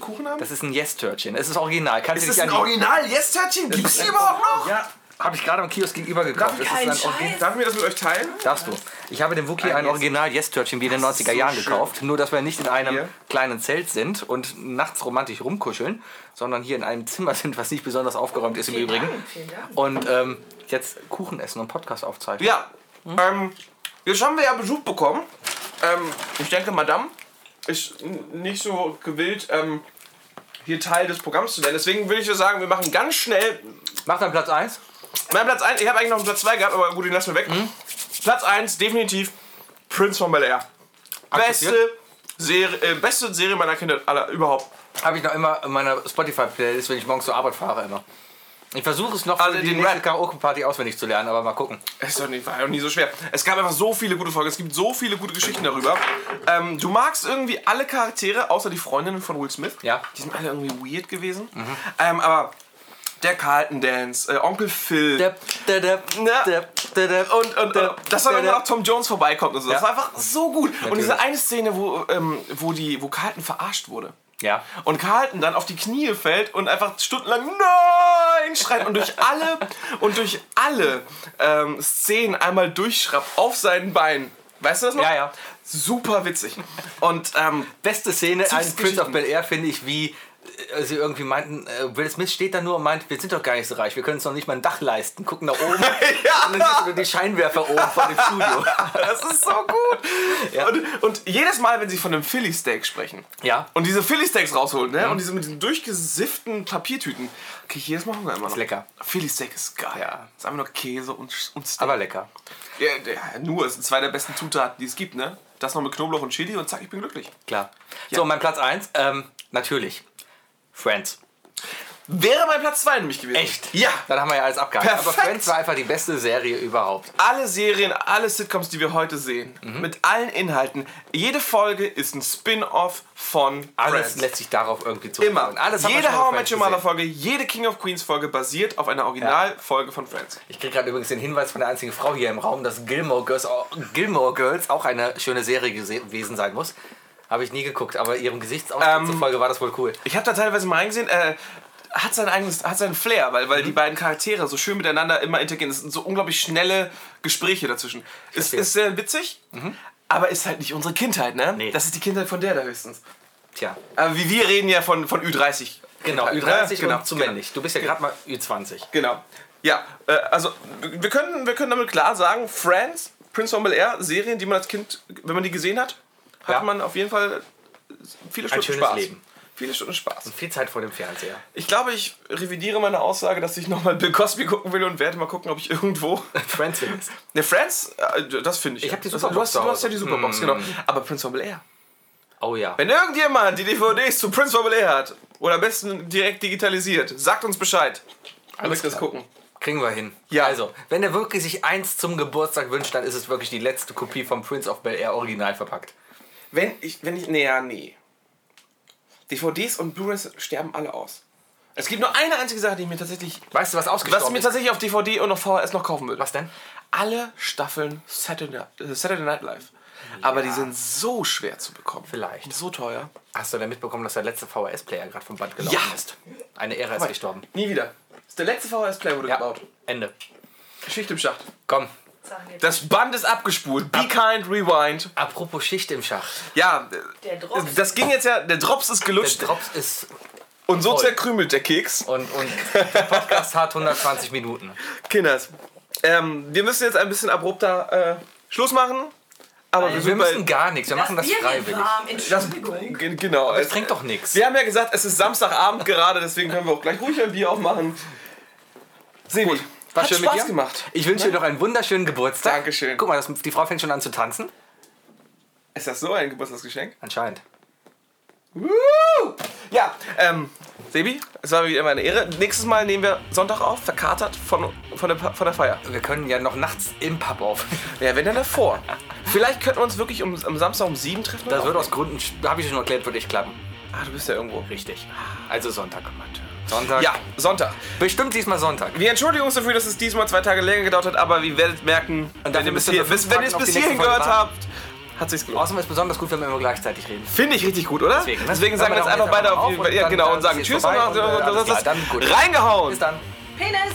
Speaker 1: Kuchen haben?
Speaker 2: Das ist ein Yes-Törtchen. Es ist original. Kannst du
Speaker 1: ist
Speaker 2: dich an die-
Speaker 1: Original Yes Törtchen? Gibt's die überhaupt noch?
Speaker 2: Ja, habe ich gerade am Kiosk gegenüber gekauft. Das
Speaker 5: Kein
Speaker 2: ist ein Orgi-
Speaker 5: Scheiß.
Speaker 1: Darf ich mir das mit euch teilen?
Speaker 2: Darfst du. Ich habe dem Wookie
Speaker 1: Ein
Speaker 2: ein
Speaker 1: Yes.
Speaker 2: original yes törtchen wie in den 90er
Speaker 1: so
Speaker 2: Jahren
Speaker 1: schön.
Speaker 2: gekauft. Nur, dass wir nicht in einem
Speaker 1: Hier.
Speaker 2: kleinen Zelt sind und nachts romantisch rumkuscheln, sondern hier in einem Zimmer sind, was nicht besonders aufgeräumt ist im Übrigen.
Speaker 5: Dank, vielen Dank.
Speaker 2: Und ähm, jetzt Kuchen essen und Podcast aufzeichnen.
Speaker 1: Ja.
Speaker 2: Hm?
Speaker 1: Ähm, jetzt haben wir ja Besuch bekommen. Ähm, ich denke, Madame ist n- nicht so gewillt, ähm, hier Teil des Programms zu werden. Deswegen würde ich sagen, wir machen ganz schnell
Speaker 2: Mach dann Platz 1.
Speaker 1: Mein Platz 1, ich habe eigentlich noch einen Platz 2 gehabt, aber gut, den lassen wir weg.
Speaker 2: Mhm.
Speaker 1: Platz 1, definitiv Prince von Bel Air. Beste
Speaker 2: Akzeptiert.
Speaker 1: Serie, äh, beste Serie meiner Kinder aller überhaupt.
Speaker 2: Habe ich noch immer in meiner Spotify-Playlist, wenn ich morgens zur Arbeit fahre, immer. Ich versuche es noch
Speaker 1: Also
Speaker 2: für die
Speaker 1: den
Speaker 2: nächste
Speaker 1: Rap.
Speaker 2: Karaoke-Party auswendig zu lernen, aber mal gucken.
Speaker 1: Es ist doch nicht, war doch nie so schwer. Es gab einfach so viele gute Folgen. Es gibt so viele gute Geschichten darüber. Ähm, du magst irgendwie alle Charaktere, außer die Freundinnen von Will Smith.
Speaker 2: Ja. Mhm.
Speaker 1: Die sind alle irgendwie weird gewesen. Ähm, aber der Carlton Dance, äh, Onkel Phil. Ja. und, und, und das war, wenn dann auch Tom Jones vorbeikommt und so. Das
Speaker 2: Ja.
Speaker 1: war einfach so gut. Und diese eine Szene, wo, ähm, wo, die, wo Carlton verarscht wurde.
Speaker 2: Ja.
Speaker 1: Und Carlton dann auf die Knie fällt und einfach stundenlang Nein schreit und durch alle und durch alle ähm, Szenen einmal durchschraubt auf seinen Beinen. Weißt du das noch?
Speaker 2: Ja, ja.
Speaker 1: Super witzig. Und ähm,
Speaker 2: Beste Szene an Prince
Speaker 1: Geschichten.
Speaker 2: of Bel Air finde ich, wie äh, sie irgendwie meinten, äh, Will Smith steht da nur und meint, wir sind doch gar nicht so reich, wir können uns noch nicht mal ein Dach leisten. Gucken nach oben
Speaker 1: Ja.
Speaker 2: und dann siehst du nur die Scheinwerfer oben von dem Studio.
Speaker 1: das ist so gut.
Speaker 2: Ja.
Speaker 1: Und, und jedes Mal, wenn sie von einem Philly Steak sprechen
Speaker 2: Ja, Mhm.
Speaker 1: und diese Philly Steaks rausholen, ne? Und diese mit den durchgesifften Papiertüten, kriege ich jedes Mal Hunger immer noch. Ist
Speaker 2: lecker.
Speaker 1: Philly Steak ist geil.
Speaker 2: Ja.
Speaker 1: Ist einfach nur Käse und, und Steak.
Speaker 2: aber lecker.
Speaker 1: Ja, ja, nur, es sind zwei der besten Zutaten, die es gibt, ne? Das noch mit Knoblauch und Chili und zack, ich bin glücklich.
Speaker 2: Klar. So, mein Platz 1, ähm, natürlich. Friends.
Speaker 1: Wäre mein Platz 2 nämlich gewesen.
Speaker 2: Echt?
Speaker 1: Ja!
Speaker 2: Dann haben wir ja alles abgehakt. Aber
Speaker 1: Perfekt.
Speaker 2: Friends war einfach die beste Serie überhaupt.
Speaker 1: Alle Serien, alle Sitcoms, die wir heute sehen,
Speaker 2: Mhm.
Speaker 1: mit allen Inhalten, jede Folge ist ein Spin-off von
Speaker 2: Alles
Speaker 1: Friends.
Speaker 2: lässt sich darauf irgendwie zurückführen.
Speaker 1: Immer.
Speaker 2: Alles haben wir
Speaker 1: jede
Speaker 2: schon auf
Speaker 1: How I
Speaker 2: Friends
Speaker 1: Met Your
Speaker 2: gesehen.
Speaker 1: Mother Folge, jede King of Queens Folge basiert auf einer Originalfolge von Friends.
Speaker 2: Ich kriege gerade übrigens den Hinweis von der einzigen Frau hier im Raum, dass Gilmore Girls, au- Gilmore Girls auch eine schöne Serie gese- gewesen sein muss. Habe ich nie geguckt, aber ihrem Gesichtsausdruck
Speaker 1: Ähm,
Speaker 2: zufolge war das wohl cool.
Speaker 1: Ich habe da teilweise mal reingesehen, äh, hat sein eigenes, hat seinen Flair, weil,
Speaker 2: Mhm.
Speaker 1: weil die beiden Charaktere so schön miteinander immer interagieren. Es sind so unglaublich schnelle Gespräche dazwischen. Ist,
Speaker 2: verstehe. Mhm.
Speaker 1: ist sehr witzig, aber ist halt nicht unsere Kindheit, ne?
Speaker 2: Nee.
Speaker 1: Das ist die Kindheit von der da höchstens.
Speaker 2: Tja,
Speaker 1: Aber wie wir reden ja von, von Ü30.
Speaker 2: genau,
Speaker 1: Kindheit,
Speaker 2: Ü30
Speaker 1: ne? genau,
Speaker 2: und zu männlich. Du bist ja gerade mal Ü20.
Speaker 1: Genau. Ja, äh, also wir können, wir können damit klar sagen, Friends, Prince of Bel-Air, Serien, die man als Kind, wenn man die gesehen hat, hat
Speaker 2: Ja.
Speaker 1: man auf jeden Fall viele Stunden
Speaker 2: schönes
Speaker 1: Spaß.
Speaker 2: Leben.
Speaker 1: Viele Stunden Spaß.
Speaker 2: Viel Zeit vor dem Fernseher.
Speaker 1: Ich glaube, ich revidiere meine Aussage, dass ich nochmal Bill Cosby gucken will und werde mal gucken, ob ich irgendwo.
Speaker 2: Friends findest.
Speaker 1: Ne, Friends, äh, das finde ich.
Speaker 2: Ich hab die
Speaker 1: Das-
Speaker 2: Superbox
Speaker 1: Du hast, du
Speaker 2: zu
Speaker 1: hast ja
Speaker 2: Hause. Hm.
Speaker 1: die Superbox, genau. Aber Prince of Bel-Air.
Speaker 2: Oh ja.
Speaker 1: Wenn irgendjemand die DVDs zu Prince of Bel-Air hat oder am besten direkt digitalisiert, sagt uns Bescheid. Alles das gucken.
Speaker 2: Kriegen wir hin.
Speaker 1: Ja.
Speaker 2: Also, wenn er wirklich sich eins zum Geburtstag wünscht, dann ist es wirklich die letzte Kopie vom Prince of Bel Air original verpackt.
Speaker 1: Wenn ich, wenn ich, nee, ja, nee. DVDs und Blu-rays sterben alle aus. Es gibt nur eine einzige Sache, die ich mir tatsächlich,
Speaker 2: Weißt du,
Speaker 1: was
Speaker 2: was
Speaker 1: ich
Speaker 2: ausgestorben
Speaker 1: mir
Speaker 2: ist?
Speaker 1: tatsächlich auf DVD und auf VHS noch kaufen würde.
Speaker 2: Was denn?
Speaker 1: Alle Staffeln Saturday, äh, Saturday Night Live. Aber die sind so schwer zu bekommen.
Speaker 2: Vielleicht.
Speaker 1: Und so teuer.
Speaker 2: Hast du denn mitbekommen, dass der letzte VHS-Player gerade vom Band gelaufen
Speaker 1: Ja.
Speaker 2: ist? Eine Ära ist gestorben.
Speaker 1: Nie wieder. Das ist der letzte VHS-Player wurde
Speaker 2: Ja,
Speaker 1: gebaut.
Speaker 2: Ende.
Speaker 1: Schicht im Schacht.
Speaker 2: Komm,
Speaker 5: Sagen jetzt
Speaker 1: Das Band ist abgespult. Be kind, rewind.
Speaker 2: apropos Schicht im Schach.
Speaker 1: Ja, äh,
Speaker 5: der Drops.
Speaker 1: das ging jetzt ja, der Drops ist
Speaker 2: Der
Speaker 1: gelutscht
Speaker 2: Drops ist
Speaker 1: und so
Speaker 2: voll.
Speaker 1: zerkrümelt der Keks.
Speaker 2: und, und der Podcast hat 120 Minuten.
Speaker 1: Kinders, ähm, wir müssen jetzt ein bisschen abrupter äh, Schluss machen. Aber wir
Speaker 2: Wir
Speaker 1: sind
Speaker 2: müssen
Speaker 1: bei.
Speaker 2: gar nichts, wir machen das
Speaker 5: Bier wird
Speaker 2: freiwillig.
Speaker 5: warm.
Speaker 1: Das,
Speaker 5: Entschuldigung.
Speaker 1: Ge- genau.
Speaker 2: Das trinkt doch nichts.
Speaker 1: wir haben ja gesagt, es ist Samstagabend gerade, deswegen können wir auch gleich ruhig ein Bier aufmachen. Sebi,
Speaker 2: War
Speaker 1: hat
Speaker 2: schön mit
Speaker 1: Spaß
Speaker 2: dir?
Speaker 1: gemacht.
Speaker 2: Ich wünsche dir noch einen wunderschönen Geburtstag.
Speaker 1: Dankeschön.
Speaker 2: Guck mal, das, die Frau fängt schon an zu tanzen.
Speaker 1: Ist das so ein Geburtstagsgeschenk?
Speaker 2: Anscheinend.
Speaker 1: Woo! Ja, ähm, Sebi, es war mir wieder immer eine Ehre. Nächstes Mal nehmen wir Sonntag auf, verkatert von, von, der, Pa- von der Feier.
Speaker 2: Wir können ja noch nachts im Pub auf.
Speaker 1: Ja, wenn dann davor. Vielleicht könnten wir uns wirklich um, am Samstag um sieben treffen. und
Speaker 2: Das wird
Speaker 1: aufnehmen.
Speaker 2: aus Gründen, habe ich schon erklärt, wird nicht klappen.
Speaker 1: Ah, du bist ja irgendwo.
Speaker 2: Richtig. Also Sonntag. Sonntag.
Speaker 1: Ja, Sonntag.
Speaker 2: Bestimmt diesmal Sonntag.
Speaker 1: Wir entschuldigen uns dafür, dass es diesmal zwei Tage länger gedauert hat, aber ihr werdet merken,
Speaker 2: dafür
Speaker 1: wenn ihr bis,
Speaker 2: müsst ihr
Speaker 1: hier,
Speaker 2: nur fünf
Speaker 1: bis, wenn ihr es
Speaker 2: Tage auf
Speaker 1: bis
Speaker 2: die nächste
Speaker 1: hierhin
Speaker 2: Folge
Speaker 1: gehört habt, hat sich's gelohnt.
Speaker 2: Außerdem ist es besonders gut, wenn wir immer gleichzeitig reden.
Speaker 1: Finde ich richtig gut, oder?
Speaker 2: Deswegen,
Speaker 1: Deswegen,
Speaker 2: ne?
Speaker 1: sagen wir
Speaker 2: Dann
Speaker 1: jetzt einfach
Speaker 2: machen wir
Speaker 1: beide
Speaker 2: auch
Speaker 1: auf
Speaker 2: und
Speaker 1: jeden Fall.
Speaker 2: dann-
Speaker 1: Ja, genau,
Speaker 2: dann
Speaker 1: und
Speaker 2: ist
Speaker 1: sagen
Speaker 2: jetzt
Speaker 1: Tschüss und,
Speaker 2: vorbei
Speaker 1: und,
Speaker 2: und, äh, alles klar, dann gut.
Speaker 1: reingehauen.
Speaker 2: Bis dann.
Speaker 5: Penis.